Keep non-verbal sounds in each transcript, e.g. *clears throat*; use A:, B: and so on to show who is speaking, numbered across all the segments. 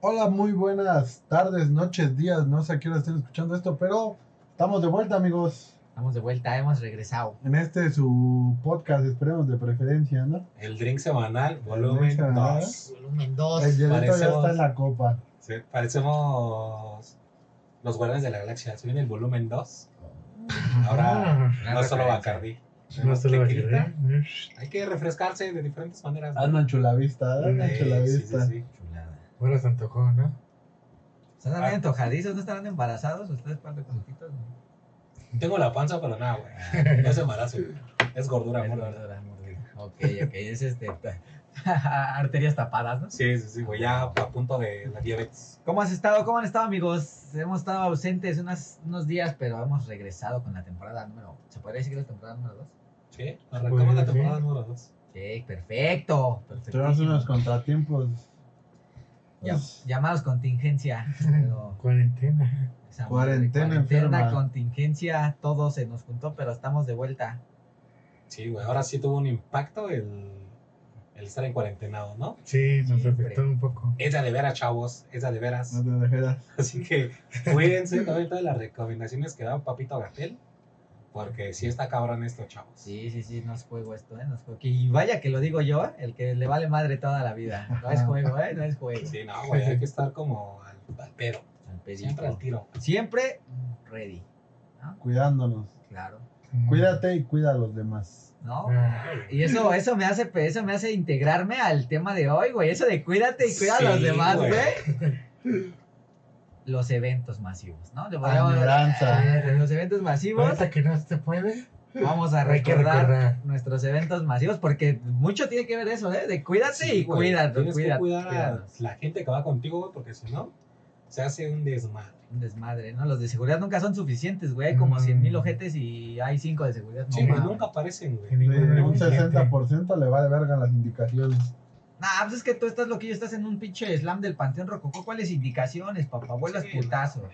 A: Hola, muy buenas tardes, noches, días. No sé a qué hora estén escuchando esto, pero estamos de vuelta, amigos.
B: Estamos de vuelta, hemos regresado.
A: En este su podcast, esperemos de preferencia, ¿no?
C: El drink semanal,
A: drink
C: volumen
A: semanal.
C: 2.
B: Volumen
A: El
B: 2.
A: Yedeto ya
C: parecemos-
A: está en la copa.
C: Parecemos los guardianes de la galaxia. Soy en el volumen 2. Ahora
B: Ah,
C: no solo Bacardi.
D: No se lo va a
C: Tequilita.
D: querer.
C: Hay que refrescarse de diferentes maneras. ¿no?
A: Andan chulavista, andan
C: Eh,
A: chulavista.
C: sí, sí, sí.
D: Ahora se antojó, ¿no?
B: ¿Están también
C: Ah.
B: antojadizos? ¿No estarán embarazados? ¿Ustedes para recocitos?
C: Tengo la panza, pero nada, güey. No es embarazo. güey. Es gordura,
B: Es
C: amor, ¿verdad?
B: verdad, mordida. Ok, ok, es este. *laughs* arterias tapadas, ¿no?
C: Sí, sí, sí, güey. Ya a punto de la diabetes.
B: ¿Cómo has estado? ¿Cómo han estado, amigos? Hemos estado ausentes unas- unos días, pero hemos regresado con la temporada número. ¿Se podría decir que es la temporada número 2?
C: Sí, arrancamos la
D: Bueno, sí.
C: temporada número 2.
B: Sí, perfecto.
A: Tenemos
B: perfectísimo.
A: unos contratiempos. Pues,
B: Ya-
A: *laughs*
B: llamados contingencia. pero
D: Cuarentena.
B: esa madre,
A: Cuarentena enferma.
B: contingencia, todo se nos juntó, pero estamos de vuelta.
C: Sí, güey. Ahora sí tuvo un impacto el, el estar en cuarentenado, ¿no?
D: Sí, nos
B: Siempre.
D: afectó un poco.
C: Es de a de veras, chavos. Es de a de veras.
A: No te dejeras.
C: *laughs* Así que cuídense también todas las recomendaciones que da Papito Gatel. Porque sí está cabrón esto, chavos.
B: Sí, sí, sí, no es juego esto, ¿eh? No es juego. Y vaya que lo digo yo, ¿eh? el que le vale madre toda la
C: *laughs*
B: vida. No es juego, ¿eh? No es juego.
C: Sí, no, güey, hay que estar como al, al pedo.
B: Al pedito.
C: Siempre al tiro.
B: Siempre ready,
A: Cuidándonos.
B: claro.
A: Cuídate y cuida a los demás.
B: ¿No?
D: Ah,
B: Y eso, eso me hace, eso me hace integrarme al tema de hoy, güey. Eso de cuídate y cuida
C: Sí,
B: a los demás,
C: güey.
B: güey.
C: *laughs*
B: Los eventos masivos, ¿no? Le podríamos-
A: Añoranza.
B: Eh, los eventos masivos.
D: Ahorita que no se puede,
B: Vamos a
D: hay que
B: recordar
D: recordar.
B: nuestros eventos masivos porque mucho tiene que ver eso, ¿eh? De cuídate
C: Sí,
B: y
C: güey,
B: cuídate,
C: Tienes
B: cuídate,
C: que cuidar a
B: cuídanos.
C: la gente que va contigo, güey, porque si no, se hace un desmadre.
B: Un desmadre, ¿no? Los de seguridad nunca son suficientes, güey. Como
D: Mm.
B: 100 mil ojetes y hay 5 de seguridad. No,
C: Sí, güey,
B: mames.
C: nunca aparecen,
D: Que
C: güey.
A: De
D: ninguno era
A: un
D: cliente.
A: 60% le va de verga las indicaciones.
B: Nah, pues es que tú estás lo que yo estás en un pinche slam del Panteón Rococó. ¿Cuáles indicaciones, papá? Vuelas
C: Sí,
B: putazo.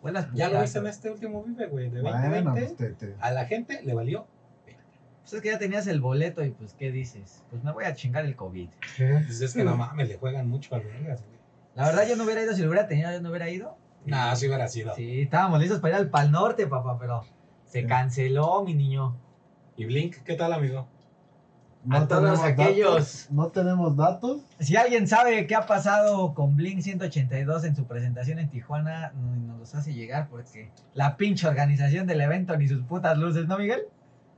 B: Vuelas putazo.
C: Ya lo viste en este último vive, güey, de 2020.
A: Bueno, pues te- te-
C: A la gente le valió.
B: Pues es que ya tenías el boleto y pues, ¿qué dices? Pues me voy a chingar el COVID.
D: ¿Qué?
C: Dices Pues es que
B: *laughs*
C: no mames, le juegan mucho a vergas, güey.
B: La verdad, yo no hubiera ido si lo hubiera tenido, yo no hubiera ido.
C: Nah, sí hubiera sido.
B: Sí, estábamos listos para ir al Pal Norte, papá, pero se
A: Sí.
B: canceló, mi niño.
C: ¿Y Blink, qué tal, amigo?
B: a todos
A: tenemos
B: aquellos.
A: datos, no tenemos datos.
B: Si alguien sabe qué ha pasado con Blink 182 en su presentación en Tijuana, no- nos los hace llegar porque la pinche organización del evento ni sus putas luces, ¿no, Miguel?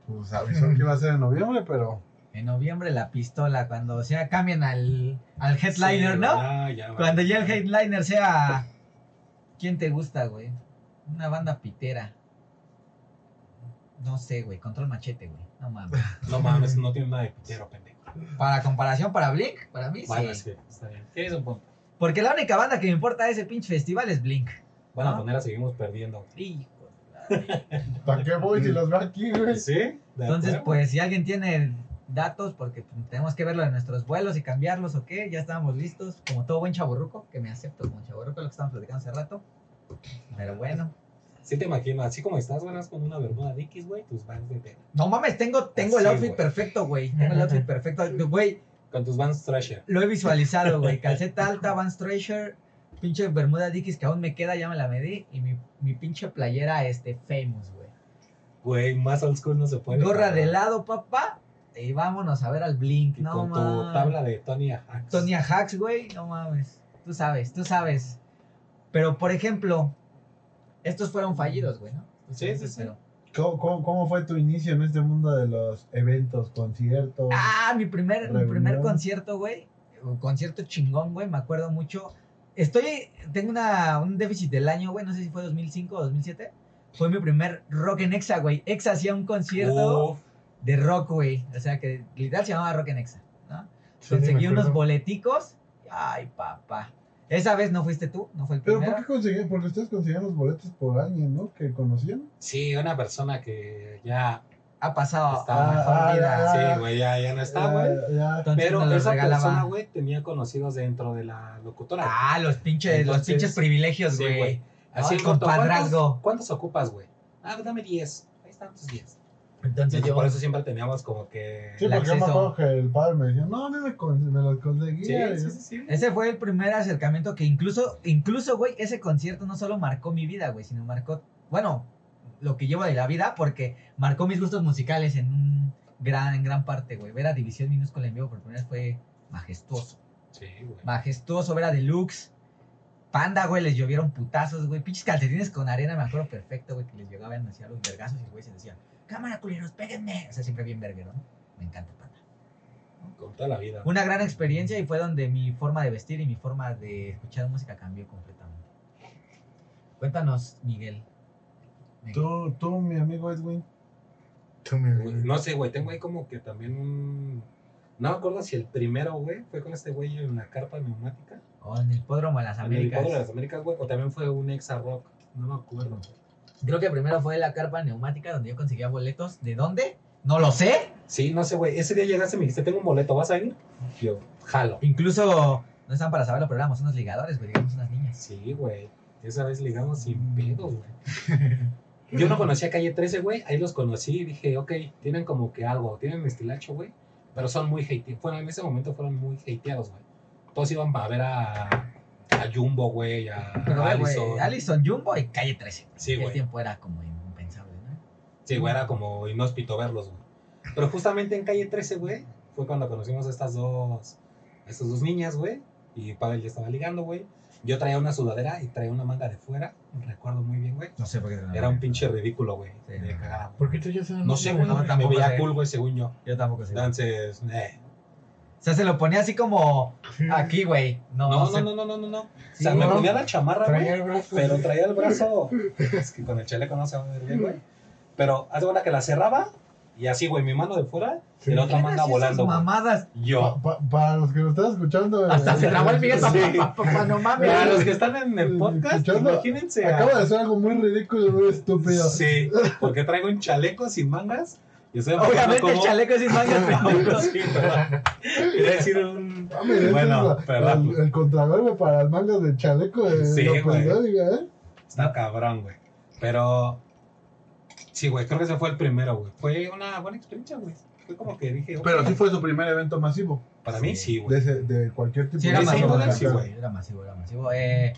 A: Pues avisó que iba a ser en noviembre, pero
B: En noviembre la pistola, cuando o sea, cambien al, al headliner,
C: Sí,
B: ¿no?
C: ah, ya, güey.
B: Cuando ya el headliner sea. ¿Quién te gusta, güey? Una banda pitera. No sé, güey. Control machete, güey. No
C: *laughs*
B: mames.
C: No mames, no tiene nada de pitero, pendejo.
B: Para comparación, para Blink, para mí
C: Bueno,
B: sí.
C: sí, está bien. Tienes un punto.
B: Porque la única banda que me importa de ese pinche festival es Blink.
C: Van a
B: ¿No?
C: poner a pues seguimos perdiendo. güey.
B: Hijo de la-
A: ¿para qué voy si los veo aquí, güey?
C: ¿Sí? de
B: Entonces,
C: acuerdo.
B: pues, si alguien tiene datos, porque tenemos que ver lo de nuestros vuelos y cambiarlos o qué, ya estábamos listos, como todo buen chaborruco, que me acepto como chaborruco, lo que estábamos platicando hace rato. Pero bueno.
C: Sí te imagino, así como estás, buenas con una bermuda de X, güey, tus vans de tela.
B: No mames, tengo, tengo el
C: Así,
B: outfit
C: güey.
B: perfecto, güey. Tengo el outfit perfecto. Güey,
C: Con tus vans Thrasher.
B: lo he visualizado, güey. Calceta alta, Vans Treasure, pinche bermuda Dickies que aún me queda, ya me la medí. Y mi, mi pinche playera, este, famous, güey.
C: Güey, más old school no se puede.
B: Gorra
C: cabrón.
B: de lado, papá. Y vámonos a ver al Blink,
C: Y
B: no
C: con
B: mames.
C: tu tabla de Tony Hawk.
B: Tonya Hacks, güey, no mames. Tú sabes, tú sabes. Pero, por ejemplo, estos fueron fallidos, güey, ¿no?
C: Sí, sí, sí.
B: Pero-
A: ¿Cómo, cómo, cómo fue tu inicio en este mundo de los eventos, conciertos?
B: Ah, mi primer, mi primer
A: Reunión.
B: concierto, güey. Un concierto chingón, güey, me acuerdo mucho. Estoy, tengo una, un déficit del año, güey, no sé si fue 2005 o 2007. Fue mi primer rock en Exa, güey. Exa hacía un concierto
C: Uf,
B: de rock, güey. O sea, que literal se llamaba Rock en Exa, ¿no?
D: Sí,
B: Conseguí
D: me
B: unos
D: acuerdo.
B: boleticos. Ay, papá. Esa vez no fuiste tú, no fue el
A: ¿Pero
B: primero.
A: por qué conseguían? Porque ustedes conseguían los boletos por alguien, ¿no? Que conocían.
C: sí, una persona que ya
B: ha pasado
C: Está-
B: a mejor
A: ah,
B: vida.
A: ah,
C: Sí, güey, ya, ya no está, güey.
A: Ya, ya.
B: ah. Entonces
C: Pero
B: nos los
C: esa
B: regalaba.
C: persona, güey, tenía conocidos dentro de la locutora.
B: Ah, los pinches, los
C: Entonces,
B: pinches privilegios,
C: sí,
B: güey.
C: güey. Así
B: Ay,
C: en cuanto,
B: compadrazgo.
C: ¿cuántos, ¿Cuántos ocupas, güey? Ah, dame 10. Ahí están tus 10.
B: Entonces
C: Entonces,
B: yo.
C: por eso siempre teníamos como que.
A: Sí,
B: El
A: porque yo me
B: acceso.
A: acuerdo que el padre me decía, no, a mí me, con- me lo
C: Sí,
A: conseguía.
C: sí,
A: y
C: sí,
A: yo,
C: sí, sí.
B: Ese fue el primer acercamiento que incluso, incluso, güey, ese concierto no solo marcó mi vida, güey, sino marcó, bueno, lo que llevo de la vida porque marcó mis gustos musicales en un gran, en gran parte, güey. Ver a División Minúscula en vivo por primera vez fue majestuoso.
C: Sí, güey.
B: Majestuoso, ver a Deluxe. Panda, güey, les llovieron putazos, güey. Pinches calcetines con arena, me acuerdo perfecto, güey, que les llegaban hacia los vergazos y, güey, se decían, cámara, culeros, péguenme. O sea, siempre bien verguero, ¿no? Me encanta, Panda
C: Con toda la vida.
B: una gran experiencia y fue donde mi forma de vestir y mi forma de escuchar música cambió completamente. Cuéntanos, Miguel.
A: Tú, tú, mi amigo Edwin.
D: Tú me
C: Güey, No sé, güey, tengo ahí como que también un... No me acuerdo si el primero, güey, fue con este güey en la carpa neumática.
B: O en el Hipódromo de las
C: En el
B: Américas.
C: hipódromo de las Américas, güey. O también fue un exa rock. No me acuerdo.
B: Creo que primero fue la carpa neumática donde yo conseguía boletos. ¿De dónde? No lo sé.
C: Sí, no sé, güey. Ese día llegaste y me dijiste, tengo un boleto, ¿vas a ir? Yo, jalo.
B: Incluso no están para saberlo, pero éramos unos ligadores, güey, digamos unas niñas.
C: Sí, güey. Esa vez ligamos sin pedos, güey. Yo no conocía Calle 13, güey. Ahí los conocí y dije, ok, tienen como que algo, tienen estilacho, güey. Pero son muy hateados. Fueron, en ese momento fueron muy hateados, güey. Todos iban a ver a, a Jumbo, güey,
B: *laughs*
C: a
B: Pero, güey,
C: Allison.
B: güey, Allison, Jumbo y Calle 13.
C: Sí,
B: el
C: güey.
B: tiempo era como impensable, ¿no?
C: Sí, güey, era como inhóspito verlos, güey. Pero justamente en Calle 13, güey, fue cuando conocimos a estas dos, a estas dos niñas, güey. Y Pavel ya estaba ligando, güey. Yo traía una sudadera y traía una manga de fuera. Recuerdo muy bien, güey.
B: No sé por qué.
C: Era un pinche ridículo, güey.
B: Sí,
C: de
B: no.
C: cagada, güey.
D: ¿Por qué tú ya sabes?
C: No sé, güey.
B: No,
C: me
B: tampoco
C: veía
B: sé.
C: cool, güey, según yo.
B: Yo tampoco sé. O
C: Entonces, eh.
B: sea, se lo ponía así como aquí, güey. No,
C: No, no,
B: sé.
C: no, no, no, no, no. O
B: Sí,
C: sea, me
D: no.
C: ponía la chamarra, güey.
D: Traía el brazo.
C: Pero traía el brazo. Es que con el chaleco no se va a ver bien, güey. Pero haz de cuenta que la cerraba y así, güey, mi mano de fuera y la otra
B: ¿Quién
C: manga
B: hacía esas
C: volando. güey.
B: mamadas.
C: Yo.
A: Pa- pa- para los que lo están escuchando.
B: Hasta
A: eh,
B: se trabó el Miguel
A: sí.
B: papá, papá, papá, no mames.
C: Mira, los que están en el podcast,
A: Escuchando,
C: imagínense. a-
A: Acaba de ser algo muy ridículo y muy estúpido.
C: Sí, porque traigo un chaleco sin mangas. Y
B: *laughs*
C: estoy
B: Obviamente
C: como-
B: el chaleco es sin mangas, pero
C: *laughs* Sí, perdón. Quería decir un.
A: Mames, este
C: Bueno,
A: es la-
C: perdón.
A: El, el contragolpe para las mangas del chaleco de
C: Sí,
A: López
C: güey.
A: Dóriga, ¿eh?
C: Está cabrón, güey. Pero. Sí, güey, creo que ese fue el primero, güey. Fue una buena experiencia, güey. Fue como que dije.
A: Pero
C: ok,
A: sí fue su primer evento masivo.
C: Para mí sí,
A: De,
C: güey.
A: ese- de cualquier tipo
B: Sí,
A: de
B: era
C: Sí, sí,
B: masivo,
C: no,
B: era
C: sí,
B: masivo,
C: güey.
B: era masivo, era masivo. Eh,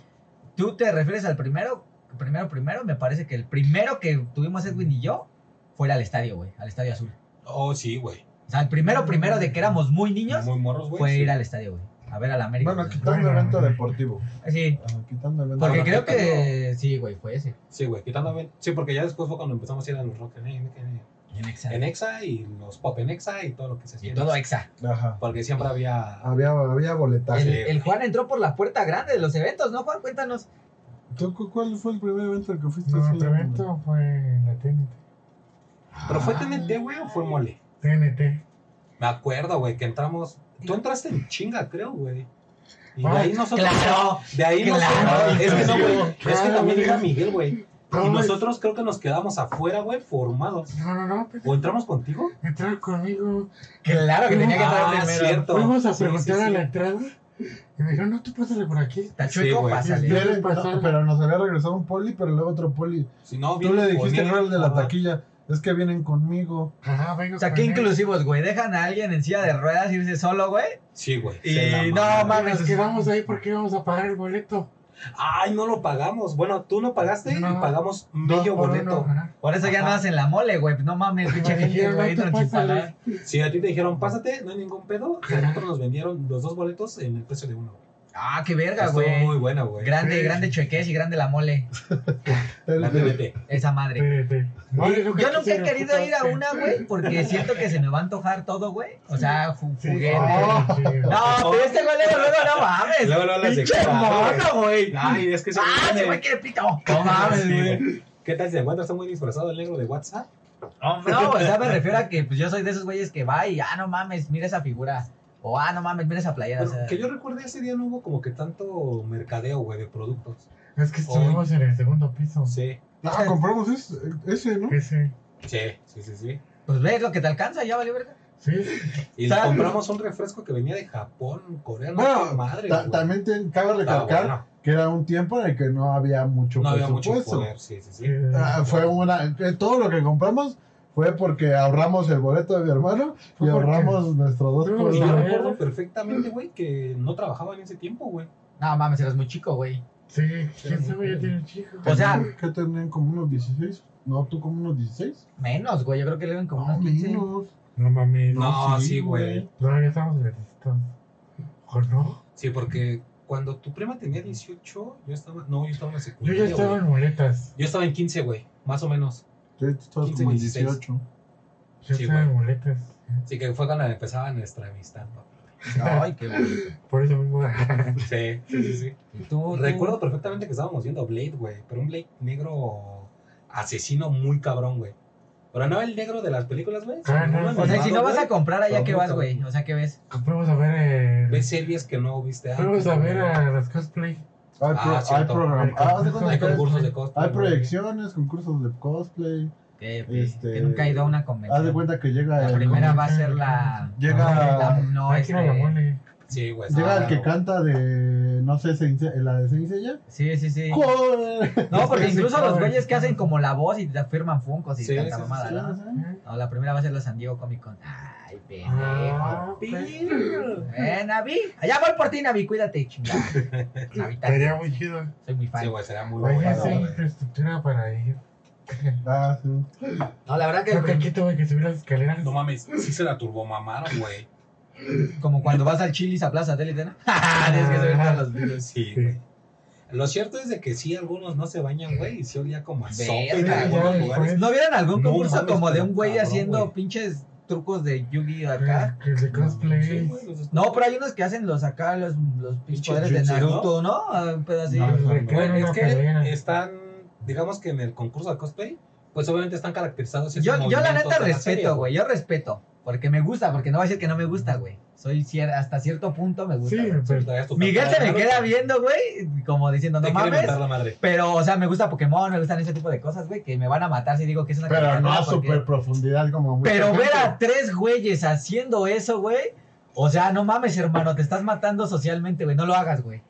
B: ¿Tú te refieres al primero? Primero, primero, me parece que el primero que tuvimos Edwin y yo fue al estadio, güey, al Estadio Azul.
C: Oh, sí, güey.
B: O sea, el primero, primero de que éramos muy niños
C: Muy morros, güey.
B: fue
C: sí.
B: ir al estadio, güey, a ver al América.
A: Bueno,
B: güey.
A: quitando
D: Bueno.
A: evento deportivo.
B: Sí,
A: Ah, Quitando evento
B: porque
C: Bueno,
B: creo
C: quitando-
B: que sí, güey, fue ese.
C: Sí, güey, quitando. bien- Sí, porque ya después fue cuando empezamos a ir a los rock en, en- en- en Exa y los pop en Exa y todo lo que se hacía.
B: Y
C: en
B: todo Ah.
C: Exa.
B: exa.
A: Ajá.
C: Porque siempre había.
A: Había, había boletaje.
B: El,
C: sí, güey.
B: el Juan entró por la puerta grande de los eventos, ¿no, Juan? Cuéntanos.
A: ¿Tú cu- cuál fue el primer evento al que fuiste?
D: No,
A: así?
D: otro evento fue en la TNT.
C: ¿Pero fue TNT, güey, o fue mole?
D: TNT.
C: Me acuerdo, güey, que entramos. Tú entraste en chinga, creo, güey. Y de
D: Ah,
C: ahí nosotros.
B: claro.
C: De ahí
B: Claro.
C: nosotros. Es que no, güey. Es que
D: Claro,
C: también
D: güey.
C: era Miguel, güey. Y
D: No,
C: nosotros creo que nos quedamos afuera, güey, formados.
D: No, no, no. pero
C: ¿O entramos contigo?
D: Entraron conmigo.
B: Claro que tenía que entrar
C: Ah,
B: primero.
C: cierto.
D: Fuimos a
C: Sí,
D: preguntar
C: sí,
D: a
C: sí.
D: la entrada. Y me dijeron, no, tú pásale por aquí.
B: Está
C: Sí,
B: chueco,
C: güey.
B: pásale.
A: Y era-
D: ¿Qué pasó?
A: no, pero nos había regresado un poli, pero luego otro poli.
C: Si no,
A: Tú
C: bien,
A: le dijiste
C: ponían-
A: no al de la
C: Ajá.
A: taquilla. Es que vienen conmigo.
D: Ajá, vengo.
B: O sea,
D: con
B: qué
D: él.
B: inclusivos, güey. Dejan a alguien en silla de ruedas irse solo, güey.
C: Sí, güey.
B: Y
C: se la
B: no
C: mamaron.
B: mames.
D: Y nos quedamos ahí porque íbamos a pagar el boleto.
C: Ay, no lo pagamos. Bueno, tú no pagaste y
D: No.
C: pagamos
D: Dos
C: medio
D: por
C: boleto. *laughs*
D: uno, ajá.
B: Por eso ya
C: Ajá.
B: no hacen la mole, güey. No
D: *laughs*
B: mames, pinche
D: Me
B: gente,
D: dijeron,
B: güey.
D: "No te
B: entran sin
D: pases".
B: pagar.
C: Si a ti te dijeron, pásate, no hay ningún pedo. Y a nosotros nos vendieron los dos boletos en el precio de uno. güey.
B: Ah, qué verga,
C: Estuvo muy
B: güey.
C: buena, güey.
B: Grande,
D: Sí.
B: grande chuequés y grande la mole.
C: La TNT.
B: Esa madre.
D: TNT. Vale, lo que
B: Yo nunca he
D: quisieron,
B: querido
D: puta,
B: ir a
D: sí.
B: una, güey, porque siento que se me va a antojar todo, güey. O sea, ju-
D: Sí.
B: juguete.
D: Ah, sí.
B: *laughs* No, pero este güey luego, luego, no mames.
C: Luego, luego las de
B: Pinche
C: cara,
B: mono, güey.
C: Ay, es que se
B: Ah, ese güey
C: me
B: quiere pito. No mames,
C: Sí,
B: güey.
C: güey. ¿Qué tal si te encuentras muy disfrazado el negro de WhatsApp?
B: No, o sea, me refiero a que pues, yo soy de esos güeyes que va y, ah, no mames, mira esa figura. O, ah, no mames, mira esa playera.
C: Pero
B: o sea,
C: que yo recuerde ese día no hubo como que tanto mercadeo, güey, de productos.
D: Es que estuvimos en el segundo piso.
C: Sí.
A: Ah, compramos ese, ese ¿no?
D: Ese.
C: Sí, sí, sí, sí.
B: Pues ves lo que te alcanza, ya valió verga.
D: Sí.
C: Y
B: Tal-
C: compramos un refresco que venía de Japón, Corea, no
A: Bueno,
C: sé, madre,
A: Ta-
C: güey.
A: también te- cabe
C: Estaba
A: recalcar
C: bueno.
A: que era un tiempo en el que no había mucho
C: No había mucho
A: presupuesto.
C: poder, sí, sí, sí.
D: Eh,
A: Ah, fue una. eh, todo lo que compramos fue porque ahorramos el boleto de mi hermano y
D: Fue porque-
A: ahorramos nuestros dos
D: Fue
A: por
C: Y yo
D: Ah,
C: recuerdo
D: ¿verdad?
C: perfectamente, güey, que no trabajaba en ese tiempo, güey.
B: No mames, eras muy chico, güey.
D: Sí, quién sabe, ya tiene chico.
B: O sea-
A: ¿Qué tenían como unos 16? No, tú como unos 16.
B: Menos, güey. Yo creo que le ven como
A: No,
B: unos 15.
A: menos.
D: No mames.
C: No, sí, güey.
D: Todavía estamos gratitos. ¿O no?
C: Sí, porque cuando tu prima tenía 18, yo estaba. No, yo estaba en
D: Yo
C: secundaria.
D: ya estaba
C: güey.
D: en muletas.
C: Yo estaba en 15, güey, más o menos.
A: Tú estabas
C: 15,
A: como en
C: 16.
A: 18.
D: Yo
C: Sí,
D: estaba en
C: güey.
D: muletas.
C: Así que fue cuando empezaba nuestra amistad, papá.
B: Ay, qué bonito.
D: Por eso mismo. *laughs*
C: Sí, sí, sí. sí.
B: Y tú,
C: Recuerdo perfectamente que estábamos viendo Blade, güey, pero un Blade negro asesino muy cabrón, güey. Pero no el negro de las películas, güey.
D: Ah,
C: sino
D: no.
C: uno
B: tú- O sea, si
C: animado,
B: no vas a
C: güey.
B: comprar allá que vas,
C: Vamos a-
B: güey. O sea, ¿qué ves?
D: Vamos a ver.
C: Ves
D: eh,
C: series que no viste antes.
D: Vamos a ver ah,
C: güey.
D: a las cosplay.
A: Hay,
C: Ah,
A: pro- hay
C: cierto.
A: programa- ah, haz de cuenta
C: Hay
A: que hay-
C: concursos de cosplay.
A: hay
C: güey.
A: proyecciones, concursos de cosplay.
B: Que, pues,
A: Este-
B: que nunca he ido a una
A: Haz de
B: convención.
A: cuenta que llega
B: La
A: el,
B: primera va a ser la.
A: Llega-
B: la- No,
D: Hay que ir a la
B: este.
D: mole.
C: Sí, güey.
A: llega
C: sí,
A: el que
C: claro.
A: canta de no sé Saint Se- la de Saint Seiya.
B: Sí, sí, sí.
A: ¡Joder!
B: No, porque
D: Sí, sí,
B: incluso los
D: cabrón.
B: güeyes que hacen como la voz y te firman Funkos y
C: Sí,
B: tanta
C: sí, sí,
B: mamada,
A: Sí,
B: ¿no?
A: sí.
C: Ah.
B: No, la primera va a ser la San Diego Comic Con. Ay,
D: Ah,
B: pendejo.
D: pues,
B: Eh, Navi. Allá voy por ti, Navi. Cuídate,
C: *laughs*
B: chingada. Navita.
D: Estaría muy chido.
B: Soy muy
C: Sí,
B: fan.
C: güey, será muy
D: Hay
C: bueno.
D: que hacer
A: sí.
C: güey.
D: infraestructura para ir.
A: Ah, sí.
B: No, la verdad que
D: Creo que aquí tuve que subir las escaleras.
C: No mames, sí se la turbomamaron, güey.
B: como cuando vas al Chili's a Plaza Satélite, ¿no? Tienes que subir todos los videos.
C: Sí,
D: Sí.
C: güey. Lo cierto es de que sí, algunos no se bañan, güey, y se olía como a sopa en
B: Verga,
C: algunos
D: güey.
C: lugares.
B: ¿No vieron algún
C: No,
B: concurso
C: mames,
B: como de
C: pero
B: un güey
C: cabrón,
B: haciendo
C: güey.
B: pinches trucos de Yugi acá?
D: Que de
C: Sí,
D: cosplay.
C: güey, los-
B: No, pero hay unos que hacen los acá, los, los
C: Pinches
B: poderes de
C: jutsus, ¿no?
B: Naruto, ¿no? Ah, Un pedo así.
C: No, no, no,
D: Güey,
C: güey,
D: una
C: es que
D: cadena.
C: están, digamos que en el concurso de cosplay, pues obviamente están caracterizados. ciertos
B: Yo, yo la
C: movimientos
B: neta
C: de la serie,
B: respeto, güey. Yo respeto. Porque me gusta, porque no va a decir que no me gusta, güey. Soy cier- hasta cierto punto me gusta.
D: Sí,
B: güey.
C: Sí,
D: pero
C: traías tu
B: Miguel se
C: carta de
B: me
C: Naruto.
B: queda viendo, güey, como diciendo, no
C: Te quiere
B: mames.
C: mentar la madre.
B: Pero, o sea, me gusta Pokémon, me gustan ese tipo de cosas, güey, que me van a matar si digo que es una
A: Pero no
B: caricatura,
A: a
B: porque-
A: super profundidad como mucha
B: Pero ver a
A: gente.
B: tres güeyes haciendo eso, güey. O sea, no mames, hermano, te estás matando socialmente, güey. No lo hagas, güey.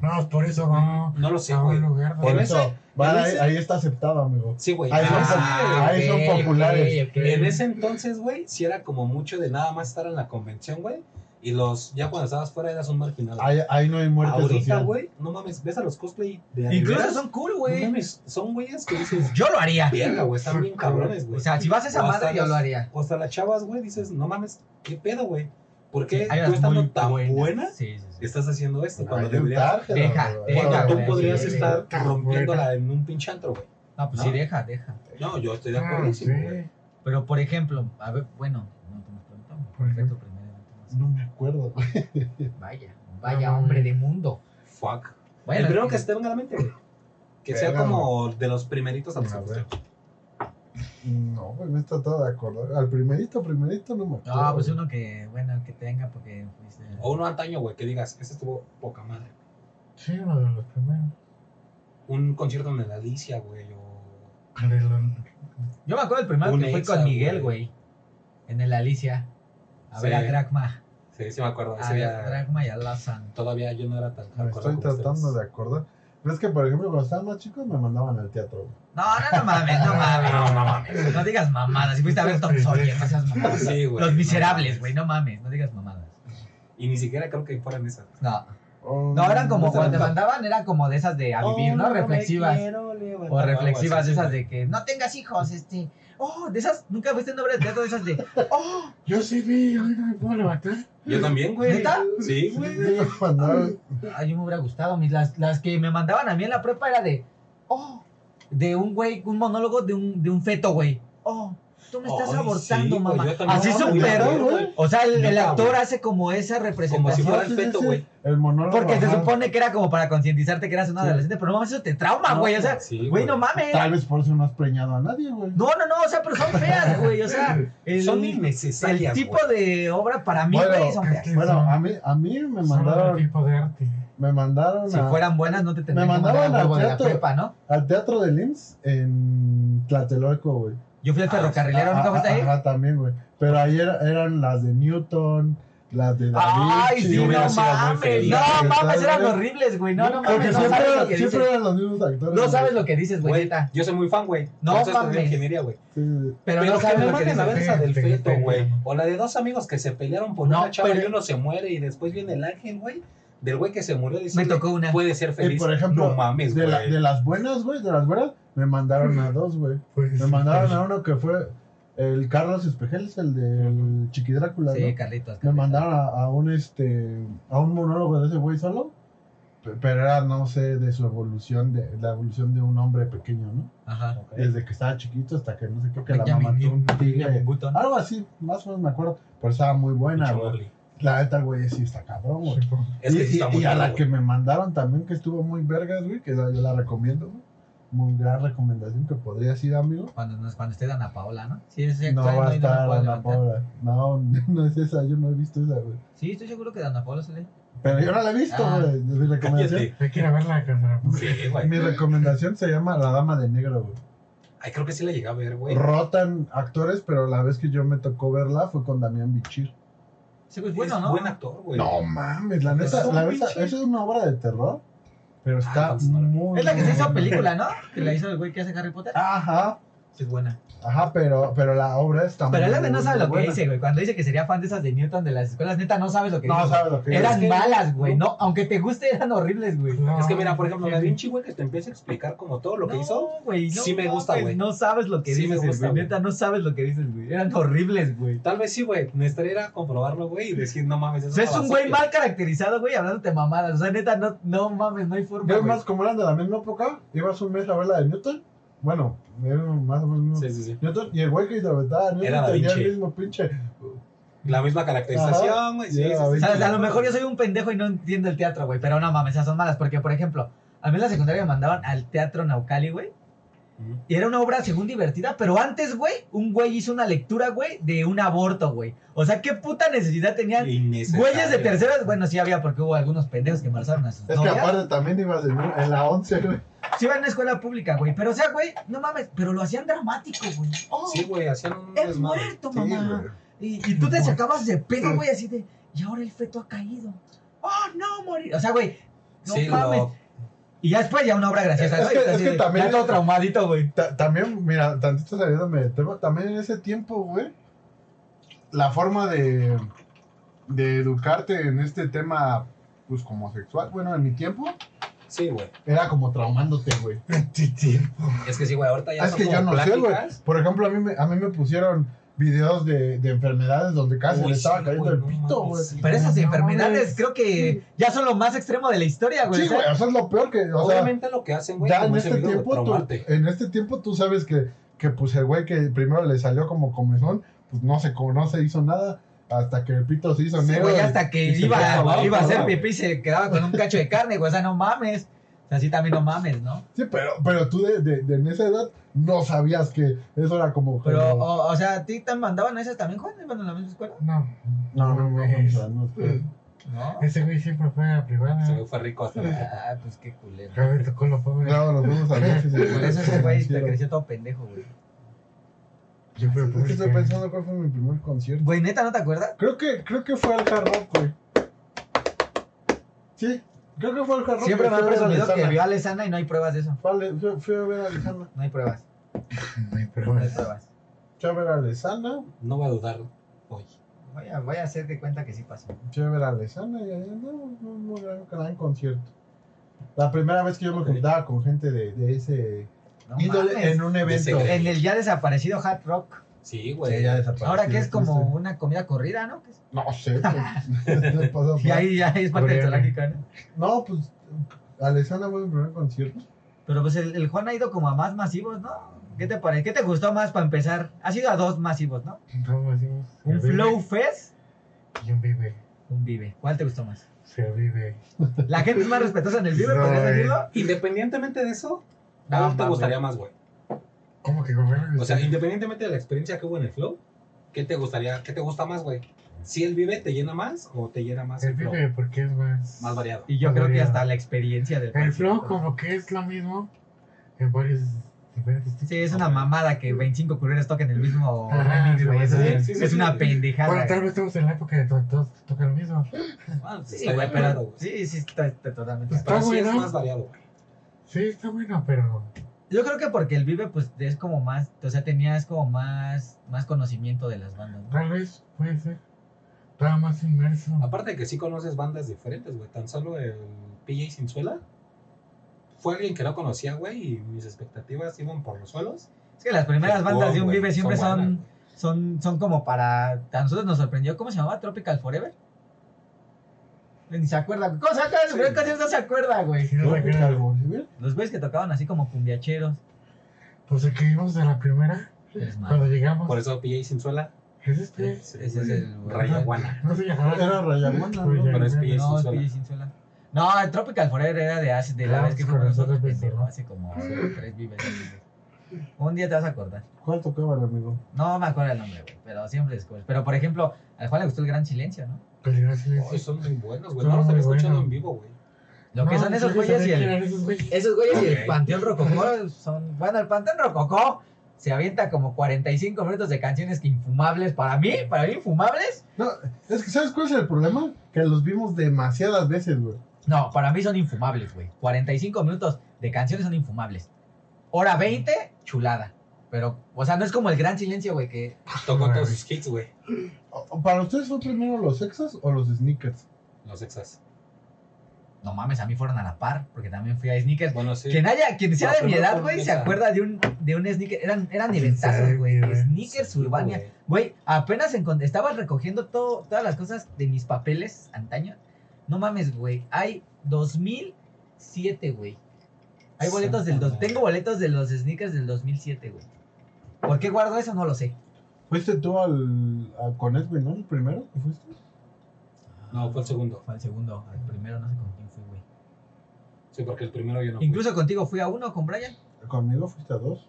D: No, por eso vamos
C: No lo sé,
D: a
C: güey.
D: un lugar
A: Por
C: Pero
D: donde
A: eso,
C: ese-
A: va,
C: pero
A: ahí,
C: ese-
A: ahí está aceptado, amigo.
C: Sí, güey.
A: Ahí
C: Ah,
A: son- ahí son
B: ok,
A: populares.
B: Ah, ok, ok.
C: En ese entonces, güey, sí era como mucho de nada más estar en la convención, güey. Y los, ya cuando estabas fuera eras un marginal.
A: Ahí, ahí no hay muerte
C: Ahorita,
A: social.
C: güey, no mames, ves a los cosplay de a
B: Incluso
C: veras,
B: son cool,
C: no
B: güey.
C: mames, son güeyes que dices,
B: Yo lo haría.
C: verga, güey,
B: *laughs*
C: están bien cabrones, güey.
B: O sea, si vas a esa
C: O hasta
B: madre, yo
C: los-
B: lo haría.
C: O hasta las chavas, güey, dices, no mames, qué pedo, güey. ¿Por qué
B: Hay
C: tú
B: unas
C: estando
B: muy
C: tan
B: buenas.
C: buena
B: Sí, sí, sí.
C: estás haciendo esto?
A: Hay
C: Cuando
A: que
C: deberías.
A: gustártelo,
B: Deja,
A: güey.
B: deja,
A: Bueno,
C: Cuando tú
B: güey,
C: podrías
B: sí,
C: estar
D: tan
C: rompiéndola en un pinche antro, güey.
B: No, pues
C: ¿No?
B: sí, deja, deja.
C: No, yo estoy de acuerdo,
D: Ah, sí.
C: güey.
B: Pero, por ejemplo, a ver, bueno, no, tú me preguntas,
D: Por
B: perfecto,
D: ejemplo.
B: primero. entonces,
A: No me acuerdo. güey.
B: Vaya, vaya
D: No,
B: hombre
D: güey.
B: de mundo.
C: Fuck.
B: Bueno,
C: el primero que se te venga a la mente, güey. Que sea
A: Verga,
C: como de los primeritos a los
A: A
C: que
A: ver.
C: gustan.
A: No, güey, me he tratado de acordar. Al primerito, primerito no me acuerdo.
B: No, pues uno que, bueno, que tenga porque fuiste.
C: O uno antaño, güey, que digas, este estuvo poca madre.
D: Sí, uno de los primeros.
C: Un concierto en la Alicia, güey, o...
D: El de los-
B: Yo me acuerdo del primero
C: Un
B: que fue
C: Exa,
B: con Miguel,
C: güey.
B: güey. En el Alicia. A ver
C: Sí.
B: a Dracma.
C: Sí, sí me acuerdo.
B: A
C: ese
B: ver
C: Ah, ya-
B: a Dracma y a Lazan.
C: Todavía yo no era tan
A: Me
C: hardcore
A: estoy
C: como
A: tratando
C: ustedes.
A: de acordar. Pero es que, por ejemplo, cuando estaban más chicos me mandaban al teatro. güey.
B: No, no, no mames, no *laughs* mames.
C: Ah, No, no mames.
B: No digas mamadas. Si fuiste a ver Tom Sawyer, no seas mamadas.
C: Sí, güey.
B: Los
C: no
B: miserables,
C: mames.
B: güey, no mames, no digas mamadas.
C: Y ni siquiera creo que fueran esas.
B: No,
A: Oh,
B: no eran como
A: no sé,
B: cuando te
A: no.
B: mandaban, era como de esas de a
C: Oh,
B: vivir, ¿no? Reflexivas. O reflexivas, de esas de que no tengas hijos, este. Oh, de esas, nunca fuiste en obra de teatro, de esas de. Oh,
D: Yo sí vi, hoy no me puedo levantar.
C: Yo también, güey.
B: ¿Neta?
C: Sí,
A: Sí,
C: güey.
A: me mandaban-
B: Ay, yo me hubiera gustado. Mis, las, las que me mandaban a mí en la prepa era de. Oh. De un güey, un monólogo de un, de un feto, güey. Oh. Tú me estás
C: Ay,
B: abortando,
C: sí, güey,
B: mamá.
C: yo también.
B: Así
A: No,
B: superó,
A: yo-
B: güey. O sea, el,
C: Neta,
B: el actor
C: güey.
B: hace como esa representación.
C: Como si fuera el
A: Sí, sí,
C: feto,
A: sí.
C: güey.
A: El monólogo.
B: porque se
A: ajá.
B: supone que era como para concientizarte que eras un
A: Sí.
B: adolescente, pero no mames, eso te trauma,
C: No,
B: güey. o sea,
C: sí,
B: güey,
C: güey.
B: no mames.
A: Tal vez por eso no has preñado a nadie, güey.
B: No, no, no, o sea, pero son feas, güey. O sea, el,
C: Son
B: el
C: innecesarias,
B: tipo
C: güey.
B: de obra para mí,
A: Bueno,
B: güey, son feas.
D: Sí,
A: Bueno,
D: son-
A: a mí, a mí me
D: son otro
A: mandaron,
D: tipo de arte.
A: me mandaron
B: Si
A: a-
B: fueran buenas, no te tendrían que
A: mandaban
B: mandar a
A: al
B: huevo de la
A: teatro.
B: prepa, ¿no?
A: al Teatro del IMSS en Tlatelolco, güey.
B: Yo fui al
C: Ah,
B: ferrocarrilero,
A: Ah,
B: ¿nunca fuiste ahí?
A: Ajá, también, güey. Pero ahí era- eran las de Newton, Las de David.
B: Ay, sí,
C: yo
B: no
C: hubiera
B: mames.
C: sido muy feliz.
B: No mames, eran
A: Yo-
B: horribles, güey. No, no
A: Porque
B: mames, no
A: siempre,
B: sabes lo que
A: siempre
B: dices.
A: eran los mismos actores.
B: No
A: güey.
B: sabes lo que dices, güey.
C: Güey,
B: neta.
C: yo soy muy fan, güey.
B: No
C: Por eso estudié
B: mames.
C: ingeniería, güey.
A: Sí,
B: Pero,
C: Pero,
B: no
C: que
B: sabes
C: me
B: lo que
C: manden a
B: dices.
C: ver esa del
D: Fíjate,
C: feto, güey.
D: fíjate.
C: O la de dos amigos que se pelearon por
B: No,
C: una chava
B: pero-
C: y uno se muere y después viene el ángel, güey. Del güey que se murió
B: Me
C: diciendo
B: tocó una.
C: puede ser feliz.
A: Y, Eh, por ejemplo,
C: no mames,
A: de,
C: güey.
A: la- de las buenas, güey, de las buenas, me mandaron a dos, güey.
D: Pues,
A: Me mandaron a uno que fue el Carlos Espejeles, el del Chiqui Drácula,
B: Sí,
A: ¿no?
B: Carlitos.
A: Me
B: Carlitos.
A: mandaron a, a un este a un monólogo de ese güey solo, pe- pero era no sé de su evolución de la evolución de un hombre pequeño, ¿no?
B: Ajá.
C: Ok.
A: Desde que estaba chiquito hasta que no sé creo que la
B: Benjamin
A: mamá tuvo un tigre,
B: Benjamin Button.
A: algo así, más o menos me acuerdo, pero estaba muy buena,
C: Pinche
A: güey.
C: Morley.
A: La neta güey sí está cabrón, güey.
D: Sí, po.
C: Es que
A: Y-
C: sí está
A: y,
C: muy
A: y a
C: bueno,
A: la
C: güey.
A: que me mandaron también, que estuvo muy vergas, güey, que la- yo la recomiendo, güey. Muy gran recomendación que podrías ir, amigo.
B: Cuando, nos- cuando esté Ana Paola, ¿no? Sí, es
A: No
B: actual,
A: va a
B: hay- no la
A: estar
B: puedo
A: Ana
B: levantar.
A: Paula. No, *laughs* no es esa, yo no he visto esa, güey.
B: Sí, estoy seguro que Dana Paola sale.
A: Pero yo no la he visto,
B: Ah.
A: güey.
B: *laughs*
A: Mi
C: *laughs*
A: recomendación,
C: Cállate.
D: Hay que ir a verla, casa.
C: Sí,
A: *laughs*
C: güey.
A: mi recomendación se llama La Dama de Negro, güey.
C: Ay, creo que sí la llegué a ver, güey.
A: Rotan actores, pero la vez que yo me tocó verla fue con Damián Bichir.
B: Sí, pues
C: Es
B: bueno, ¿no?
C: Buen actor, güey.
A: No mames, la
C: Es
A: neta,
C: un
A: la neta,
C: pinche-
A: esa es una obra de terror, pero
C: Ah,
A: está
C: entonces no la vi.
A: muy.
B: Es la que se hizo
A: buena.
B: película, ¿no? Que la hizo el güey que hace Harry Potter.
A: Ajá,
B: Sí, es buena.
A: ajá, Ah, pero, pero la obra está
B: Pero
A: muy
B: el hombre no sabe lo que
A: buena.
B: dice, güey. Cuando dice que sería fan de esas de Newton de las escuelas, neta, no sabes lo que
A: No
B: dice.
A: sabe lo que dice.
B: Eran
C: que-
B: malas, güey. No, aunque te guste, eran horribles, güey.
D: No,
C: Es que mira, por ejemplo, Da
D: sí,
C: Vinci, güey, que te empieza a explicar como todo lo que
B: No,
C: hizo.
B: güey, no
C: sí me gusta,
B: mames,
C: güey.
B: No sabes lo que
C: Sí me
B: dices,
C: gusta,
B: güey.
C: güey.
B: Neta, no sabes lo que dices, güey. Eran horribles, güey.
C: Tal vez sí, güey. Necesitaría ir a comprobarlo, güey, y decir, no mames,
B: O
C: eso
B: sea, es un güey mal caracterizado, güey, hablándote mamadas. O sea, neta, no, no mames, no hay forma.
A: Yo
B: güey.
A: más como eran de la misma época, ibas un mes a ver la de Newton. Bueno, era más o menos.
C: Sí, sí, sí.
A: Newton, y el güey que interpretaba a Newton
C: Era Da
A: tenía
C: Vinci.
A: el mismo pinche.
C: La misma caracterización, güey. Sí,
A: Ya,
C: sí,
A: a
C: sí.
B: O sea, a lo
A: me-
B: mejor yo soy un pendejo y no entiendo el teatro, güey. Pero no mames, esas son malas. Porque, por ejemplo, a mí en la secundaria me mandaban al teatro Naucali, güey.
C: Ujú.
B: Y era una obra, según divertida, pero antes, güey, un güey hizo una lectura, güey, de un aborto, güey. O sea, ¿qué puta necesidad tenían
C: Innecesario.
B: güeyes de terceras? Bueno, sí había, porque hubo algunos pendejos que embarazaron a sus
A: Es que
B: novias.
A: aparte también ibas en, en la 11, güey.
B: Sí iban a una escuela pública, güey. Pero, o sea, güey, no mames, pero lo hacían dramático, güey. Oh,
C: Sí, güey, hacían un
B: es
C: desmadre.
B: muerto,
A: Sí,
B: mamá.
A: güey.
B: Y, y tú te sacabas de pedo, güey, así de, y ahora el feto ha caído. Oh, no, morir. O sea, güey, no
C: Sí,
B: mames.
C: lo...
B: Y ya después ya una obra graciosa.
A: Es
B: ¿no?
A: que-
B: Y tú
A: es
B: así
A: que
B: de,
A: también-
B: Ya todo traumadito, güey.
A: Ta- también, mira, tantito saliéndome del tema, también en ese tiempo, güey, la forma de, de educarte en este tema, pues como sexual, bueno, en mi tiempo,
C: Sí, güey.
A: era como traumándote, güey. Ah,
D: sí, sí.
C: Es que sí, güey, ahorita ya
A: es
C: son
A: que
C: como
A: yo no sé, güey.
C: pláticas.
A: Por ejemplo, a mí me, a mí me pusieron videos de, de enfermedades donde casi
C: Uy,
A: le estaba
C: sí,
A: cayendo
C: güey,
A: el
C: no
A: pito,
C: mames,
A: güey.
C: sí.
B: Pero esas
D: No
B: enfermedades
D: mames.
B: creo que ya son lo más extremo de la historia, güey.
A: Sí,
B: O sea,
A: güey, o sea, es lo peor que, o sea,
C: Obviamente lo que hacen, güey,
A: ya en
C: como ese
A: este
C: video de
A: tiempo tú,
C: traumarte.
A: en este tiempo tú sabes que, que pues el güey que primero le salió como comezón, pues no se co- no se hizo nada hasta que el pito se hizo
B: Sí,
A: negro.
B: güey,
A: y-
B: hasta que
A: y se
B: iba,
A: fue a la
B: iba a
A: boca,
B: hacer
A: güey.
B: pipí y se quedaba con un cacho de carne, güey. O sea, no mames. O sea, sí también no mames, ¿no?
A: Sí, pero, pero tú de, de, de en esa edad no sabías que eso era como
B: Pero,
A: como-
B: o, o sea, ¿a ti te mandaban esas también, Juan? ¿Iban a la misma escuela?
D: No.
A: no, no, no, no, o sea, no,
D: Eh,
B: No.
D: Ese güey siempre fue a la privada.
C: Se me fue rico hasta la...
B: Ah, pues qué culero.
D: Acá me tocó lo pobre.
A: Claro, nos vamos a ver si se
B: Por eso ese güey te creció todo pendejo, güey.
D: Siempre
A: Es que
D: fue.
A: estoy pensando cuál fue mi primer concierto.
B: Güey, neta, ¿no te acuerdas?
A: Creo que, creo que fue al Hard Rock, güey. Sí, creo que fue al Hard Rock.
B: Siempre me
A: fue
B: han
A: a ver a
B: presumido que
A: Alejandra.
B: vio a Lesana y no hay pruebas de eso.
A: Vale, fui- fui a ver a Alejandra.
B: No hay pruebas.
D: Ay, pero
B: No hay
D: bueno.
B: pruebas.
A: Fui a ver a Alejandra.
C: No voy a dudar hoy.
B: Voy a, voy a hacer de cuenta que sí pasó.
A: Fui a ver a Lesana y ahí andamos, no, no, gran, gran concierto. La primera vez que yo me juntaba con gente de, de ese
B: No
A: índole
B: mames.
A: en un evento.
C: secreto.
B: En el ya desaparecido Hard Rock.
C: Sí, güey.
A: Sí, ya desapareció.
B: eh. Ahora que es como
A: Triste.
B: una comida corrida, ¿no? Que es-
A: No sé,
B: *laughs*
A: pues. *laughs* no pasa
B: Y
A: nada.
B: ahí ya es parte de
D: Corrida.
B: Tlaquica, ¿no?
A: No, pues. Alessandra fue mi primer concierto.
B: Pero pues el, el Juan ha ido como a más masivos, ¿no? ¿Qué te parece? ¿Qué te gustó más para empezar? Has ido a dos masivos, ¿no?
D: Entonces hicimos
B: Un
D: Servive
B: Flow Fest,
D: Y un vive.
B: un Vive. ¿Cuál te gustó más?
D: Servive.
B: La gente es más respetuosa en
A: *laughs*
B: el Vive,
D: No,
B: ¿podrías
D: güey.
B: decirlo?
C: Independientemente de eso,
B: No,
A: Ah,
C: ¿cuál te
B: mames.
C: gustaría más, güey?
D: ¿Cómo que comer?
C: O sea, independientemente de la experiencia que hubo en el flow, ¿qué te gustaría, qué te gusta más, güey? Si el vive te llena más o te llena más
D: El
C: el flow,
D: vive porque es más.
C: más variado.
B: Y yo creo que
D: Podría.
B: hasta la experiencia del
D: El
B: concierto.
D: flow como que es lo mismo en varios Espérate, estoy-
B: Sí, es una mamada que 25 culeros toquen el mismo remix, güey. Eso
C: Sí,
B: es-
C: sí, sí,
B: Es
C: sí.
B: una pendejada.
D: Bueno, tal
B: güey.
D: vez estamos en la época de to- todos tocan lo mismo.
C: Ah,
B: Sí,
C: está
B: güey,
C: bien variado,
B: pero.
C: güey.
B: Sí, sí, está, está totalmente.
D: Está
C: Pero sí es
D: bueno.
C: más variado, güey.
D: Sí, está bueno, pero.
B: Yo creo que porque el Vive, pues, es como más. O sea, tenías como más, más conocimiento de las bandas, ¿no?
D: Tal vez puede ser. Estaba más inmerso.
C: Aparte de que sí conoces bandas diferentes, güey. Tan solo el PJ Sinzuela fue alguien que no conocía, güey, y mis expectativas iban por los suelos.
B: Es que las primeras
C: Pero,
B: bandas de un
C: güey,
B: Vive siempre
C: buenas,
B: son.
C: güey.
B: Son, son como para. A nosotros nos sorprendió. ¿Cómo se llamaba? Tropical Forever. Ni se acuerda. güey. ¿Cómo se acuerda?
C: Sí.
B: Pero casi no se acuerda, güey.
D: Sí, no
A: ¿No?
D: me acuerdo.
B: Los güeyes que tocaban así como cumbiacheros.
D: Pues el que vimos de la primera,
B: Es
D: cuando llegamos.
C: Por eso PJ Sinzuela
D: ¿Es este?
C: es,
B: Ese es el-
C: Rayaguana.
D: No se llamaba.
A: Era Rayaguana, ¿no?
C: Pero es PJ
B: No,
C: Sinzuela.
B: PJ Sinzuela. No, el Tropical Forever era de hace, de la
D: Ah,
B: vez que
D: con
B: fuimos
D: razón
B: nosotros,
D: te pensé,
B: pendejo,
D: ¿no?
B: hace como tres vives. Un día te vas a acordar.
A: ¿Cuál tocaba el amigo?
B: No me acuerdo el nombre, güey, pero siempre descubres. Pero, por ejemplo, al Juan le gustó el Gran Silencio, ¿no?
D: Peligro silencio.
C: Ay, son muy buenos, güey.
D: Son
C: No los había
D: muy
C: escuchado
D: buenos.
C: en vivo, güey.
B: Lo que
D: No, pues
B: son
D: sí,
B: esos
D: yo
B: güeyes y
D: sabía quién
B: el,
D: eran esos güeyes.
B: esos güeyes y el
C: Ok.
B: Panteón Rococó son... Bueno, el Panteón Rococó se avienta como 45 minutos de canciones que infumables para mí, para mí infumables.
A: No, es que ¿sabes cuál es el problema? Que los vimos demasiadas veces, güey.
B: No, para mí son infumables, güey. 45 minutos de canciones son infumables. Hora 20, chulada. Pero, o sea, no es como el gran silencio, güey, que...
C: Tocó
D: Ay.
C: todos sus hits, güey.
A: O- o ¿Para ustedes fue primero los exas o los sneakers?
C: Los exas.
B: No mames, a mí fueron a la par, porque también fui a sneakers.
C: Bueno, sí.
B: Quien haya, quien sea
C: No,
B: de
C: pero
B: mi
C: no
B: edad,
C: fueron
B: güey, se
C: esa.
B: acuerda de un, de un sneaker. Eran, eran
D: Sí,
B: eventazos,
D: sí,
B: güey.
D: güey.
B: Sneakers
C: Sí,
B: Urbania.
C: güey.
B: Güey, apenas encon- estaba recogiendo todo, todas las cosas de mis papeles antaño. No mames, güey. Hay 2007, güey. Hay boletos del... dos-
C: Santa madre.
B: Tengo boletos de los sneakers del 2007, güey. ¿Por qué guardo eso? No lo sé.
A: ¿Fuiste tú al, a- con Edwin, no? ¿El primero que fuiste?
C: No, fue el segundo.
B: Fue el segundo. El primero no sé con quién fui, güey.
C: Sí, porque el primero yo no. pues. fui.
B: Incluso contigo fui a uno, con Brian.
A: Conmigo fuiste a dos.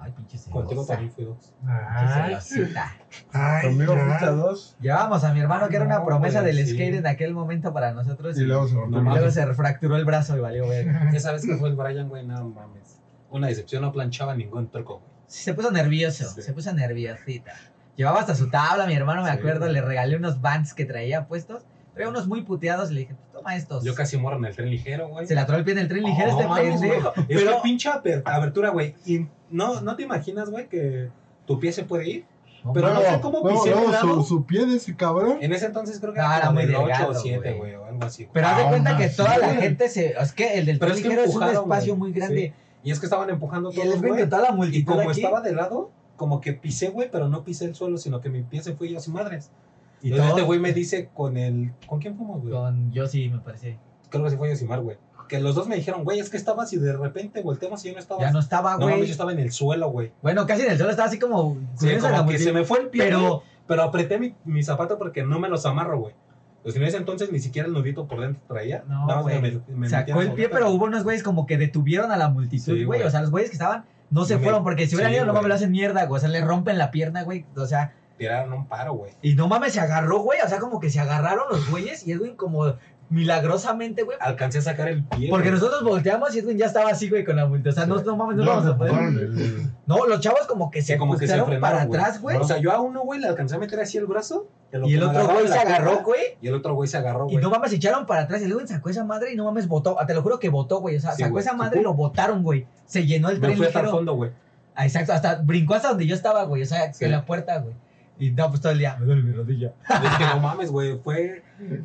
B: Ay, pinche celosa.
C: Contigo también fui dos.
B: Pinche
D: Ay,
B: celosita.
D: ay,
A: Conmigo
D: ya.
A: fuiste a dos.
B: Llevábamos a mi hermano, que era una
C: No,
B: promesa
C: güey,
B: del
C: sí.
B: skate en aquel momento para nosotros.
A: Y luego se rompió.
C: Pues No
B: luego
C: mames.
B: se fracturó el brazo y valió, güey.
C: Esa vez que fue el Brian, güey, no mames. Una decepción, no planchaba ningún truco, güey.
B: Se puso nervioso,
C: Sí.
B: se puso nerviosita. Llevaba hasta su tabla, mi hermano, me
C: Sí.
B: acuerdo, le regalé unos bands que traía puestos. Traía unos muy puteados, le dije, toma estos.
C: Yo casi muero en el tren ligero, güey.
B: Se le atoró el pie en el tren ligero
C: No
B: este
C: mames,
B: pendejo.
C: güey. Es
B: Pero-
C: que pinche aper- abertura, güey. Y no, no te imaginas, güey, que tu pie se puede ir.
B: No
C: Pero no
A: Luego-
C: sé cómo
A: luego-
C: pisé el
A: luego
C: lado. Eh,
A: su, su pie de ese cabrón.
C: En ese entonces creo que
B: Ah,
C: era
B: era
C: como
B: muy
C: del 8 o
B: delgado,
C: 7,
B: güey.
C: güey, o algo así. güey.
B: Pero haz de
A: Aún
B: cuenta que
A: así,
B: toda la
A: güey.
B: gente se. Es que el del
C: Ah, Pero
B: tren
C: es que
B: ligero es un
C: empujaron,
B: espacio muy
C: güey.
B: grande.
C: Y es que estaban empujando
B: Y el
C: todos,
B: evento,
C: güey.
B: toda la
C: Y
B: multitud.
C: como
B: aquí,
C: estaba de lado, como que pisé, güey, pero no pisé el suelo, sino que mi pie se fue yo a su madres.
B: y
C: Y
B: todo-
C: este güey me dice con el. ¿Con quién fuimos, güey?
B: eh, Con yo sí, me parece.
C: Creo que se fue Yosimar, güey. Que los dos me dijeron, güey, es que estabas y de repente volteamos y yo no estaba.
B: Ya no estaba,
C: No
B: güey.
C: mames, yo estaba en el suelo, güey.
B: Bueno, casi en el suelo estaba así como.
C: Sí,
B: subiéndose a la
C: como que
B: multitud,
C: se me fue el pie,
B: Pero.
C: güey, pero apreté mi, mi zapato porque no me los amarro, güey. Pues en ese entonces ni siquiera el nudito por dentro traía.
B: No,
C: Nada más
B: güey.
C: me- me metí
B: Sacó
C: a
B: el
C: la
B: pie,
C: boca,
B: pero
C: güey.
B: hubo unos güeyes como que detuvieron a la multitud,
C: Sí,
B: güey.
C: güey.
B: O sea, los güeyes que estaban no se
C: Me-
B: fueron porque si hubieran
C: sí,
B: ido, no mames,
C: güey.
B: lo hacen mierda, güey. O sea, le rompen la pierna, güey. O sea,
C: Tiraron un paro, güey.
B: y no mames, se agarró, güey. O sea, como que se agarraron los güeyes y Edwin como milagrosamente, güey.
C: Alcancé a sacar el pie.
B: Porque
C: güey.
B: nosotros volteamos y Edwin ya estaba así, güey, con la multitud. O sea, no, no mames, no,
A: Luego
B: vamos
A: se
B: a poder.
A: fueron
C: Mm.
A: el-
B: No, los chavos como que se
C: Sí, como que se
B: pusieron
C: frenaron
B: para atrás, güey.
C: O sea, yo a uno, güey, le alcancé a meter así el brazo. que lo
B: Y
C: que
B: el
C: me
B: otro
C: agarraba
B: güey
C: de
B: se
C: la
B: agarró,
C: cola,
B: güey.
C: Y el otro güey se agarró,
B: Y
C: güey.
B: no mames, se echaron para atrás. El Edwin sacó esa madre y no mames, votó. Te lo juro que votó, güey. O sea,
C: Sí,
B: sacó
C: güey.
B: esa madre y lo votaron, güey. Se llenó el
C: Me
B: tren
C: fui hasta el
B: ligero.
C: fondo, güey.
B: Ah, Exacto, hasta brincó hasta donde yo estaba, güey. O sea,
C: Sí.
B: en la puerta, güey. Y no, pues todo el día. Me duele mi rodilla.
C: Es que no mames, güey. Fue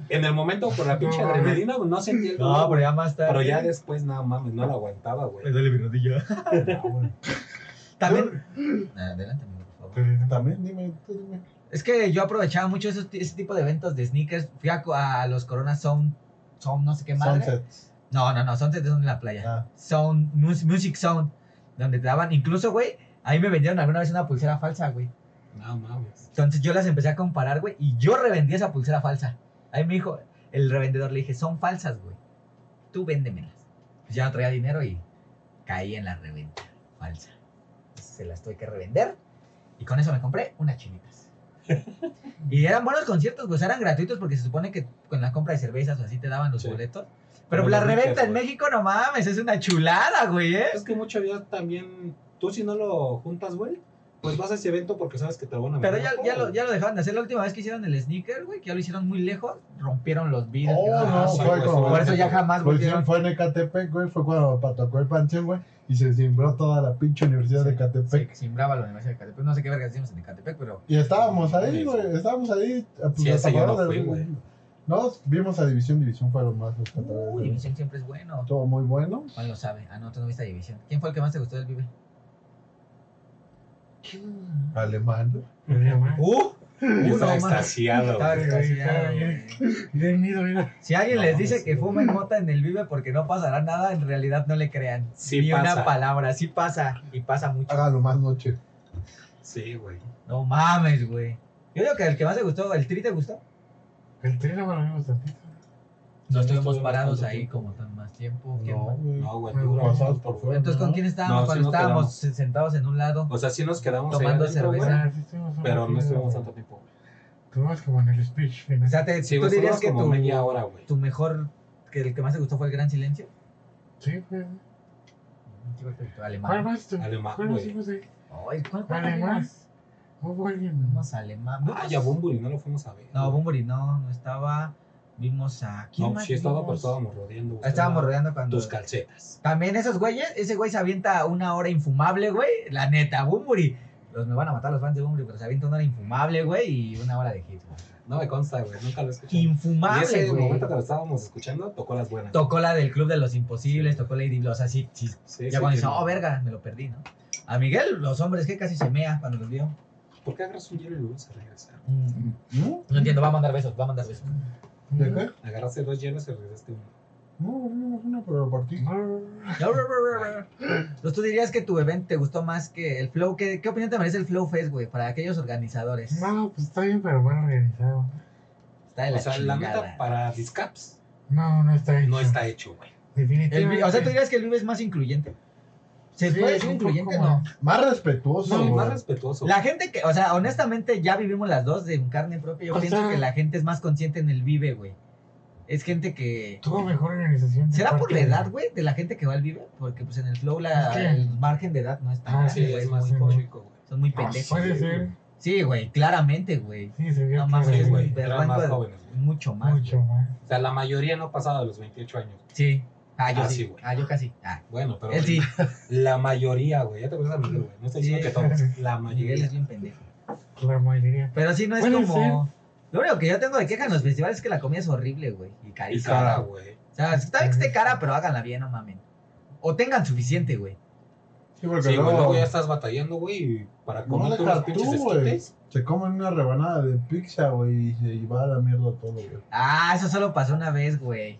C: en el momento por la pinche
D: No,
C: adrenalina, güey, no sentí el dolor.
B: No, pero ya más tarde.
C: Pero ya después, no mames, no la aguantaba,
B: Me
C: güey.
B: duele mi
C: *laughs*
B: rodilla.
C: No, güey.
B: También. Ah, Adelante, amigo, por favor.
D: Pero-
A: eh, También, dime, tú dime.
B: Es que yo aprovechaba mucho esos, ese tipo de eventos de sneakers. Fui a, co- a los Corona Sound. Sound, no sé qué madre.
A: Sunsets.
B: No, no, no. Sunset es donde la playa.
A: Ah.
B: Sound, mus- Music Sound. Donde te daban. Incluso, güey, ahí me vendieron alguna vez una pulsera falsa, güey.
C: No mames.
B: Entonces yo las empecé a comparar, güey, y yo revendí esa pulsera falsa. Ahí me dijo el revendedor, le dije, son falsas, güey. Tú véndemelas. Pues ya no traía dinero y caí en la reventa falsa. Entonces, se las tuve que revender y con eso me compré unas
C: *laughs*
B: chinitas. y eran buenos conciertos, pues eran gratuitos porque se supone que con la compra de cervezas o así te daban los
C: Sí.
B: boletos. Pero
C: Como
B: la
C: los
B: reventa
C: Lakers,
B: en
C: güey.
B: México, no mames, es una chulada, güey, ¿eh?
C: Es que mucho ya también, tú si no lo juntas, güey, pues vas a ese evento porque sabes que te lo van a
B: Pero ya,
C: vender
B: ya, lo,
C: abajo,
B: ya lo dejaron de hacer. La última vez que hicieron el sneaker, güey, que ya lo hicieron muy lejos, rompieron los vidrios.
A: Oh,
B: quedaron
A: no,
B: así,
A: fue
B: güey.
A: como-
B: Por eso ya jamás
A: Pues sí,
B: volvieron.
A: fue en Ecatepec, güey. Fue cuando patacó el panteón, güey. Y se cimbró toda la pinche universidad de
B: Sí,
A: Ecatepec.
B: que simbraba la Universidad de Catepec. No sé qué verga hicimos en Catepec, pero.
A: Y estábamos ahí,
C: Sí.
A: güey. Estábamos ahí. eh, Pues,
C: Sí, ese yo no
A: taparon
C: fui,
A: el-
C: güey.
A: Nos vimos a División. División fue lo más rescatable.
B: Uy, División siempre es bueno.
A: Todo muy bueno.
B: ¿Cuál lo sabe? Ah, no, tú no viste División. ¿Quién fue el que más te gustó del Vive?
A: Alemán.
B: ¡Uh!
C: Estaba
B: no, man.
C: extasiado,
B: Estaba
C: güey.
B: extasiado, güey.
D: Bienvenido, mira.
B: Si alguien
C: No,
B: les dice
C: sí.
B: que fumen mota en el Vive porque no pasará nada, en realidad no le crean.
C: Sí
B: Ni una
C: pasa.
B: palabra, sí pasa. Y pasa mucho.
A: Hágalo más noche.
C: Sí, güey.
B: No mames, güey. Yo digo que el que más te gustó, el Tri te gustó.
D: El trino me lo vimos tantito.
B: No
C: No
B: estuvimos
C: estuvimos
B: parados
C: tanto
B: ahí
C: tiempo.
B: como tan más tiempo. ¿Quién
A: No,
B: más?
A: güey.
C: No, güey,
D: Me
C: tú grabamos
D: pasas
A: por
C: por
A: fuera.
C: fuera.
B: Entonces, ¿con quién estábamos?
C: No, sí
B: Cuando
C: nos
B: estábamos sentados en un lado.
C: O sea, sí nos quedamos ahí
B: Tomando
C: adentro, güey,
B: cerveza.
D: Ah, sí, estuvimos un
C: Pero no
D: ratito,
C: estuvimos
D: güey.
C: tanto tiempo. güey.
D: Estuvimos como en el speech
B: O
D: final.
B: sea, te,
C: Sí,
B: tú
C: güey,
B: dirías
C: estuvimos
B: que
C: como
B: tu,
C: media hora, güey.
B: tu mejor, que el que más te gustó fue el Gran Silencio.
D: Sí, güey.
B: Yo creo que tu
D: ¿Cuál
B: Alemán.
D: más? estuvo?
C: Alemán,
D: ¿Cuál más
C: güey.
D: hicimos ahí?
B: Ay, ¿Cuál cuál
D: Alemán.
B: más?
D: ¿Hubo alguien más?
B: Vimos a Alemán.
C: Ah,
B: Vimos-
C: ya Bumburi, no lo fuimos a ver.
B: No,
C: güey.
B: Bumburi no, no estaba. Vimos a. ¿Quién
C: No,
B: más
C: sí estaba, pero
B: vimos?
C: estábamos rodeando. güey.
B: Ah, Estábamos rodeando cuando.
C: Tus calcetas.
B: También esos güeyes, ese güey se avienta una hora infumable, güey. La neta, Bumburi. Los me van a matar los fans de Bumburi, pero se avienta una hora infumable, güey, y una hora de hit, güey.
C: No me consta, güey, nunca lo escuché. Y
B: Infumable,
C: ese
B: güey.
C: momento que lo estábamos escuchando, tocó las buenas.
B: Tocó la del Club de los Imposibles, tocó Lady Blow, o sea, sí, sí.
C: Sí,
B: Ya
C: sí,
B: cuando dice,
C: tiene-
B: oh, verga, me lo perdí, ¿no? A Miguel, los hombres que casi se mea cuando los vio.
C: ¿Por qué agarras un hielo y luego se regresa?
B: Mm,
A: ¿No?
B: No entiendo, va a mandar besos, va a mandar besos.
A: ¿De qué?
C: Agarraste dos hielos y regresaste uno.
A: No, no, no, pero por ti.
B: Entonces Pues, tú dirías que tu evento te gustó más que el Flow. ¿Qué, qué opinión te merece el Flow Fest, güey? Para aquellos organizadores.
D: No, pues está bien, pero mal organizado.
B: Está de la
C: O sea, la
B: chingada.
C: neta para Discaps
D: No, no está hecho.
C: no está hecho, güey.
B: El
D: Definitivamente.
B: vi- o sea, tú dirías que el Vive es más incluyente. ¿Se
D: Sí,
B: puede
D: es
B: decir
D: un
B: incluyente?
D: poco
B: No.
D: más.
A: Más
C: Sí,
A: respetuoso,
C: más
A: güey.
C: respetuoso.
B: La gente que, o sea, honestamente ya vivimos las dos de carne propia. Yo
D: O
B: pienso
D: sea-
B: que la gente es más consciente en el Vive, güey. Es gente que...
D: Tuvo mejor organización. de
B: ¿Será por
D: parte
B: la
D: de-
B: edad, güey, de la gente que va al Vive? Porque pues en el Flow la,
D: Es que-
B: el margen de edad no es tan
D: Ah,
B: grande,
C: sí,
B: güey,
C: es
B: es
C: más
B: muy joven.
C: chico, güey.
B: Son muy
D: Ah,
B: pendejos.
D: Puede
C: sí,
D: ser.
B: Sí, güey, claramente, güey.
D: Sí, se vio
B: No
D: que
B: mames,
D: era
C: Sí, güey.
B: Pero
C: Eran más
B: rango-
C: jóvenes, güey.
B: Mucho más.
D: Mucho más.
C: O sea, la mayoría no pasaba de los 28 años.
B: Sí. Ah, yo
C: Ah, sí,
B: sí.
C: güey.
B: Ah, yo casi. Ah,
C: Bueno, pero
B: él sí.
C: la mayoría, güey. Ya te acuerdas a Miguel, güey. No estoy diciendo
B: Sí.
C: que todos. La
B: Miguel
C: mayoría.
B: es bien pendejo.
D: La mayoría.
B: Pero sí, no es
D: Puede
B: como... Lo único que yo tengo de queja en los festivales es que la comida es horrible, güey. Y
C: Y
B: carísima.
C: cara, güey.
B: O sea, está bien que esté cara, pero háganla bien, no mamen. O tengan suficiente, güey.
A: Sí, porque
C: Sí, güey.
A: luego
C: Luego ya estás batallando, güey. y Para
A: No
C: comerte
A: deja
C: unos pinches
A: tú, güey.
C: esquites.
A: se comen una rebanada de pizza, güey, y se y va a la mierda todo, güey.
B: Ah, eso solo pasó una vez, güey.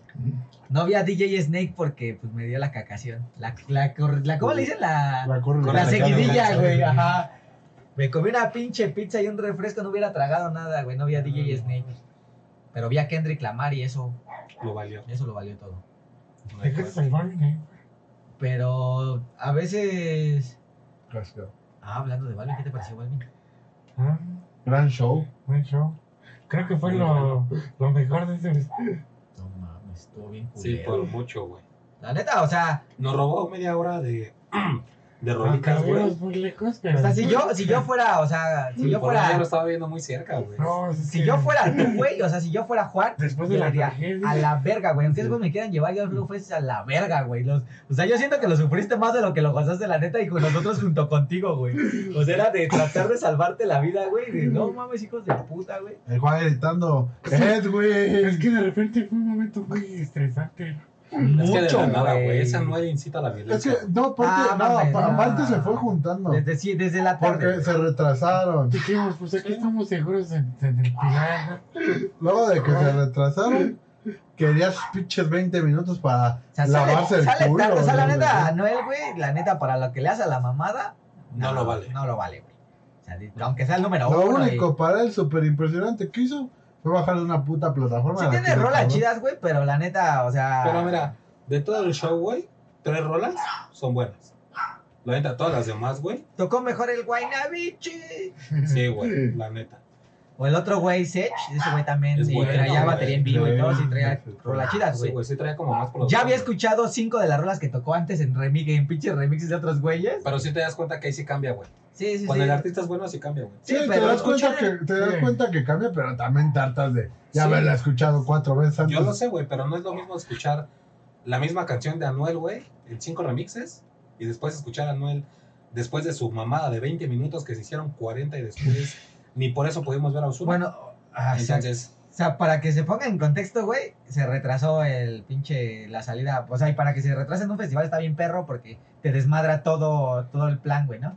B: No vi a DJ Snake porque pues, me dio la cacación. La, la, cor- la- ¿Cómo le dicen? La,
A: La corre
B: la,
C: Con
A: la
B: seguidilla,
A: cara,
B: güey. Ajá. Me comí una pinche pizza y un refresco, no hubiera tragado nada, güey. No vi a DJ Snake. Pero vi a Kendrick Lamar y eso,
C: Lo valió.
B: eso lo valió todo.
C: No hay
D: Hay que
C: pedo.
D: salvarme, ¿eh?
B: Pero a veces...
A: Gracias.
B: Ah, hablando de Balvin, ¿qué te pareció Balvin?
D: Ah,
A: Gran show.
D: buen show. Creo que fue
C: Muy
D: lo, lo mejor de ese
B: No mames, estuvo bien
C: Sí,
B: culero.
C: por mucho, güey.
B: La neta, o sea,
C: Nos robó media hora de, *clears throat*
A: Ah,
C: de rolitas,
D: Aunque
C: güey.
D: vimos muy lejos,
B: o
D: pero.
B: sea,
A: *laughs*
B: si yo, si yo fuera, o sea, si yo
C: Por ahí
B: fuera...
C: lo estaba viendo muy cerca, güey.
D: No, es
B: Si
D: que
B: yo fuera
A: *laughs*
B: tú, güey, o sea, si yo fuera Juan,
D: Después
B: yo
D: de la
B: diría,
D: tragedia.
B: a la verga, güey. Aunque güey me quieran llevar yo al Flow Fest a la verga, güey. Los- o sea, yo siento que lo sufriste más de lo que lo gozaste, la neta, y con nosotros junto contigo, güey. O sea, era de tratar de salvarte la vida, güey. De no mames, hijos de puta, güey.
A: El Juan gritando, Ed,
D: Es
A: güey.
D: que de repente fue un momento muy estresante.
C: es que de la
B: Mucho,
C: nada, güey.
B: güey.
C: Esa nueva incita a la
A: Es
C: violencia.
A: que, no, aparte,
B: Ah,
A: no,
B: mames,
A: pa-
B: no.
A: aparte se fue juntando.
B: Desde, sí, desde la tarde.
A: Porque
B: güey.
A: se retrasaron.
D: Dijimos, pues aquí estamos seguros en, en el pilar.
A: Luego de que se retrasaron, querías pinches 20 minutos para
B: O sea, sale-
A: lavarse el
B: sale
A: culo.
B: tarde, o sea, la
A: güey.
B: neta, Anuel, güey, la neta, para lo que le hace a la mamada,
C: No lo vale.
B: No lo vale, güey. O sea, de- aunque sea el número
A: Lo
B: uno.
A: único para él súper impresionante que hizo fue bajar de una puta plataforma.
B: y-
A: a
B: Sí
A: la
B: tiene
A: que
B: rolas
A: grabó.
B: chidas, güey, pero la neta, o sea.
C: Pero mira, de todo el show, güey, tres rolas son buenas. La neta, todas las demás, güey.
B: Tocó mejor el Guaynabichi.
D: *laughs*
A: Mm.
C: Sí, güey, la neta.
B: O el otro güey, Sech, ese güey también,
C: Es
B: sí,
C: bueno,
B: traía
C: güey.
B: batería en vivo y todo, sí, traía
A: Sí, sí, sí.
B: rolas chidas,
C: Sí,
B: güey.
C: güey, sí traía como más producción.
B: Ya había escuchado cinco de las rolas que tocó antes en remix, en pinches remixes de otros güeyes.
C: Pero sí te das cuenta que ahí sí cambia, güey.
B: Sí, sí,
C: Cuando
B: sí.
C: el artista es bueno, sí cambia, güey.
A: Sí,
B: Sí,
A: te,
B: pero
A: das cuenta
B: escucha.
A: que, te das
D: Sí.
A: cuenta que cambia, pero también tartas de ya
C: Sí.
A: haberla escuchado cuatro veces antes.
C: Yo lo sé, güey, pero no es lo mismo escuchar la misma canción de Anuel, güey, en cinco remixes, y después escuchar a Anuel después de su mamada de 20 minutos que se hicieron 40
B: *laughs*
C: y después ni por eso pudimos ver a Ozuna.
B: Bueno, ah, o sea,
C: entonces,
B: O sea, para que se ponga en contexto, güey, se retrasó el pinche la salida. O sea, y para que se retrase en un festival está bien perro porque te desmadra todo, todo el plan, güey, ¿no?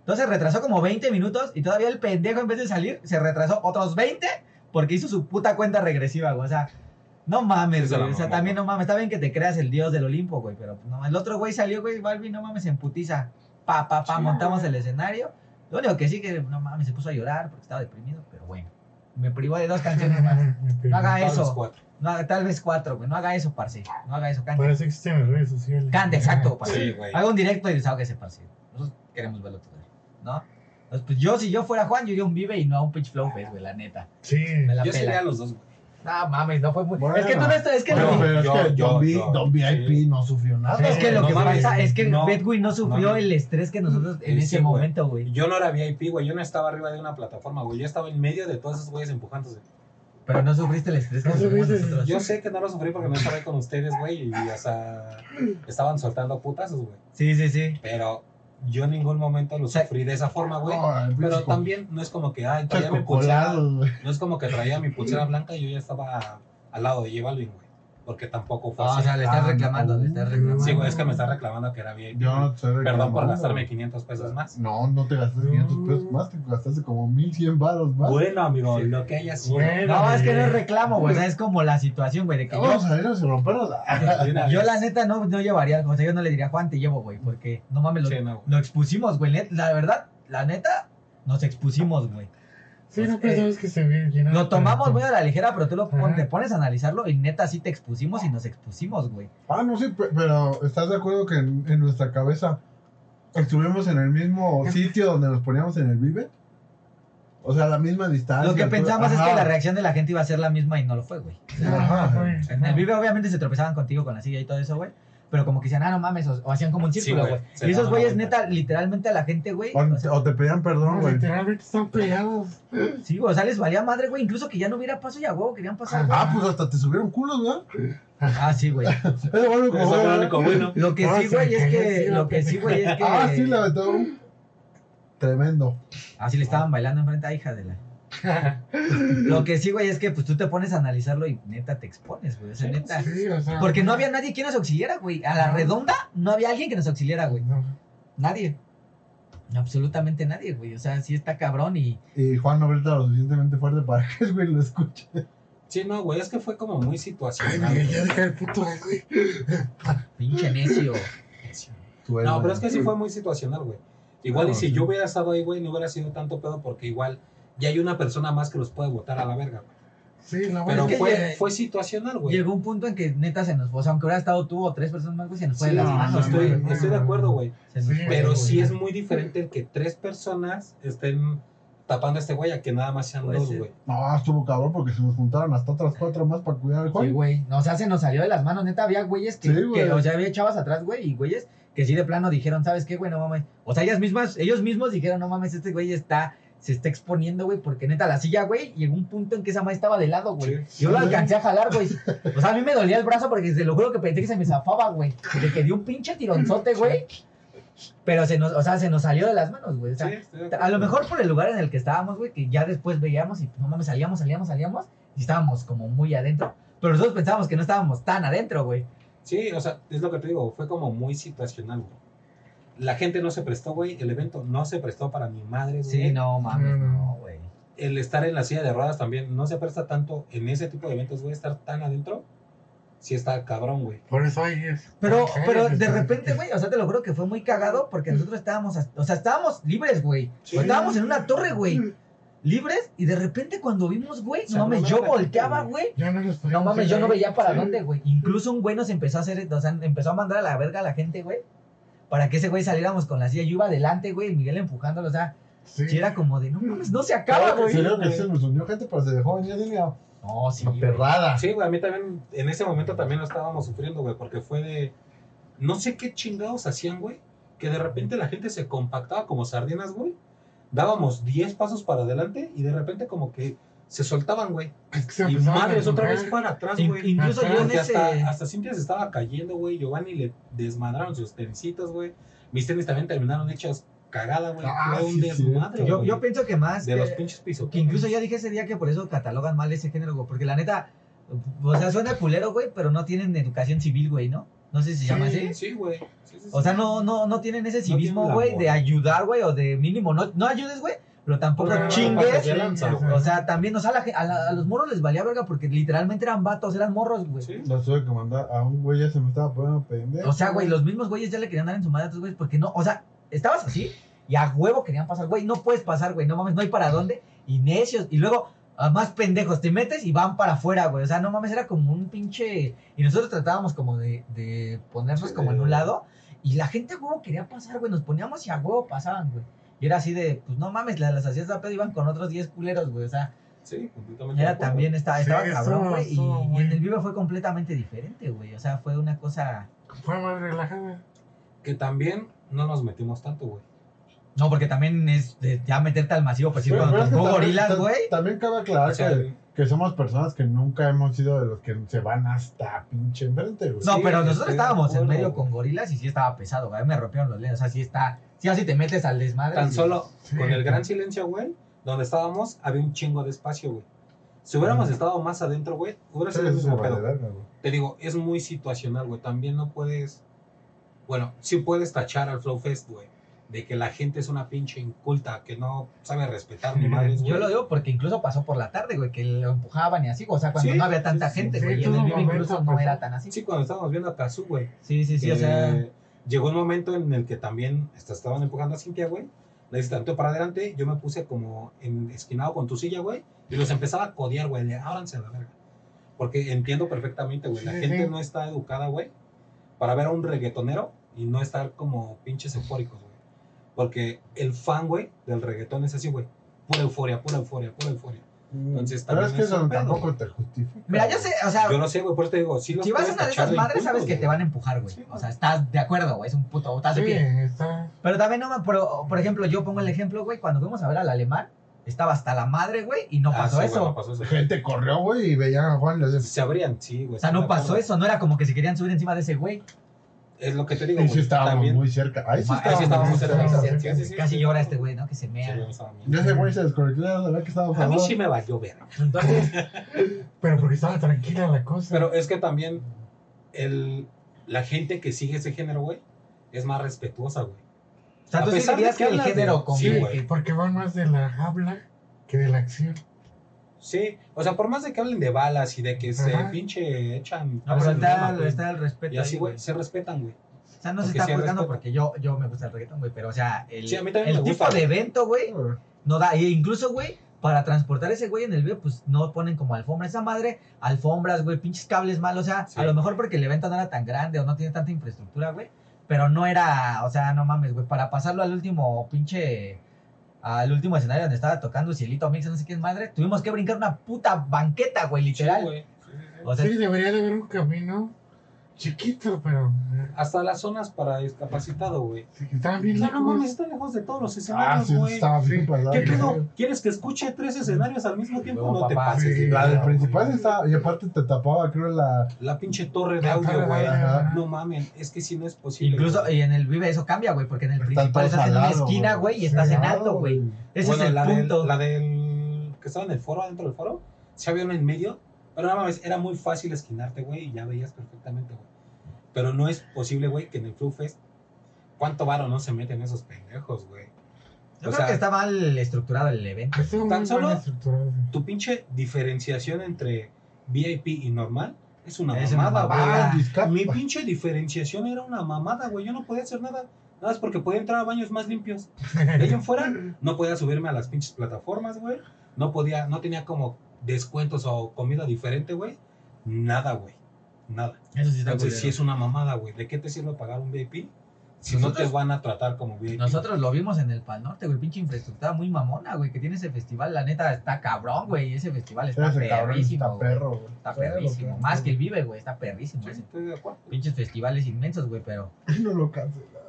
B: Entonces retrasó como 20 minutos y todavía el pendejo en vez de salir se retrasó otros 20 porque hizo su puta cuenta regresiva, güey. O sea, no mames,
C: Sí, se la
B: güey. O sea,
C: mamó,
B: también no mames. Está bien que te creas el dios del Olimpo, güey, pero no, el otro güey salió, güey, Balvin, no mames, en putiza. Pa, pa, pa,
C: Sí,
B: montamos
C: güey.
B: el escenario. Lo único que sí que, no mames, se puso a llorar porque estaba deprimido, pero bueno. Me privó de dos canciones más.
D: este,
B: No haga
C: todos los
B: eso.
C: cuatro.
B: No haga- tal vez cuatro, güey. No haga eso, parce. No haga eso, cante.
D: Para eso existen las redes sociales.
B: Cante, exacto, parce.
C: Sí, güey.
B: Haga un directo y desahógese, parce. Nosotros queremos verlo todo, ¿no? Pues, pues yo, si yo fuera Juan, yo iría a un Vive y no a un Pitch Flow Fest, güey, la neta.
D: Sí.
B: Me la
C: Yo sí le a
B: pela.
C: los dos, güey.
B: No mames, no fue muy.
A: Bueno.
B: es que tú no estás. Es que,
A: Bueno,
B: no-
A: pero es
C: yo-
A: que
C: yo-
A: Don, Vi-
C: yo-
A: Don VIP
C: sí.
A: no sufrió nada.
B: es que lo
C: no
B: que
C: mames,
B: pasa es que
C: no,
B: Bedwin no sufrió
C: no.
B: el estrés que nosotros en
C: Sí,
B: ese
C: güey.
B: momento, güey.
C: Yo no era VIP, güey. Yo no estaba arriba de una plataforma, güey. Yo estaba en medio de todos esos güeyes empujándose.
B: Pero no sufriste el estrés que
D: No
B: sufrimos
D: sufriste-
B: nosotros.
C: Yo sé que no lo sufrí porque no estaba ahí con ustedes, güey. Y, o sea, estaban soltando putazos, güey.
B: Sí, sí, sí.
C: Pero yo en ningún momento lo
B: Sí.
C: sufrí de esa forma, güey.
A: No, el
C: Pero
A: pinche
C: también no es como que, ay, traía
A: pinche
C: mi pulsera.
A: colado, güey.
C: No es como que traía mi pulsera blanca y yo ya estaba al lado de J Balvin, güey. Porque tampoco fue
B: Ah, o
C: así.
B: sea, le estás
A: Ah,
B: reclamando,
A: no.
B: le estás reclamando.
C: Sí, güey, es que me está reclamando que era bien.
A: Yo no te estoy
C: Perdón por
A: reclamando,
C: gastarme
A: güey.
C: 500 pesos más.
A: No, no te gastaste
D: No.
A: 500 pesos más, te gastaste como 1100 baros más.
C: Bueno, amigo, lo que haya sido.
D: Bueno.
B: No, es que no es reclamo, güey. O sea, es como la situación, güey, de que yo,
A: Vamos a irnos y rompernos.
C: De
B: *laughs*
C: una
B: yo
C: vez.
B: la neta no, no llevaría, o sea, yo no le diría, Juan, te llevo, güey, porque no mames, lo,
C: Sí, no, güey.
B: lo expusimos, güey. net- La verdad, la neta, nos expusimos, güey.
D: Sí, no
B: Pues,
D: pensabas que se ve lleno.
B: Lo tomamos muy a la ligera, pero tú lo pon-
D: Ajá.
B: te pones a analizarlo y neta sí te expusimos y nos expusimos, güey.
A: *laughs* Ah, no, sí, pe- pero ¿estás de acuerdo que en, en nuestra cabeza estuvimos en el mismo sitio donde nos poníamos en el Vive? O sea, a la misma distancia.
B: Lo que
A: todo-
B: pensamos es
A: Ah, Ajá.
B: que la reacción de la gente iba a ser la misma y no lo fue, güey.
A: Ajá.
B: En el vive obviamente se tropezaban contigo con la silla y todo eso, güey. Pero como que decían, ah, no mames, o, o hacían como un
C: Sí,
B: círculo,
C: güey,
B: güey.
C: se
B: y esos
C: daban la
B: güeyes,
C: vuelta.
B: neta, literalmente a la gente, güey. o sea,
A: O, o te pedían perdón, güey.
D: Literalmente están pegados.
B: Sí, güey, o sea, les valía madre, güey. Incluso que ya no hubiera paso y a huevo querían pasar. güey.
A: Ah, pues hasta te subieron culos, ¿verdad?
B: Ah, sí, güey.
A: Eso fue lo que- ¿eh?
C: Eso fue lo único bueno.
B: Lo que
D: Ah,
B: sí, güey,
D: se
B: es que.
D: cayó,
B: Lo que sí, güey, es que.
A: Ah, sí, le aventó un Tremendo.
B: Ah, sí, le estaban bailando enfrente a hija de la. Lo que sí, güey, es que pues tú te pones a analizarlo y neta te expones, güey. O sea, neta.
D: Sí, o sea.
B: Porque no había nadie quien nos auxiliara, güey. A la redonda no había alguien que nos auxiliara, güey.
D: No.
B: Nadie. Absolutamente nadie, güey. O sea, sí está cabrón y.
A: Y Juan no grita lo suficientemente fuerte para que *laughs* el güey lo escuche.
C: Sí, no, güey, es que fue como muy
D: Ay,
C: situacional.
D: güey,
C: güey.
D: ya deja el puto, güey.
B: Pinche necio.
A: Tú eres,
C: No, pero
A: güey.
C: es que sí fue muy situacional, güey. Igual, y
A: Ah,
C: si
A: sí.
C: yo hubiera estado ahí, güey, no hubiera sido tanto pedo porque igual ya hay una persona más que los puede votar a la verga, güey.
D: Sí, la
C: Pero
D: verdad.
B: que
C: fue,
B: ya-
C: fue situacional, güey.
B: Llegó un punto en que neta se nos fue. O sea, aunque hubiera estado tú o tres personas más, güey, se nos fue
C: Sí,
B: de las
A: no,
B: manos.
A: no
C: estoy,
B: güey.
D: no,
C: estoy de
D: no,
C: acuerdo,
D: no.
C: güey.
B: Se nos
D: Sí,
B: fue,
C: Pero
B: güey.
C: sí es muy diferente el que tres personas estén tapando a este güey a que nada más sean
B: Puede
C: dos,
B: ser.
C: güey.
A: No, estuvo cabrón porque se nos juntaron hasta otras cuatro más para cuidar al
B: Sí,
A: Juan.
B: güey. No, o sea, se nos salió de las manos. Neta, había güeyes que,
A: Sí, güey.
B: que- o sea, había chavas atrás, güey, y güeyes que sí de plano dijeron, ¿sabes qué, güey? No mames. O sea, ellas mismas, ellos mismos dijeron, no mames, este güey está, se está exponiendo, güey, porque neta, la silla, güey, llegó un punto en que esa madre estaba de lado, güey. Yo la alcancé a jalar, güey. O sea, a mí me dolía el brazo porque se lo juro que pensé que se me zafaba, güey. De que dio un pinche tironzote, güey. Pero se nos, o sea, se nos salió de las manos, güey. O sea,
C: Sí, estoy de acuerdo.
B: a lo mejor por el lugar en el que estábamos, güey, que ya después veíamos y no mames, salíamos, salíamos, salíamos y estábamos como muy adentro. Pero nosotros pensábamos que no estábamos tan adentro, güey.
C: Sí, o sea, es lo que te digo, fue como muy situacional, güey. La gente no se prestó, güey. El evento no se prestó para mi madre, güey.
B: Sí, no mames,
D: No, no.
B: no, güey.
C: el estar en la silla de ruedas también no se presta tanto en ese tipo de eventos, güey, estar tan adentro, si está cabrón, güey.
D: Por eso ahí es.
B: Pero,
D: Ay,
B: pero
D: es
B: de
D: el-
B: repente, güey, o sea, te lo juro que fue muy cagado porque nosotros estábamos, as- o sea, estábamos libres, güey.
C: Sí.
B: Estábamos en una torre, güey. Libres y de repente cuando vimos, güey,
C: Se
B: no mames,
C: aglomera
B: yo
C: la gente,
B: volteaba,
C: güey.
B: güey.
D: Ya no los
B: No
D: podíamos
B: mames, yo
D: hacer
B: no
D: ahí.
B: veía para
D: Sí.
B: dónde, güey. Incluso un güey nos empezó a hacer, o sea, empezó a mandar a la verga a la gente, güey. Para que ese güey saliéramos con la silla. Yo iba adelante, güey, el Miguel empujándolo, o sea,
A: Sí.
B: Y era como de, no mames, no se acaba,
A: Sí,
B: güey.
A: creo que se nos unió gente, pero se dejó venir dinero.
B: No, sí.
A: Una
B: güey.
A: perrada.
C: Ah, Sí, güey, a mí también, en ese momento también lo estábamos sufriendo, güey, porque fue de. No sé qué chingados hacían, güey, que de repente la gente se compactaba como sardinas, güey. Dábamos 10 pasos para adelante y de repente, como que se soltaban, güey.
D: Es que se
C: Y
D: empezaron a
C: madres, otra
D: enojar.
C: vez para atrás,
B: In-
C: güey.
B: incluso
D: Ajá,
B: yo en
C: Porque
B: ese.
C: hasta, hasta Cintia se estaba cayendo, güey. Giovanni le desmadraron sus tenisitas, güey. Mis tenis también terminaron hechas cagada, güey.
A: Ah,
C: Fue un
A: sí,
C: desmadre,
A: cierto.
B: yo,
C: güey.
B: yo pienso que más.
C: de los
B: que-
C: pinches pisos.
B: Que incluso ya dije ese día que por eso catalogan mal ese género, güey. Porque la neta, o sea, suena culero, güey, pero no tienen educación civil, güey, ¿no? No sé si se llama
A: Sí.
B: así.
C: Sí, güey. Sí, sí,
B: ¿eh? O sea,
C: sí.
B: no, no, no tienen ese
C: tienen
B: civismo,
C: la
B: güey, de
C: moral.
B: ayudar, güey, o de mínimo, no, no ayudes, güey, pero tampoco
C: Pero no
B: chingues.
C: pases de lanza, güey.
B: O sea, también, o sea, a, la ge- a la- a los morros les valía verga porque literalmente eran vatos, eran morros, güey.
C: Sí.
A: Lo tuve que mandar a un güey, ya se me estaba poniendo pendejo.
B: O sea, güey, los mismos güeyes ya le querían dar en su madre a otros güeyes porque no, o sea, estabas así y a huevo querían pasar, güey, no puedes pasar, güey, no mames, no hay para dónde. Y necios, y luego a más pendejos, te metes y van para afuera, güey. O sea, no mames, era como un pinche. Y nosotros tratábamos como de, de ponernos
C: Sí,
B: como
C: de-
B: en un lado y la gente a huevo quería pasar, güey, nos poníamos y a huevo pasaban, güey. Y era así de, pues no mames, la- las hacías a pedo iban con otros 10 culeros, güey. O sea,
C: Sí, completamente. de
B: era
C: acuerdo.
B: también, estaba,
D: Sí,
B: estaba
D: estuvo-
B: cabrón, güey. Y,
D: estuvo
B: y en
D: muy-
B: el vivo fue completamente diferente, güey. O sea, fue una cosa.
D: Fue más relajada.
C: Que también no nos metimos tanto, güey.
B: No, porque también es de ya meterte al masivo, pues sí,
A: Pero-
B: cuando
A: pero
B: te
A: es que
B: pongo
A: también-
B: gorilas,
A: tam-
B: güey.
A: También cabe
B: Ah,
A: aclarar
C: O sea,
A: que, que somos personas que nunca hemos sido de los que se van hasta pinche enfrente, güey.
B: No,
C: sí, este,
B: pero
C: estoy
B: nosotros
C: de
B: estábamos en
C: acuerdo,
B: medio
C: güey.
B: con gorilas y sí estaba pesado, güey. Me rompieron los lentes, o sea, sí está. Sí, así te metes al desmadre.
C: tan
B: y-
C: solo
D: Sí.
C: con el gran silencio, güey, donde estábamos, había un chingo de espacio, güey. Si hubiéramos estado más adentro, güey, hubiera
A: Sí,
C: sido el
A: eso se
C: mismo
A: va de
C: pedo.
A: verga, güey.
C: Te digo, es muy situacional, güey. También no puedes. Bueno, sí puedes tachar al Flow Fest, güey. De que la gente es una pinche inculta, que no sabe respetar ni madres, güey.
B: Yo lo digo porque incluso pasó por la tarde, güey, que lo empujaban y así, o sea, cuando
C: Sí,
B: no había tanta
C: sí, sí,
B: gente,
D: sí,
B: güey. y en
D: todo
B: el vivo
D: momento,
B: incluso no
D: pues,
B: era tan así.
C: Sí, Eh, cuando estábamos viendo a Kazu, güey.
B: Sí, sí, sí, o
C: que
B: sea.
C: Llegó un momento en el que también hasta estaban empujando a Cintia, güey. Le dice tanto para adelante, yo me puse como en esquinado con tu silla, güey, y los empezaba a codear, güey, de ábranse a la verga. Porque entiendo perfectamente, güey, la
D: Sí,
C: gente
D: sí.
C: no está educada, güey, para ver a un reggaetonero y no estar como pinches eufóricos, güey. Porque el fan, güey, del reggaetón es así, güey, pura euforia, pura euforia, pura euforia. Entonces,
A: pero
C: también
A: es que
C: es
A: eso
C: un pedo,
A: tampoco
C: güey.
A: te justifica.
B: Mira, yo sé, o sea,
C: Yo no sé, güey, por eso te digo, si los
B: si vas a
C: puedes
B: una de
C: tachar
B: esas
C: de
B: madres,
C: incultos,
B: sabes que
C: güey.
B: te van a empujar, güey.
C: Sí,
B: O sea, estás de acuerdo, güey. Es un puto botazo
D: Sí,
B: que
D: está.
B: Pero también, no, me- pero, por ejemplo, yo pongo el ejemplo, güey, cuando fuimos a ver al alemán, estaba hasta la madre, güey, y no
C: Ah,
B: pasó
C: sí, güey,
B: eso.
C: no pasó eso.
A: Gente corrió, güey, y veían a Juan. Les...
C: Se abrían, sí, güey.
B: o sea,
C: sí,
B: no
C: me
B: pasó
C: acuerdo.
B: eso, no era como que se querían subir encima de ese güey.
C: Es lo que te digo,
A: Y
C: güey.
A: sí estábamos
C: También,
A: muy cerca. Ahí sí
B: Ma- ahí sí
A: estábamos muy
C: estábamos
A: cerca.
C: cerca, sí, sí, sí.
B: Casi llora este güey, ¿no? Que se
C: Sí,
B: mea.
C: yo no sabía.
A: Ya ese güey se desconectó, ya sabía que estaba
C: A mí
A: favor.
C: sí me valió ver.
B: Entonces,
D: Pero porque estaba tranquila la cosa.
C: Pero es que también el, la gente que sigue ese género, güey, es más respetuosa, güey.
B: o sea,
C: A
B: tú sí
C: pesar de
B: sabías
C: que
B: que el
C: hablas de-
B: género como
C: Sí,
B: que-
C: güey.
D: Porque van más de la habla que de la acción.
C: Sí, o sea, por más de que hablen de balas y de que se
D: Ajá.
C: pinche echan.
B: No, pero
C: pasan
B: está,
C: mama, güey.
B: está el respeto.
C: Y
B: ahí,
C: así, güey, se respetan, güey.
B: O sea, no se
C: Porque
B: está
C: sí hay
B: juzgando
C: respeto.
B: porque yo, yo me gusta el reggaetón, güey, pero o sea, el,
C: Sí, a mí también
B: el
C: me
B: tipo
C: gusta,
B: de
C: güey.
B: evento, güey, no da. E incluso, güey, para transportar ese güey en el video, pues no ponen como alfombra esa madre, alfombras, güey, pinches cables mal. O sea,
C: Sí.
B: a lo mejor porque el evento no era tan grande o no tiene tanta infraestructura, güey. Pero no era, o sea, no mames, güey, para pasarlo al último pinche. Al último escenario donde estaba tocando Cielito Mix, no sé qué madre, tuvimos que brincar una puta banqueta, güey,
C: Sí,
B: literal.
C: güey. Sí, sí, sí.
B: o sea,
D: Sí, debería de haber un camino chiquito, pero. eh,
C: Hasta las zonas para discapacitado, güey.
D: Sí, que estaban bien
C: No,
D: locos.
C: no mames, están lejos de todos los
A: Ah,
C: escenarios,
A: sí,
C: güey.
A: estaba bien pasado.
C: ¿Qué pedo? ¿Quieres que escuche tres escenarios al mismo tiempo?
B: Huevo,
C: No te
B: papá.
C: pases.
D: Sí.
C: güey.
A: La del principal estaba, y aparte te tapaba, creo, la.
C: La pinche torre de
D: La
C: audio,
D: cara
C: güey.
D: de-
A: Ajá.
C: No mamen, es que si no es posible.
B: Incluso
C: güey.
B: y en el Vive eso cambia, güey, porque en el
A: Están
B: principal
A: todos
B: estás en una
A: al lado,
B: esquina, güey, y estás en
A: Claro,
B: alto, güey. Ese
C: Bueno,
B: es el
C: la
B: punto.
C: Del, la del que estaba en el foro, adentro del foro, se había uno en medio, pero nada más era muy fácil esquinarte, güey, y ya veías perfectamente, güey. Pero no es posible, güey, que en el Flow Fest, ¿cuánto varo no se meten esos pendejos, güey?
B: Yo creo
C: o sea-
B: que está mal estructurado el evento.
D: Estuvo
C: Tan
D: muy
C: solo-
D: mal estructurado.
C: Tu pinche diferenciación entre VIP y normal es una
B: Es una
C: mamada,
B: mamada.
C: güey.
A: Ah,
B: Ah,
A: discap-
C: Mi pinche diferenciación era una mamada, güey. Yo no podía hacer nada. Nada más porque podía entrar a baños más limpios.
B: *laughs*
C: De ahí en fuera, no podía subirme a las pinches plataformas, güey. No podía, no tenía como descuentos o comida diferente, güey. Nada, güey. Nada.
B: Eso sí
C: Entonces,
B: culero.
C: sí es una mamada, güey. ¿De qué te sirve pagar un VIP Si no te
B: Nosotros-
C: van a tratar como VIP.
B: Nosotros lo vimos en el Pal Norte, güey. Pinche infraestructura muy mamona, güey. Que tiene ese festival, la neta, está cabrón, güey. Ese festival está
A: Ese cabrón
B: perrísimo.
A: está
B: güey.
A: perro, güey.
B: Está perrísimo.
A: Perro,
B: Más
A: perro.
B: que el Vive, güey. Está perrísimo.
C: Sí,
B: ese.
C: estoy de acuerdo.
B: Pinches festivales inmensos, güey. Pero,
A: No lo cancelaron.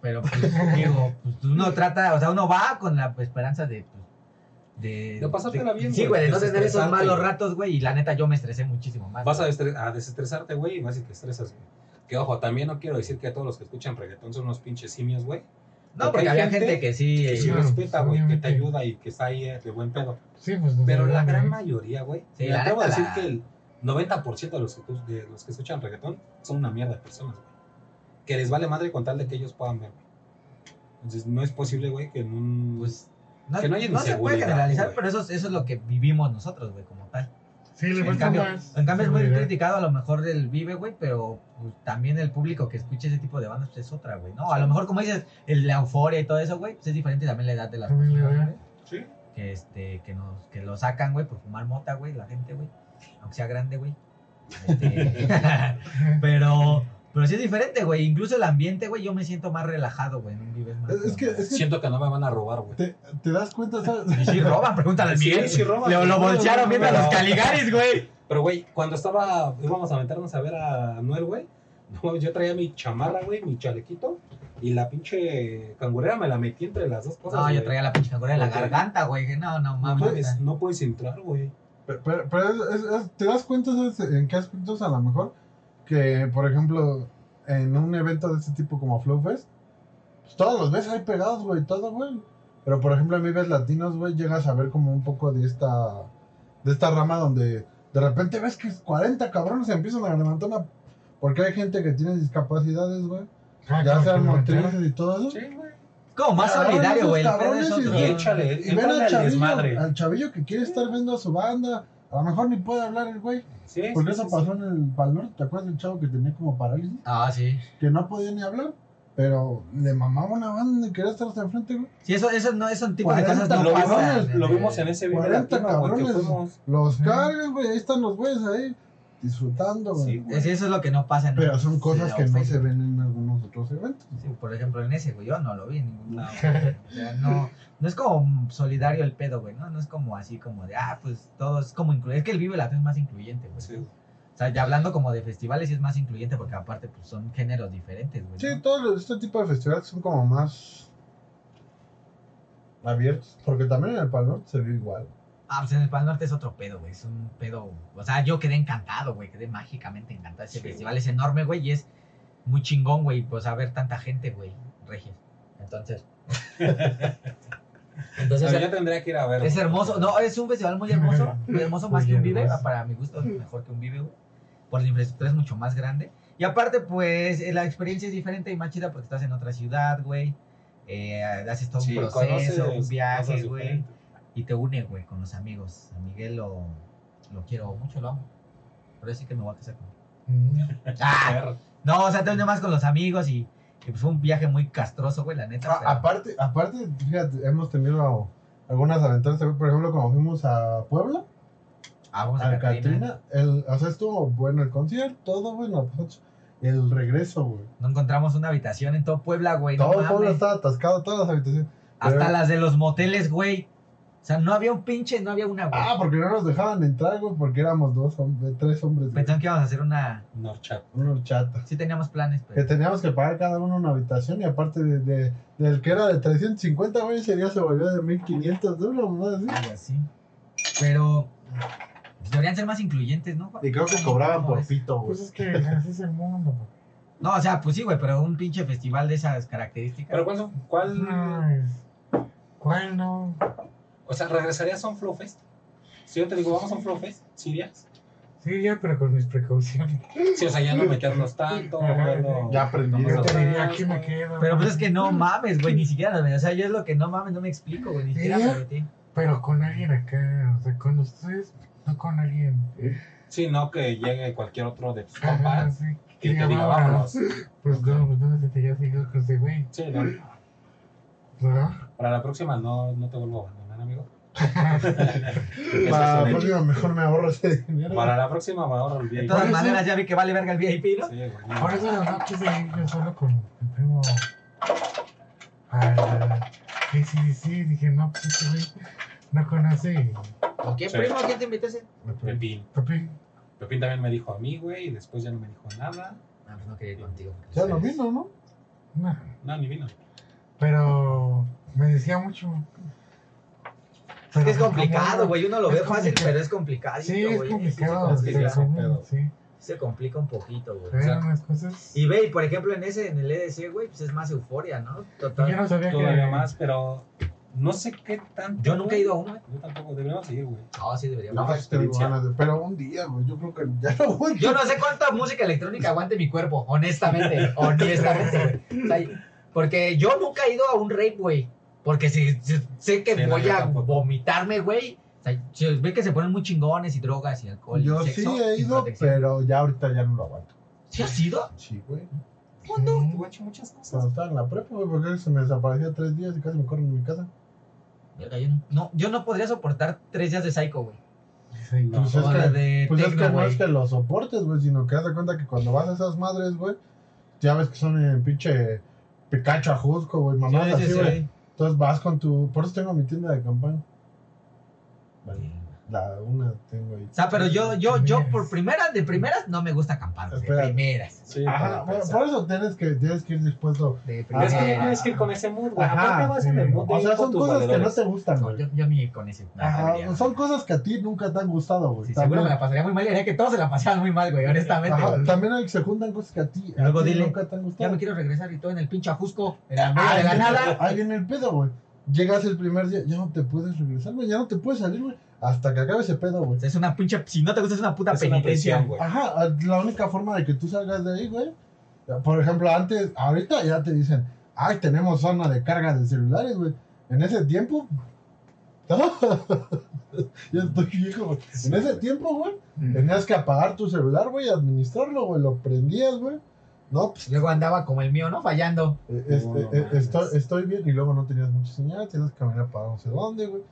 B: pero pues, digo, pues uno trata, o sea, uno va con la pues, esperanza de. pues, de,
C: De pasártela
B: de-
C: bien,
B: Sí,
C: güey,
B: güey, de no tener esos
C: desestresarte,
B: malos
C: güey.
B: ratos, güey. Y la neta, yo me estresé muchísimo más.
C: Vas a,
B: güey.
C: destre- a desestresarte, güey, y vas y te estresas, güey. Que ojo, también no quiero decir que todos los que escuchan reggaetón son unos pinches simios, güey.
B: No, porque había gente que sí.
C: Que sí
B: eh,
D: Claro,
C: respeta, güey, que te
D: obviamente.
C: ayuda y que está ahí eh, de buen pedo.
D: *laughs* Sí, pues. no
C: Pero
D: sé,
C: la
D: güey.
C: gran mayoría, güey.
B: Sí,
C: me
B: la
C: atrevo a
B: neta,
C: decir
B: la-
C: que el 90% de los, que, tú- de los que escuchan reggaetón son una mierda de personas, güey. Que les vale madre con tal de que ellos puedan ver, güey. Entonces, no es posible, güey, que en un.
B: pues, no,
C: Que no haya
B: no se puede
C: inseguridad,
B: generalizar,
C: güey.
B: pero eso, es- eso es lo que vivimos nosotros, güey, como tal.
D: Sí, le
B: En
D: falta
B: cambio-
D: más.
B: En cambio, es muy
D: seguridad.
B: criticado a lo mejor del Vive, güey, pero pues, también el público que escucha ese tipo de bandas pues, es otra, güey, ¿no? A lo mejor, como dices, el, la euforia y todo eso, güey, pues es diferente también la edad de las
D: También la
B: personas,
D: edad.
B: güey,
C: sí.
B: que, este, que, nos, que lo sacan, güey, por fumar mota, güey, la gente, güey, aunque sea grande, güey. Este, *laughs* pero, pero sí es diferente, güey, incluso el ambiente, güey, yo me siento más relajado, güey, en un Vive. más
A: Es- es que- es que-
C: Siento que no me van a robar, güey.
A: ¿Te, te das cuenta? ¿sabes?
B: Y si roban, pregúntale al
C: Sí,
B: Miguel.
C: sí roban.
B: Lo, lo bolsearon viendo a los
C: Pero-
B: Caligaris, güey.
C: Pero, güey, cuando estaba, íbamos a meternos a ver a Noel, güey, no, yo traía mi chamarra, güey, mi chalequito, y la pinche cangurera me la metí entre las dos cosas.
B: No, yo
C: güey.
B: traía la pinche cangura de la
C: Ok.
B: garganta, güey. Dije, No, no
C: No
B: mames.
C: puedes, no puedes entrar, güey.
A: Pero, pero- pero es- es- es- te das cuenta ¿sabes? en qué aspectos a lo mejor que, por ejemplo, en un evento de este tipo como Flow Fest, pues, todos los ves ahí pegados, güey, todo, güey. Pero, por ejemplo, en Vives Latinos, güey, llegas a ver como un poco de esta, de esta rama donde de repente ves que 40 cabrones se empiezan a levantar una... Porque hay gente que tiene discapacidades, güey.
D: Ah,
A: Ya
D: como que
A: sean
D: no entera.
A: motrices y todo eso.
C: Sí, güey.
B: Como más
A: Cabrones,
B: solidario,
A: esos
B: güey. El pedo
A: cabrones
B: es
A: y-
B: otro.
C: Y échale,
A: Y ven
C: entrale
A: al
C: al
A: chavillo,
C: desmadre.
A: al chavillo que quiere estar viendo a su banda. A lo mejor ni puede hablar el güey.
C: Sí, sí,
A: Porque
C: sí,
A: eso
C: sí.
A: pasó en el valor. ¿Te acuerdas del chavo que tenía como parálisis?
B: Ah, sí.
A: Que no podía ni hablar. Pero le mamaba una banda y quería estar hasta enfrente, güey.
B: Sí, eso, eso no, esos tipo de
A: 40
B: cosas no
C: Lo
A: cabrones,
B: pasan.
C: vimos,
B: güey.
C: lo vimos en ese video
A: 40
C: latino, güey, que
A: cabrones.
C: fuimos.
A: Los
D: Ujú.
A: cargan, güey. Ahí están los güeyes ahí. Disfrutando, güey.
C: Sí, güey.
B: Sí, eso es lo que no pasa en
A: Pero son cosas
B: la
A: que no
B: oferta.
A: se ven en algunos otros eventos.
B: Sí, por ejemplo, en ese, güey, yo no lo vi en
A: *laughs*
B: ningún lado. güey. O sea, no, no es como solidario el pedo, güey, ¿no? No es como así como de, ah, pues todos, como incluyente. Es que el Vive Latino es más incluyente, güey.
C: Sí.
B: O sea, ya hablando como de festivales, sí es más incluyente porque aparte, pues son géneros diferentes, güey.
A: Sí,
B: ¿no?
A: todos los- este tipo de festivales son como más abiertos. Porque también en el Palo Norte se vio igual.
B: Ah, pues en el Pal Norte es otro pedo, güey. Es un pedo. O sea, yo quedé encantado, güey. Quedé mágicamente encantado. Ese
C: Sí,
B: festival es enorme, güey. Y es muy chingón, güey. Pues a ver tanta gente, güey. Regis.
C: *laughs*
B: Entonces. Entonces.
C: Pero yo tendría que ir a ver.
B: Es
C: güey.
B: hermoso, no, es un festival muy hermoso,
C: *laughs*
B: muy hermoso más
D: Muy
B: que un Vive,
D: hermoso.
B: para mi gusto es mejor que un Vive, güey, por la infraestructura es mucho más grande. Y aparte, pues, eh, la experiencia es diferente y más chida porque estás en otra ciudad, güey, eh, haces todo
C: Sí,
B: un
C: conoces
B: proceso, un viaje,
C: cosas
B: güey,
C: diferentes.
B: y te une, güey, con los amigos. A Miguel lo, lo quiero mucho, lo amo. Pero sí que me voy a casar con él.
A: *laughs*
B: ¡Ah!
C: Perro.
B: No, o sea, te une más con los amigos y, y fue un viaje muy castroso, güey, la neta.
A: Ah,
B: pero-
A: aparte, aparte, fíjate, hemos tenido algunas aventuras. Por ejemplo, cuando fuimos a Puebla,
B: ah, vamos a
A: a
B: Catrina.
A: Catrina, el, o sea, estuvo bueno el concierto, todo bueno. pues, El regreso, güey.
B: No encontramos una habitación en todo Puebla, güey. no
A: Todo el pueblo
B: mames.
A: estaba atascado, todas las habitaciones.
B: Hasta
A: Pero-
B: las de los moteles, güey. O sea, no había un pinche, no había una, güey.
A: Ah, porque no nos dejaban entrar, güey, porque éramos dos hombres, tres hombres. güey.
B: Pensaban que íbamos a hacer una.
C: Norchat.
A: Una horchata.
B: Sí teníamos planes,
A: Que
B: pero.
A: teníamos que pagar cada uno una habitación y aparte de, de- del que era de 350, güey, ese día se volvió de 1500 duros, ¿no? Así.
B: Algo así. Pero. pues, deberían ser más incluyentes, ¿no? Juan?
A: Y creo que
B: ¿Cómo-
A: cobraban
B: cómo
A: por
B: ves?
A: pito, güey.
D: Pues es que así es el mundo, papá.
B: No, o sea, pues sí, güey, pero un pinche festival de esas características.
C: Pero ¿cuál, cuál
B: Ah.
D: No, es- ¿Cuál no?
C: o sea, regresarías a un Flow Fest? Si yo te digo, vamos a un Flow Fest, ¿sí irías?
D: Sí, ya, pero con mis precauciones.
C: Sí, o sea, ya no meternos tanto,
D: Ajá,
C: verlo-
A: ya aprendí.
C: Vamos
D: Yo
C: a
D: te
C: ver,
D: diría, aquí me quedo.
B: Pero, pues es que no mames, güey, ni siquiera. O sea, yo es lo que no mames, no me explico, güey, ni siquiera
D: ¿Eh?
B: me metí.
D: Pero con alguien acá, o sea, con ustedes, no con alguien.
C: Sí, no que llegue cualquier otro de tus
D: Ajá,
C: compas
D: sí.
C: que te diga,
D: llamaba.
C: vámonos.
D: Pues no, pues no me sentiría así con ese güey,
B: *laughs*
C: Sí, no.
D: ¿no?
C: Para la próxima no, no te vuelvo a
B: *laughs*
C: abandonar, amigo. *laughs* Eso
A: Para la
C: sí,
A: próxima mejor me ahorro ese dinero.
C: Para la próxima me ahorro el
B: De
C: VIP.
B: todas
D: eso-
C: Ah,
B: maneras, ya vi que vale verga el VIP, ¿no?
C: Sí, güey, no.
D: Por eso no quise ir yo solo con mi primo al ACDC. Dije, no, pues este güey no conoce.
B: ¿O quién
C: Sí.
B: primo? ¿Quién te invitó ese?
C: Pepín.
D: Tope.
C: Pepín también me dijo a mí, güey, y después ya no me dijo nada.
B: Ah, pues no quería ir contigo.
A: Ya lo vino, ¿no?
D: No.
C: No, ni vino.
D: Pero me decía mucho.
B: Es
D: Pero
B: que es
D: como-
B: complicado, güey. Uno lo
D: Es
B: ve fácil,
D: complicado.
B: pero es complicado.
D: Sí, es
B: güey.
C: sí,
D: complicado.
C: sí,
B: se,
D: pero
C: sí,
B: complica,
C: pero-
D: sí.
B: se complica un poquito, güey.
D: Pero eran unas cosas.
B: Y ve, y por ejemplo, en ese, en el EDC, güey, pues es más euforia, ¿no? Total.
D: Yo no sabía que.
C: Todavía más, pero no sé qué tanto.
B: Yo nunca he
C: güey.
B: ido a uno, güey.
C: Yo tampoco, deberíamos seguir, güey.
B: No, sí deberíamos.
A: No, sí tengo
C: experiencia.
A: ganas de- pero un día, güey, yo creo que ya no voy.
B: Yo no sé cuánta música electrónica aguante mi cuerpo,
C: *laughs*
B: honestamente. honestamente, güey. O sea, porque yo nunca he ido a un rape, güey. Porque si, si- sé que
C: Sí, no,
B: voy
C: yo
B: a
C: tampoco.
B: vomitarme, güey. O sea, se ve que se ponen muy chingones y drogas y alcohol. y
A: Yo sí
B: sexo
A: he
B: sin
A: ido,
B: protección.
A: pero ya ahorita ya no lo aguanto.
B: ¿Sí has ido?
A: Sí, güey.
B: ¿Cuándo?
D: Mm.
C: Guacho, muchas cosas.
A: Cuando estaba en la prepa, güey, porque se me desapareció tres días y casi me corren de mi casa.
B: Verga, yo no, yo no podría soportar tres días de psycho, güey.
D: Sí,
C: No.
A: Pues es
B: O la
A: que,
B: de
A: pues es
B: techno,
A: que no
B: güey.
A: es que lo soportes, güey, sino que haz de cuenta que cuando vas a esas madres, güey, ya ves que son en pinche Pikachu a Jusco, güey,
B: Sí,
A: mamás
B: sí,
A: así,
B: sí.
A: güey. Entonces vas con tu. Por eso tengo mi tienda de campaña. Vale, la una tengo ahí.
B: O sea, pero yo, yo, yo por primeras, de primeras no me gusta acampar, güey, de
A: Espérate.
B: primeras.
C: Sí,
A: Pues, Ajá,
C: para
A: bueno,
C: pensar.
A: por eso tienes que, tienes que ir dispuesto.
B: De
A: Ah,
C: Es que
B: primeras.
C: tienes que ir con ese mood, güey.
A: Ajá,
C: Aparte vas en el
D: sí.
C: mood de
A: O sea,
C: ir
A: son
C: con tus
A: cosas que no
C: valedores.
A: te gustan,
B: No,
A: güey.
B: yo, yo ni con ese. no, debería,
A: Ajá,
B: no.
A: son cosas que a ti nunca te han gustado, güey.
B: Sí, seguro me
A: también,
B: la pasaría muy mal. Era que todos se la pasaban muy mal, güey, honestamente.
A: ajá,
B: güey.
A: también hay que se juntan cosas que a ti, a
B: Luego
A: ti
B: dile,
A: nunca te han
B: Ya me
A: gustado.
B: quiero regresar y todo en el pinche ajusco. En la media
A: Ah,
B: de la
A: ahí-
B: *laughs* nada.
A: Ahí viene el pedo, güey. Llegas el primer día, ya no te puedes regresar, güey. Ya no te puedes salir, güey. Hasta que acabe ese pedo, güey.
B: Es una pinche. Si no te gusta, es una puta
C: Es una
B: penitencia.
C: prisión, güey.
A: Ajá, a- la única forma de que tú salgas de ahí, güey. Por ejemplo, antes, ahorita ya te dicen, ay, tenemos zona de carga de celulares, güey. En ese tiempo. *laughs* ya estoy viejo, güey. En ese tiempo, güey,
B: Mm.
A: tenías que apagar tu celular, güey, y administrarlo, güey. Lo prendías, güey. No, pues,
B: Luego andaba como el mío, ¿no? Fallando.
A: eh, este,
C: No, no
A: eh,
C: mames.
A: estoy, estoy bien. Y luego no tenías mucha señal, tenías que caminar para no sé dónde, güey.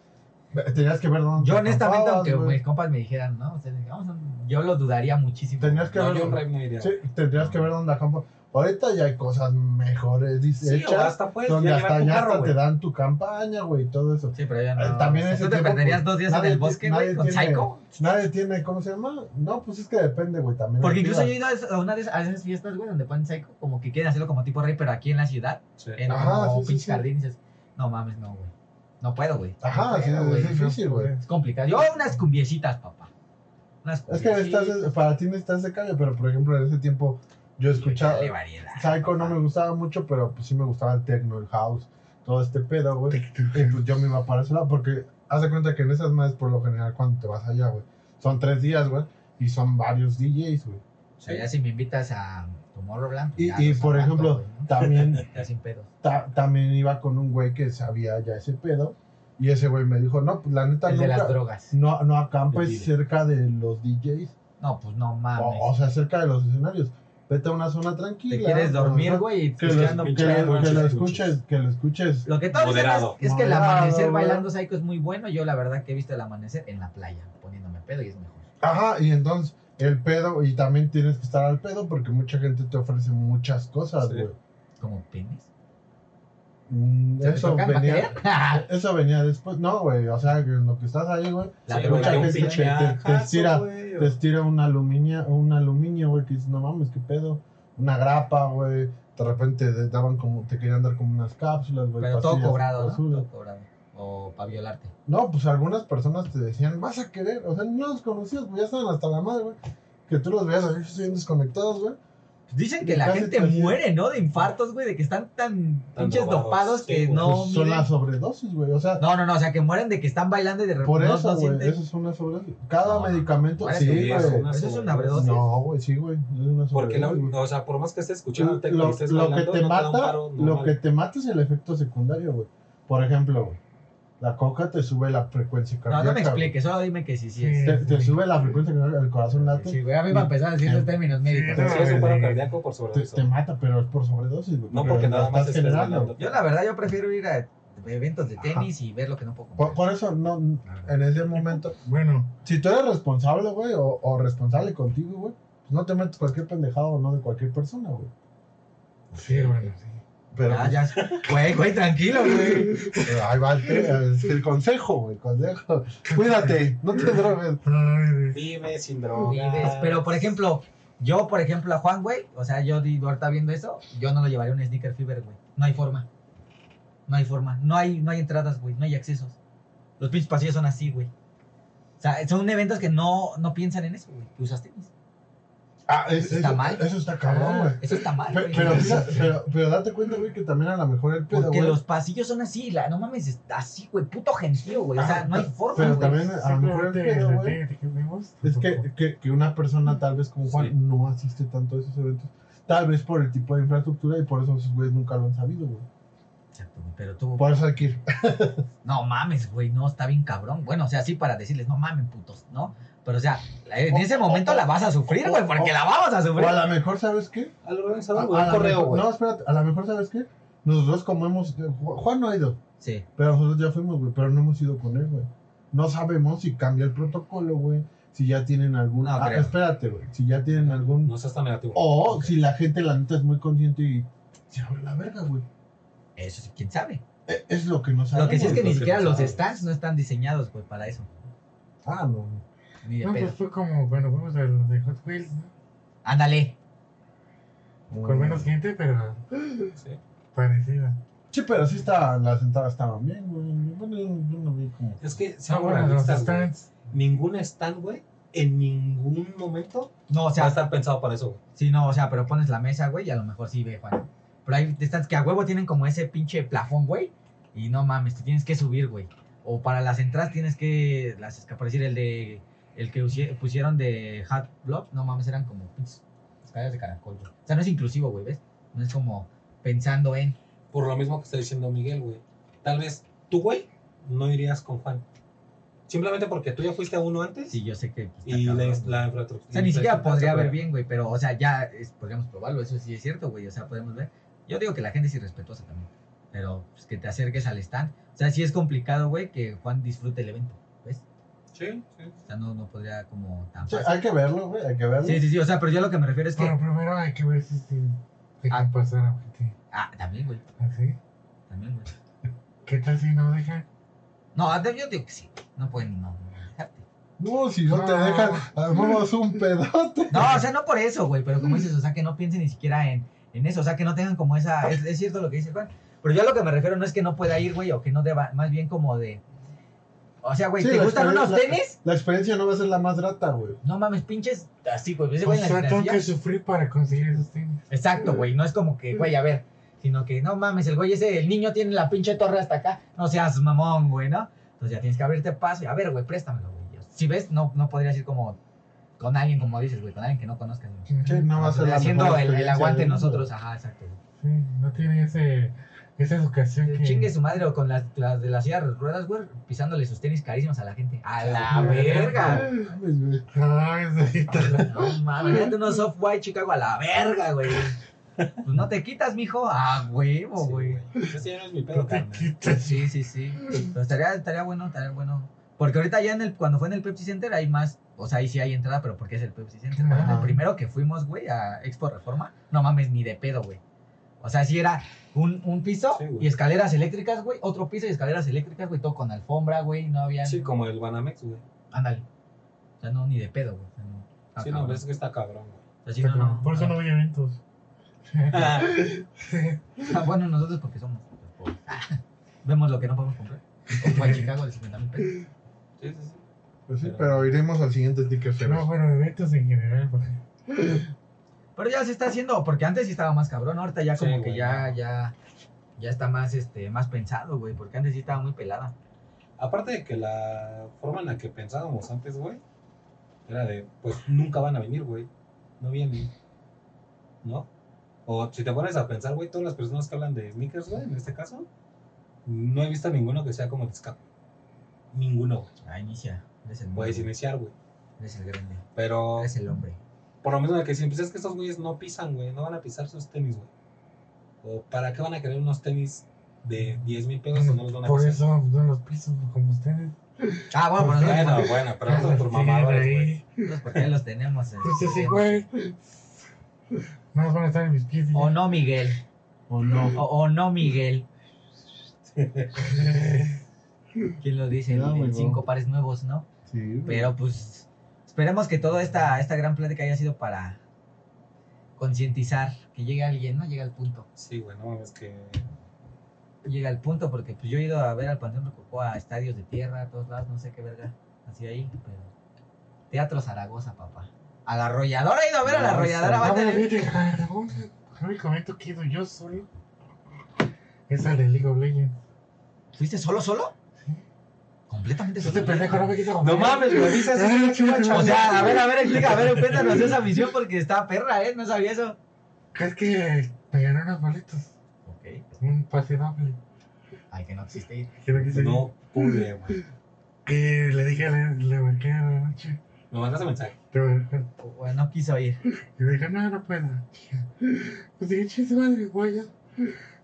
A: Tenías que ver dónde.
B: Yo,
A: te
B: honestamente,
A: acampabas,
B: aunque
A: güey.
B: mis compas me dijeran, ¿no? Ustedes, vamos a un- yo lo dudaría muchísimo.
A: Tenías que
C: No,
A: ver.
C: yo un rave no iría.
A: Sí, tendrías que ver dónde acampa. Ahorita ya hay cosas mejores dice,
C: Sí, o
A: hechas,
C: hasta puedes
A: donde
C: ya
A: hasta
C: llevar tu
A: ya
C: carro,
A: hasta te
C: güey.
A: dan tu campaña, güey, y todo eso.
B: Sí, pero ya no.
A: Eh, también
B: o sea,
A: ese
B: ¿Tú te
A: tiempo,
B: perderías
A: pues,
B: dos días en
A: nadie
B: el
A: ti-
B: bosque,
A: nadie
B: güey, con
A: tiene-
B: Psycho?
A: Nadie tiene, ¿cómo se llama? No, pues es que depende, güey, también.
B: Porque
A: ahorita.
B: incluso yo he ido a una de esas, a esas fiestas, güey, donde ponen Psycho, como que quieren hacerlo como tipo rey, pero aquí en la ciudad,
C: Sí.
B: en
A: Ajá,
B: como
A: sí, sí,
B: pinche
A: sí.
B: jardín, y dices, no mames, no, güey. No puedo, güey.
A: Ajá,
B: No
A: sí,
B: puedo,
A: es
B: güey.
A: difícil, güey.
B: Es complicado. Yo unas cumbiecitas, papá. Unas
A: Es que
B: cumbiecitas.
A: necesitas- para ti necesitas ese cambio, pero por ejemplo, en ese tiempo yo escuchaba.
B: Dale variedad,
A: Psycho no
B: papá.
A: me gustaba mucho, pero pues sí me gustaba el techno, el house, todo este pedo, güey. Y pues yo me iba para ese lado, porque haz de cuenta que en esas madres, por lo general, cuando te vas allá, güey, son tres días, güey, y son varios DJs, güey.
B: O sea, ya si me invitas a Tomorrowland. pues
A: Y-
B: ya
A: y,
B: los
A: por
B: aguanto,
A: ejemplo,
B: güey, ¿no? *laughs*
A: También,
B: Ya sin pedos.
A: ta- también iba con un güey que sabía ya ese pedo, y ese güey me dijo, no, pues la neta
B: El de las
A: nunca,
B: drogas.
A: no, no acampes
C: El DJ.
A: cerca de los DJs,
B: No, pues no mames.
A: o, o sea, cerca de los escenarios. Vete a una zona tranquila.
B: Te quieres
A: donde
B: dormir,
A: no-
B: güey, y
A: Que lo,
B: escuchando
A: que,
C: pinche
A: lo- que lo
C: ranchos.
A: escuches, que lo escuches.
B: Lo que todos dicen es,
C: Moderado.
B: es que el
A: Moderado,
B: amanecer
A: güey.
B: bailando psycho es muy bueno. Yo la verdad que he visto el amanecer en la playa, poniéndome pedo y es mejor.
A: Ajá, y entonces el pedo, y también tienes que estar al pedo porque mucha gente te ofrece muchas cosas,
C: Sí.
A: güey.
B: Como penes.
A: Mm,
B: ¿Se te
A: Eso
B: tocan pa'
A: venía,
B: querer?
A: eso venía después. No, güey, o sea, que en lo que estás ahí, güey,
B: *laughs* La
C: Sí,
A: mucha
C: güey,
B: droga.
C: que un
A: gente
C: pinche
A: te- te- te
C: ajazo,
A: estira-
C: güey, o-
A: te estira un aluminio, un aluminio, güey, que dices, no mames, qué pedo. Una grapa, güey. De repente te daban como, te querían dar como unas cápsulas, güey.
B: Pero todo
A: pastillas
B: cobrado, ¿no?
A: azules.
B: Todo cobrado. O para violarte.
A: No, pues algunas personas te decían, vas a querer, o sea, no los conocías, güey, ya estaban hasta la madre, güey. Que tú los veas ahí bien desconectados, güey.
B: Dicen que la
A: Casi
B: gente
A: casi.
B: muere, ¿no? De infartos, güey, de que están tan,
C: Tan
B: pinches
C: drogados,
B: dopados
C: sí,
B: que
C: güey.
B: no.
A: Pues son
B: miden.
A: las sobredosis, güey. O sea,
B: No, no, no, o sea, que mueren de que están bailando y de repente
A: por
B: no,
A: eso,
B: no
A: güey,
B: sienten.
A: eso es una sobredosis. Cada
B: No, no,
A: medicamento,
B: mueres
A: sí,
B: de
A: güey.
C: es
B: viejo,
C: una
B: Eso es una
C: sobredosis.
B: sobredosis.
A: No, güey, sí, güey. Es una sobredosis.
C: Porque la,
A: güey.
C: o sea, por más que estés
A: lo,
C: escuchando te lo, estés
A: lo
C: bailando,
A: que te
C: no te da un
A: mata,
C: paro
A: lo
C: normal.
A: que te mata es el efecto secundario, güey. Por ejemplo, güey, la coca te sube la frecuencia
B: No,
A: cardíaca.
B: no me
A: güey.
B: expliques, solo dime que sí, sí
D: Sí.
B: es.
A: Te, te sube la frecuencia cardíaca, el corazón late.
B: Sí, güey, a mí me empezaron a decir los términos médicos.
D: Sí,
C: Te
D: no,
C: sigues un paro
D: güey.
C: cardíaco por
A: te,
C: sobredosis.
A: te mata, pero es por sobredosis, güey.
C: No porque
A: la
C: nada más
A: estás
C: estés
A: generando.
C: bailando.
B: Yo la verdad, yo prefiero ir a eventos de tenis y ver lo que no puedo
A: Por,
B: comprar.
A: por eso, no,
B: La verdad.
A: en ese momento,
D: Bueno,
A: si tú eres responsable, güey, o, o responsable contigo, güey, pues no te metes cualquier pendejado o no de cualquier persona, güey.
D: sí, bueno, sí.
A: Pero,
B: Ya, ya. Güey, güey, tranquilo, güey.
A: pero Eh, ahí va el, te- es el consejo, güey, el consejo. Cuídate, no te drogues.
D: Ay,
C: Vive sin
B: Y
C: drogas.
B: ves, Pero, por ejemplo, yo, por ejemplo, a Juan, güey, o sea, yo digo, ahorita viendo eso, yo no lo llevaría a un sneaker fever, güey. No hay forma. No hay forma. No hay, no hay entradas, güey. No hay accesos. Los pinches pasillos son así, güey. O sea, son eventos que no, no piensan en eso, güey. Que usas tenis.
A: Ah, es-
B: Eso está
A: eso-
B: mal. Ah,
A: Eso está cabrón, güey.
B: Eso está mal,
A: Pe-
B: güey.
A: Pero, mira, pero, pero date cuenta, güey, que también a lo mejor el pedo,
B: Porque
A: güey.
B: los pasillos son así, la, no mames, es así, güey, puto gentío, güey. O sea,
A: Ah,
B: no hay
A: pe-
B: forma,
A: Pero
B: güey.
A: también a lo mejor el pedo, güey. Es que, que, que una persona, tal vez como Juan,
C: Sí.
A: no asiste tanto a esos eventos. Tal vez por el tipo de infraestructura y por eso esos güeyes nunca lo han sabido, güey.
B: Exacto, güey, Pero tú,
A: Por eso hay que ir.
B: no mames, güey, no, está bien cabrón. Bueno, o sea, sí para decirles, no mamen, putos, ¿no? Pero, o sea, la- en
A: O-
B: ese momento
A: o-
B: la vas a sufrir, güey, porque
A: o-
B: la vamos a
A: O
B: sufrir.
A: a lo mejor, ¿sabes qué?
C: Al
A: A-
C: organizador,
A: a
C: güey. Un
A: la
C: correo,
A: mejor-
C: güey.
A: No, espérate, a lo mejor, ¿sabes qué? Nosotros como hemos... eh, Ju- Juan no ha ido,
B: Sí,
A: pero nosotros ya fuimos, güey, pero no hemos ido con él, güey. No sabemos si cambia el protocolo, güey, si ya tienen algún...
B: No
A: ah,
B: creo.
A: espérate, güey, si ya tienen algún...
C: No seas tan negativo.
A: O
C: Ok.
A: si la gente, la neta, es muy consciente y se abre la verga, güey.
B: eso sí, quién sabe.
A: E- Es lo que no sabemos.
B: Lo que sí es que
C: lo
B: ni
C: que
B: siquiera
C: no
B: los
C: sabes.
B: stands no están diseñados, güey, para eso.
A: Ah, no.
B: Ni de
D: No, pues
B: pedo.
D: fue como cuando fuimos a los de Hot Wheels, ¿no?
B: Ándale.
D: Con menos gente, pero
C: Sí.
D: parecida.
A: Sí, pero sí está, las entradas estaban bien, güey. Bueno, yo yo no vi como...
C: Es
B: Ah,
C: que, seamos
D: No, Ah, bueno, los
C: realistas, güey.
D: stands.
C: Ningún stand, güey, en ningún momento
B: No, o
C: va a
B: sea,
C: estar pensado para eso, güey.
B: Sí, no, o sea, pero pones la mesa, güey, y a lo mejor sí ve, Juan. Pero hay stands que a huevo tienen como ese pinche plafón, güey. Y no mames, te tienes que subir, güey. O para las entradas tienes que. Las es que por decir el de. El que usie- pusieron de Hat Block, no mames, eran como pinches escaleras de caracol, güey. O sea, no es inclusivo, güey, ¿ves? No es como pensando en.
C: Por lo mismo que está diciendo Miguel, güey. Tal vez tú, güey, no irías con Juan. Simplemente porque tú ya fuiste a uno antes
B: Sí, yo sé que. pues, está
C: y la,
B: cabrón, güey.
C: la infraestructura.
B: O sea, ni siquiera podría ver bien, güey, pero, o sea, ya es- podríamos probarlo, eso sí es cierto, güey, o sea, podemos ver. Yo digo que la gente es irrespetuosa también, pero pues, que te acerques al stand. O sea, sí es complicado, güey, que Juan disfrute el evento, ¿ves?
C: Sí, sí.
B: O sea, no, no podría como tan
A: Sí,
B: fácil.
A: hay que verlo, güey, hay que verlo.
B: Sí, sí, sí, o sea, pero yo lo que me refiero es que...
D: Pero primero hay que ver si se dejan
B: Ah.
D: pasar a gente.
B: Ah, también, güey,
D: ¿Así?
B: también, güey.
D: ¿Qué tal si no dejan?
B: No, ah, yo digo que sí, no pueden no, no dejarte.
A: No, si no, te
D: No.
A: dejan, armamos un pedote.
B: No, o sea, no por eso, güey, pero
A: Mm.
B: como dices, o sea, que no piensen ni siquiera en, en eso, o sea, que no tengan como esa, es, es cierto lo que dice Juan, pero yo a lo que me refiero no es que no pueda ir, güey, o que no deba, más bien como de, o sea, güey,
A: Sí,
B: ¿te
A: la
B: gustan unos
A: experiencia-
B: tenis?
A: La experiencia no va a ser la más grata, güey.
B: No mames, pinches, así, güey, ese
D: O
B: güey en la
D: sea, tengo que
B: gimnasia-
D: sufrir para conseguir esos tenis.
B: Exacto, güey, no es como que, güey, a ver, sino que, no mames, el güey ese, el niño tiene la pinche torre hasta acá, no seas mamón, güey, ¿no? Entonces ya tienes que abrirte paso y, a ver, güey, préstamelo, güey. Si ves, no, no podrías ir como con alguien, como dices, güey, con alguien que no conozcas, güey.
A: Sí, no va a ser la
B: haciendo
A: mejor
B: el, el
A: experiencia
B: aguante
A: del mundo.
B: nosotros, ajá, exacto.
D: Sí, no tiene ese, esa educación que...
B: Chingue su madre o con las, las de las sillas de ruedas, güey, pisándole sus tenis carísimos a la gente. A la verga.
A: Ay, mames, güey.
D: Ay, solita.
B: No mames, imagínate unos soft white Chicago a la verga, güey. Pues no te quitas, mijo. A huevo,
C: Sí,
B: Oh, güey.
C: güey. Ese ya no es mi pedo,
D: No te
C: carnal.
D: quitas.
B: Sí, sí, sí. Pero estaría, estaría bueno, estaría bueno. Porque ahorita ya en el, cuando fue en el Pepsi Center hay más, o sea, ahí sí hay entrada, pero porque es el Pepsi Center. Pero en el
A: Ajá.
B: primero que fuimos, güey, a Expo Reforma, no mames, ni de pedo, güey. O sea, sí era un, un piso
C: Sí, güey.
B: y escaleras eléctricas, güey, otro piso y escaleras eléctricas, güey, todo con alfombra, güey, no había...
C: Sí, como el Banamex, güey.
B: Ándale. O sea, no, ni de pedo, güey. O sea, no. Ah,
C: Sí, no,
B: cabrón.
C: ves que está cabrón, güey.
B: O sea, sí, no, no.
D: Por eso no voy a eventos.
B: Ah, bueno, nosotros porque somos los pobres. *laughs* Vemos lo que no podemos comprar.
C: *laughs*
B: Como en Chicago de 50 mil pesos.
C: *laughs* Sí, sí, sí.
A: Pues sí, pero iremos al siguiente ticket feo.
D: No, bueno, eventos en general. porque-
B: Pero ya se está haciendo, porque antes sí estaba más cabrón, ahorita ya como
C: Sí,
B: que
C: güey.
B: ya, ya, ya está más, este, más pensado, güey, porque antes sí estaba muy pelada.
C: Aparte de que la forma en la que pensábamos antes, güey, era de, pues nunca van a venir, güey. No vienen. ¿No? O si te pones a pensar, güey, todas las personas que hablan de sneakers, güey, en este caso, no he visto ninguno que sea como el escape. Ninguno, güey.
B: Ah, inicia, eres el
C: Puedes
B: grande,
C: iniciar, güey.
B: eres el grande,
C: Pero
B: eres el hombre.
C: por lo mismo de que si empiezas que estos güeyes no pisan, güey, no van a pisar sus tenis, güey. O para qué van a querer unos tenis de 10 mil pesos o no los van a
D: Por
C: pisar.
D: eso no los piso como ustedes. Ah,
B: Ah, bueno, pero nosotros,
C: Pues Bueno, bueno, pero nosotros por mamadores, güey.
D: güey.
B: nosotros porque ya los tenemos.
D: Pues
B: este,
D: así, güey. Nada más van a estar en mis pies. y
B: O
D: ya.
B: no, Oh, Miguel.
A: ¿O no?
B: O, o no, Miguel. ¿Quién lo dice? El-
A: No,
B: el
A: amigo.
B: cinco pares nuevos, ¿no?
A: Sí, güey.
B: Pero pues esperemos que toda esta, esta gran plática haya sido para concientizar, que llegue alguien, ¿no? Llega al punto.
C: Sí, güey, no mames que.
B: Llega al punto porque pues yo he ido a ver al Panteón Rococó a estadios de tierra, a todos lados, no sé qué verga. Así ahí, pero... Teatro Zaragoza, papá. A la arrolladora he ido a ver a la
C: No,
B: arrolladora.
C: sí.
B: va a
D: A ver,
B: tener-
D: Ah, fíjate, para *laughs* un único evento que he ido yo solo es al de League of Legends.
B: ¿Fuiste solo, solo?
D: Sí.
B: Completamente solo.
D: Este pendejo no me quiso
C: No
D: acompañar.
C: mames, güey, dices eso, una chula
B: O
C: chaval.
B: sea, a ver, a ver, explica, a ver, cuéntanos esa misión porque está perra, ¿eh? No sabía eso.
D: Es que me gané unos boletos,
B: Ok.
D: un pase doble.
B: Ay, que no existe ir.
D: Que no quise ir.
C: No pude, güey.
D: Que le dije, le, le marqué a la noche.
C: Me mandaste mensaje.
D: Te voy a dejar.
B: O- o no quiso ir.
D: Y me dijo, no, no puedo. Pues dije, chis, madre, güey. ya.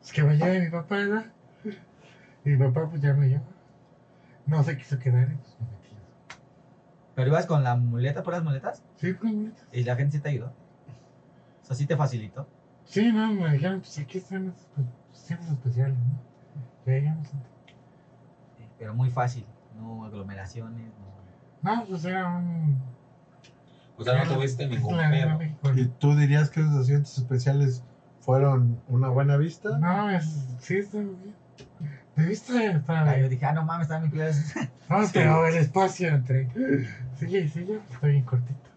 D: Es que me lleve mi papá, ¿no? Y mi papá, pues ya me llevó. No se quiso quedar, y pues me metí.
B: Pero ibas con la muleta, puras muletas,
D: Sí, pues boletos.
B: y la gente sí te ayudó. O sea, sí te facilitó.
D: Sí, no, me dijeron, pues aquí están los pues, tiempos especiales, ¿no? Ya llegamos.
B: Sí, Pero muy fácil. No aglomeraciones. no-
D: No, pues era un.
C: O sea, no tuviste ningún
D: La Arena
C: pedo.
D: México.
A: ¿Y tú dirías que esos asientos especiales fueron una buena vista?
D: No, es, sí, está bien. ¿Te viste? Está
B: Ah, Yo dije, ah, no mames, están incluidas.
D: No,
C: Sí.
D: pero el espacio entre silla y silla está bien cortito.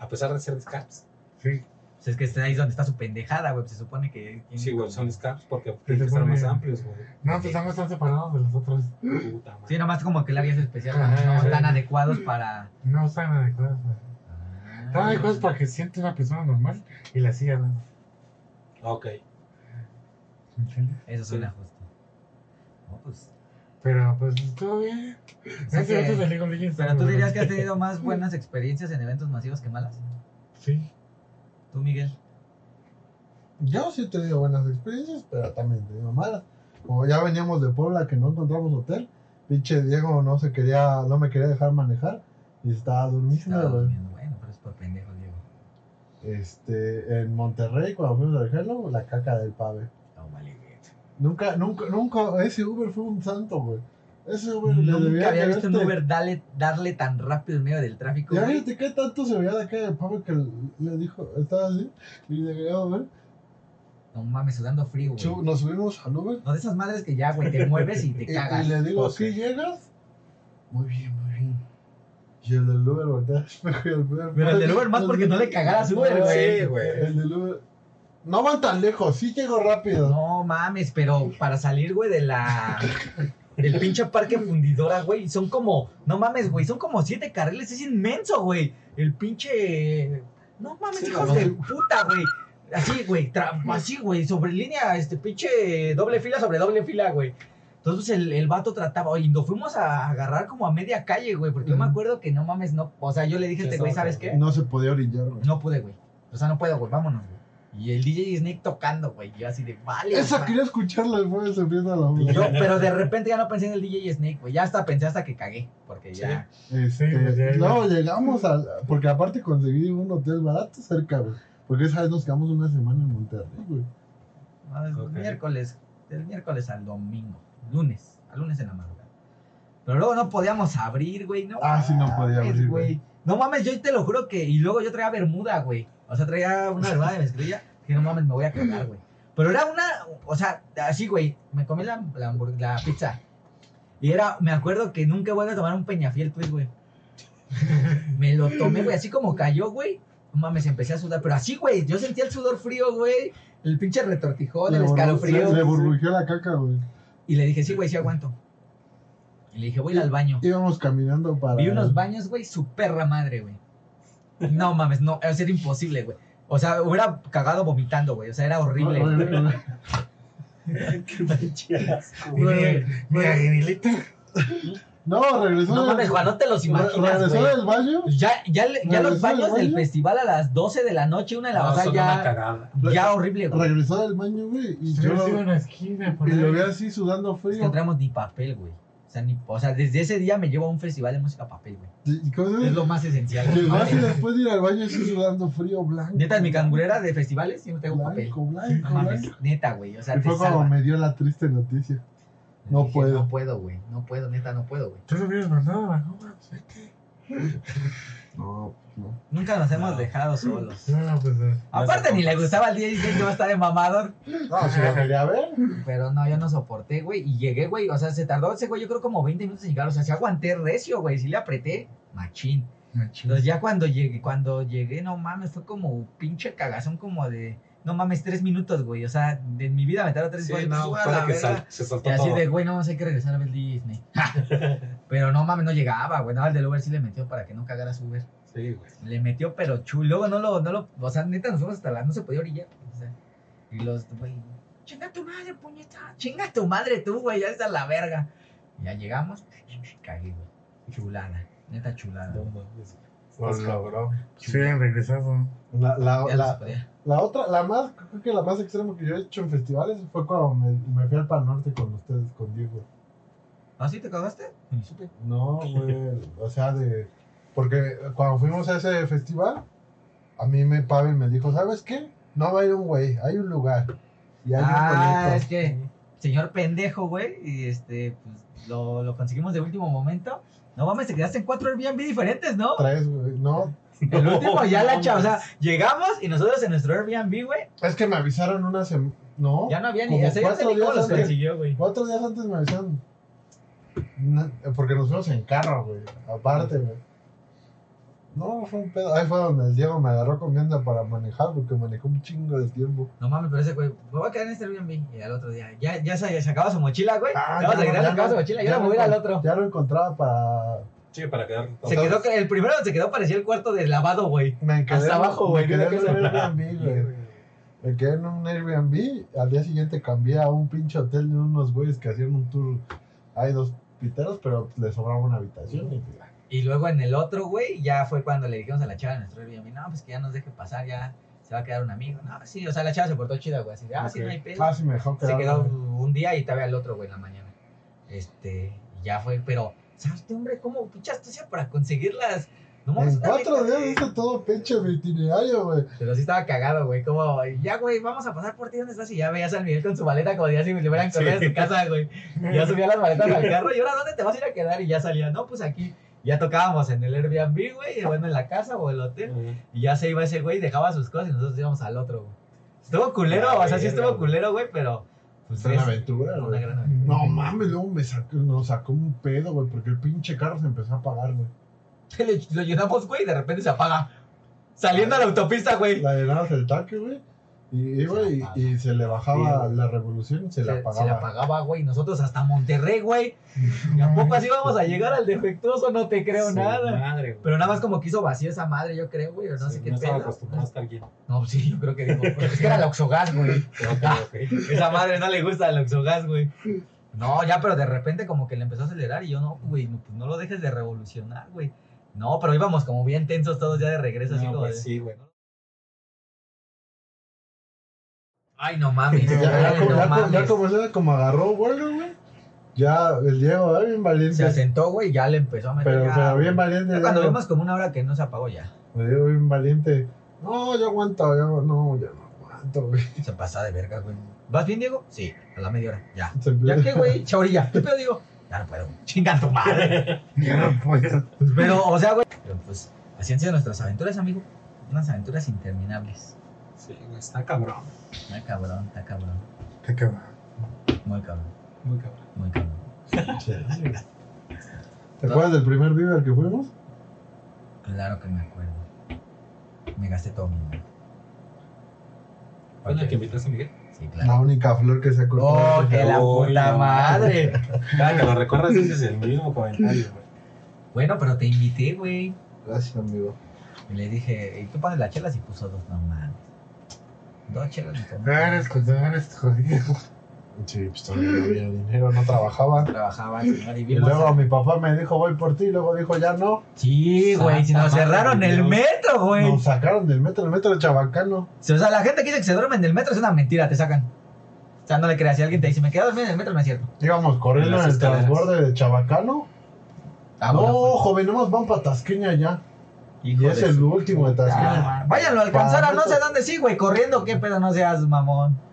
C: A pesar de ser scars.
D: Sí.
B: *laughs* Pues es que está ahí donde está su pendejada, güey. pues Se supone que.
C: Sí, güey, son scars porque
D: se
C: tienen que estar
D: pone-
C: más amplios, güey.
D: No, pues ambos están separados de los otros.
C: Puta madre.
B: Sí, nomás como que el área es especial.
D: Ajá,
B: No
D: sí.
B: están adecuados para.
D: No están adecuados. güey. Están adecuados Ah, para que siente una persona normal y la silla. ¿no?
C: Ok.
D: ¿Me entiendes?
B: Eso suena justo. No, pues.
D: Pero pues estuvo bien.
B: o sea
D: Ese
B: que-
D: otro de League of Legends
B: pero
D: está
B: tú
D: muy
B: dirías que
D: bueno.
B: has tenido más buenas experiencias en eventos masivos que malas.
D: Sí.
B: Tú, Miguel.
A: Yo sí he tenido buenas experiencias, pero también he tenido malas. Como ya veníamos de Puebla que no encontramos hotel, pinche Diego no se quería, no me quería dejar manejar y estaba
B: Estaba
A: durmiendo, güey.
B: durmiendo. Bueno, pero es por pendejo, Diego.
A: Este, en Monterrey, cuando fuimos al Hello, la caca del pave.
B: No, vale, güey.
A: Nunca, nunca, nunca, ese Uber fue un santo, güey. Ese Uber le
B: Nunca
A: debía
B: había
A: que
B: visto un
A: este-
B: Uber darle, darle tan rápido en medio del tráfico.
A: Ya
B: güey.
A: viste qué tanto se veía de acá del pave que le dijo, estaba así, y le digo, "Uber".
B: No mames, sudando frío, güey.
A: Chu- nos subimos al Uber
B: No de esas madres que ya, güey, te mueves y te
A: *laughs* Y,
B: cagas.
A: y le digo,
C: Ok.
A: ¿sí llegas? Muy bien, muy bien. Y el del Uber, ¿verdad?
B: Pero el del Uber más porque no le cagaras Uber, güey.
C: Sí, güey.
A: El del Uber. No van tan lejos, sí llego rápido.
B: No mames, pero para salir, güey, de la. Del pinche parque fundidora, güey. Son como. No mames, güey. Son como siete carriles. Es inmenso, güey. El pinche. No mames,
A: Sí,
B: hijos
A: la
B: de
A: madre.
B: puta, güey. Así, güey. tra- Así, güey. Sobre línea, este pinche doble fila sobre doble fila, güey. Entonces el, el vato trataba, oye, nos fuimos a agarrar como a media calle, güey, porque yo me
A: Ujú.
B: acuerdo que no mames, no, o sea, yo le dije a este güey,
C: Exacto.
B: ¿sabes qué?
A: No se podía orillar, güey.
B: No pude, güey. O sea, no puedo, güey. Vámonos, güey. Y el DJ Snake tocando, güey. Yo así de, vale.
A: Esa
B: ma-
A: quería escucharla después se empieza la *laughs*
B: Yo,
A: onda.
B: pero de repente ya no pensé en el DJ Snake, güey. Ya hasta pensé hasta que cagué. Porque Eh, ya.
A: Este,
D: Sí, pues ya, ya.
A: luego llegamos al. Porque aparte conseguí un hotel barato cerca, güey. Porque esa vez nos quedamos una semana en Monterrey, güey.
B: no, es
C: Ok.
B: Miércoles. Del miércoles al domingo. Lunes. Al lunes en la madrugada. Pero luego no podíamos abrir, güey. No
A: Ah, sí, no podía
B: mames,
A: abrir,
B: güey.
A: güey.
B: No mames, yo te lo juro que. Y luego yo traía bermuda, güey. O sea, traía una bermuda de mezclilla. Que no mames, me voy a cagar, güey. Pero era una. O sea, así, güey. Me comí la, la, hambur- la pizza. Y era. Me acuerdo que nunca voy a tomar un Peñafiel, pues, güey. *laughs* Me lo tomé, güey. Así como cayó, güey. No mames, empecé a sudar. Pero así, güey. Yo sentía el sudor frío, güey. El pinche retortijón, el
A: Le borru-
B: escalofrío.
A: le- Le burbujeó la caca, güey.
B: Y le dije, sí, güey, sí aguanto. Y le dije, voy a ir al baño.
A: Íbamos caminando para.
B: Vi unos baños, güey, su perra madre, güey. No mames, no, eso era imposible, güey. O sea, hubiera cagado vomitando, güey. O sea, era horrible. güey.
C: Qué pinche asco,
D: Y
C: güey.
B: Güey,
D: mi- mi
B: Pues,
D: aguinilita.
A: No, regresó.
B: No
A: del-
B: mames, Juan, no te los imaginas,
A: regresó
B: güey. Pues
A: del baño.
B: Ya, ya, le- ya
A: ¿Regresó
B: los baños
A: del
B: del
A: baño?
B: festival a las 12 de la noche, una de la
C: No,
B: o sea,
C: son una
B: ya,
C: cagada.
B: ya horrible, güey.
A: Regresó del baño, güey. Y
D: Se
A: yo
D: había sido
A: lo,
D: en la esquina. por
A: y lo
D: ahí.
A: vi así sudando
B: Es que
A: frío.
B: no traemos ni papel, güey. O sea, ni- o sea, desde ese día me llevo a un festival de música papel, güey.
A: ¿Y cómo se llama?
B: Es lo más esencial.
A: Llegaste y después de ir al baño estoy sudando frío, blanco.
B: Neta, en mi cangurera de festivales siempre tengo papel.
A: Blanco,
B: No
A: blanco, blanco.
B: mames, neta, güey. O sea,
A: Y
B: te
A: fue cuando
B: salva.
A: me dio la triste noticia. No
B: Dije,
A: puedo.
B: No puedo, güey. No puedo, neta, no puedo, güey.
D: Tú lo hubieras mandado a la goma, pues, vete.
A: No, no.
B: Nunca nos hemos
C: No.
B: dejado solos.
D: No, pues no.
B: Aparte,
C: No,
B: ni
C: no.
B: le gustaba al DJ que iba a estar de mamador.
A: No, si lo quería ver.
B: Pero no, yo no soporté, güey. Y llegué, güey. O sea, se tardó ese güey, yo creo como 20 minutos en llegar. O sea, sí aguanté recio, güey. Sí le apreté. Machín.
D: Machín.
B: Entonces ya cuando llegué, cuando llegué, no mames, fue como un pinche cagazón como de. No mames, tres minutos, güey. O sea, de mi vida me tardaron tres
C: Sí,
B: minutos.
C: no,
B: Sube a
C: fue
B: la
C: de que
B: verga.
C: sal- se
B: Y
C: soltó
B: así
C: todo.
B: de, güey, no vamos, hay que regresar a ver Disney. *laughs* pero no mames, no llegaba, güey. No, el del Uber sí le metió para que no cagara su Uber.
C: Sí, güey.
B: Le metió, pero chulo. Luego no lo, no lo. O sea, neta, nos fuimos hasta la. No se podía orillar. O sea, y los, güey, chinga tu madre, puñeta. Chinga tu madre tú, güey, ya está la verga. Y ya llegamos, cagué, güey. Chulada, neta chulada.
C: No
B: güey.
C: mames.
A: Lo
C: Estás
A: logró.
D: Si hubieran regresado.
A: La, la,
B: Pues, Ya no se
A: la,
B: podía.
A: la otra, la más, creo que la más extrema que yo he hecho en festivales fue cuando me, me fui al Pan Norte con ustedes, con Diego.
B: ¿Ah, sí te cagaste? Ni supe.
A: *laughs* No, güey. O sea, de. Porque cuando fuimos a ese festival, a mí me Pavel me dijo, ¿sabes qué? No va a ir un güey, hay un lugar. Y hay un
B: Ah,
A: boleto".
B: es que señor pendejo, güey, y este, pues lo, lo conseguimos de último momento. No mames, te quedaste en cuatro Airbnb diferentes, ¿no?
A: Tres, güey. *laughs* No.
B: El
C: No,
B: último ya la
C: no
B: chava, o sea, llegamos y nosotros en nuestro Airbnb, güey,
A: Es que me avisaron una semana. No.
B: ya no había ni,
A: Como
B: o sea, yo no sé
A: cuatro
B: ni cómo
A: días
B: los
A: antes.
B: consiguió, güey.
A: Cuatro días antes me avisaron. No, Porque nos fuimos en carro, güey. Aparte, güey. No, fue un pedo. Ahí fue donde el Diego me agarró comiendo para manejar, porque manejó un chingo de tiempo.
B: No mames, pero ese güey, me voy a quedar en este Airbnb. Y al otro día, ya, ya se sacaba su mochila, güey.
A: Ah,
B: Vamos
A: ya
B: a
A: no,
B: llegar,
A: ya
B: sacaba
A: no,
B: su mochila, yo
A: ya
B: la
A: no
B: voy a ir al
A: encuentro.
B: otro.
A: Ya lo encontraba para.
C: Sí, para quedar.
B: Se quedó, el primero se quedó, parecía el cuarto de lavado, güey.
A: Me quedé,
B: Hasta abajo, güey,
A: Me quedé
B: mira
A: en un
B: que se- *laughs*
A: Airbnb, güey. Me quedé en un Airbnb, al día siguiente cambié a un pinche hotel de unos güeyes que hacían un tour. Hay dos piteros, pero les sobraba una habitación. y pues, ah,
B: Y luego en el otro, güey, ya fue cuando le dijimos a la chava de nuestro Airbnb, no, pues que ya nos deje pasar, ya se va a quedar un amigo. No, sí, o sea, la chava se portó chida, güey, así de, ah, sí,
C: Ok.
B: no hay pedo.
A: Ah, sí, me dejó
B: se
A: quedar,
B: quedó
A: güey.
B: un día y todavía el otro, güey, en la mañana. Este, ya fue, pero, ¿sabes qué, hombre? ¿Cómo pinche astucia para conseguirlas? No mames,
A: En
B: una
A: cuatro
B: neta,
A: días
B: güey.
A: hice todo pinche mi itinerario, güey.
B: Pero sí estaba cagado, güey, como, ya, güey, vamos a pasar por ti, ¿dónde estás? Y ya veías al Miguel con su maleta como ya si le hubieran corrido
C: Sí.
B: a su casa, güey. Ya subía las maletas al carro y ahora dónde te vas a ir a quedar y ya salía, no, pues aquí. Ya tocábamos en el Airbnb, güey, y bueno, en la casa o el hotel. Y ya se iba ese güey, dejaba sus cosas y nosotros íbamos al otro, güey. Estuvo culero,
C: La
B: o sea, sí
C: verga,
B: estuvo
C: güey.
B: culero, güey, pero. Pues,
A: Fue una
B: es
A: aventura,
B: Una
A: güey.
B: gran aventura.
A: No mames, luego me sacó, nos sacó un pedo, güey, porque el pinche carro se empezó a apagar, güey.
B: *laughs* Lo- Lo llenamos, güey, y de repente se apaga. Saliendo a la autopista, güey.
A: La llenabas el tanque, güey. Y, y, güey, y, y se le bajaba la revolución y se le
B: se le
A: apagaba.
B: apagaba, güey. Nosotros hasta Monterrey, güey. Tampoco así vamos a llegar al defectuoso, no te creo nada.
C: Madre, güey.
B: Pero nada más como quiso vacío esa madre, yo creo, güey. o No sé
C: Sí,
B: qué
C: no estaba
B: pedo.
C: acostumbrado a estar aquí.
B: No, sí, yo creo que
C: *laughs*
B: dijo. Porque es que era el Oxogas, güey. Esa madre no le gusta el Oxogas, güey. No, ya, pero de repente como que le empezó a acelerar y yo no, güey, no, pues no lo dejes de revolucionar, güey. No, pero íbamos como bien tensos todos ya de regreso, así
C: No,
B: como
C: pues
B: de,
C: sí, güey. ¿no?
B: Ay, no mames,
A: Ya, ya
B: ay,
A: como,
B: no
A: ya, como- ya
B: mames.
A: como, ya como agarró vuelo, güey. Ya el Diego, eh, bien
B: Se
A: valiente.
B: asentó, güey, y ya le empezó a meter.
A: Pero,
B: ya,
A: pero
B: güey.
A: bien valiente.
B: Ya cuando
A: Diego.
B: vemos como una hora que no se apagó ya,
A: Me digo bien valiente. No, yo aguanto, yo no, yo no aguanto, güey. *laughs*
B: se pasa de verga, güey. ¿Vas bien, Diego? Sí, a la media hora, ya.
A: Se
B: ¿Ya
A: empieza-
B: qué,
C: *laughs*
B: güey? Chaurilla, ¿qué pedo, digo? Ya no puedo, güey. chinga tu madre.
D: Ya no puedo.
B: Pues, pero, o sea, güey. Pero pues, así han sido nuestras aventuras, amigo. Unas aventuras interminables.
C: Sí, güey, está cabrón.
B: Está cabrón, está cabrón.
D: Te acabas.
B: Muy cabrón,
C: Muy cabrón.
B: muy cabrón.
A: ¿Te acuerdas del primer video al que fuimos?
B: Claro que me acuerdo. Me gasté todo mi dinero.
C: Bueno, el
B: Porque-
C: que invitaste a Miguel.
B: Sí, claro.
A: La única flor que se ha cortado. este
B: ¡Oh, que la
C: Uy,
B: puta
C: no.
B: madre!
C: Cada que lo recuerdas dices el mismo comentario, güey.
B: Bueno, pero te invité, güey.
A: Gracias, amigo.
B: Y le dije, ¿y tú pones las chelas? Y puso dos, no mames. Dos chelas y tomó.
A: Ah,
D: Ahora es cuando eres jodido.
A: Sí, pues todavía no había dinero, no trabajaba.
B: Trabajaba, señor,
A: *laughs*
B: y
A: Y
B: vimos.
A: luego mi papá me dijo, voy por ti, y luego dijo, ya no.
B: Sí, güey, si nos
C: Santa madre
B: cerraron
C: de
B: el
C: Dios.
B: metro, güey.
A: Nos sacaron del metro, el metro de Chabacano.
B: O sea, la gente que dice que se duerme en el metro es una mentira, te sacan. sea, no le creas. Si alguien te dice, me quedé a dormir en el metro, no es cierto.
A: Íbamos
C: En
A: corriendo
C: las
A: en el
C: escaleras.
A: transborde de Chabacano.
B: Ah,
A: no,
B: bueno, pues.
A: joven, nomás van para Tasqueña ya.
B: Hijo
A: Y es
B: de
A: el
B: su-
A: último de Tasqueña.
B: Ah, Váyanlo a alcanzar a no sé dónde sí, güey. Corriendo, qué pedo, no seas mamón.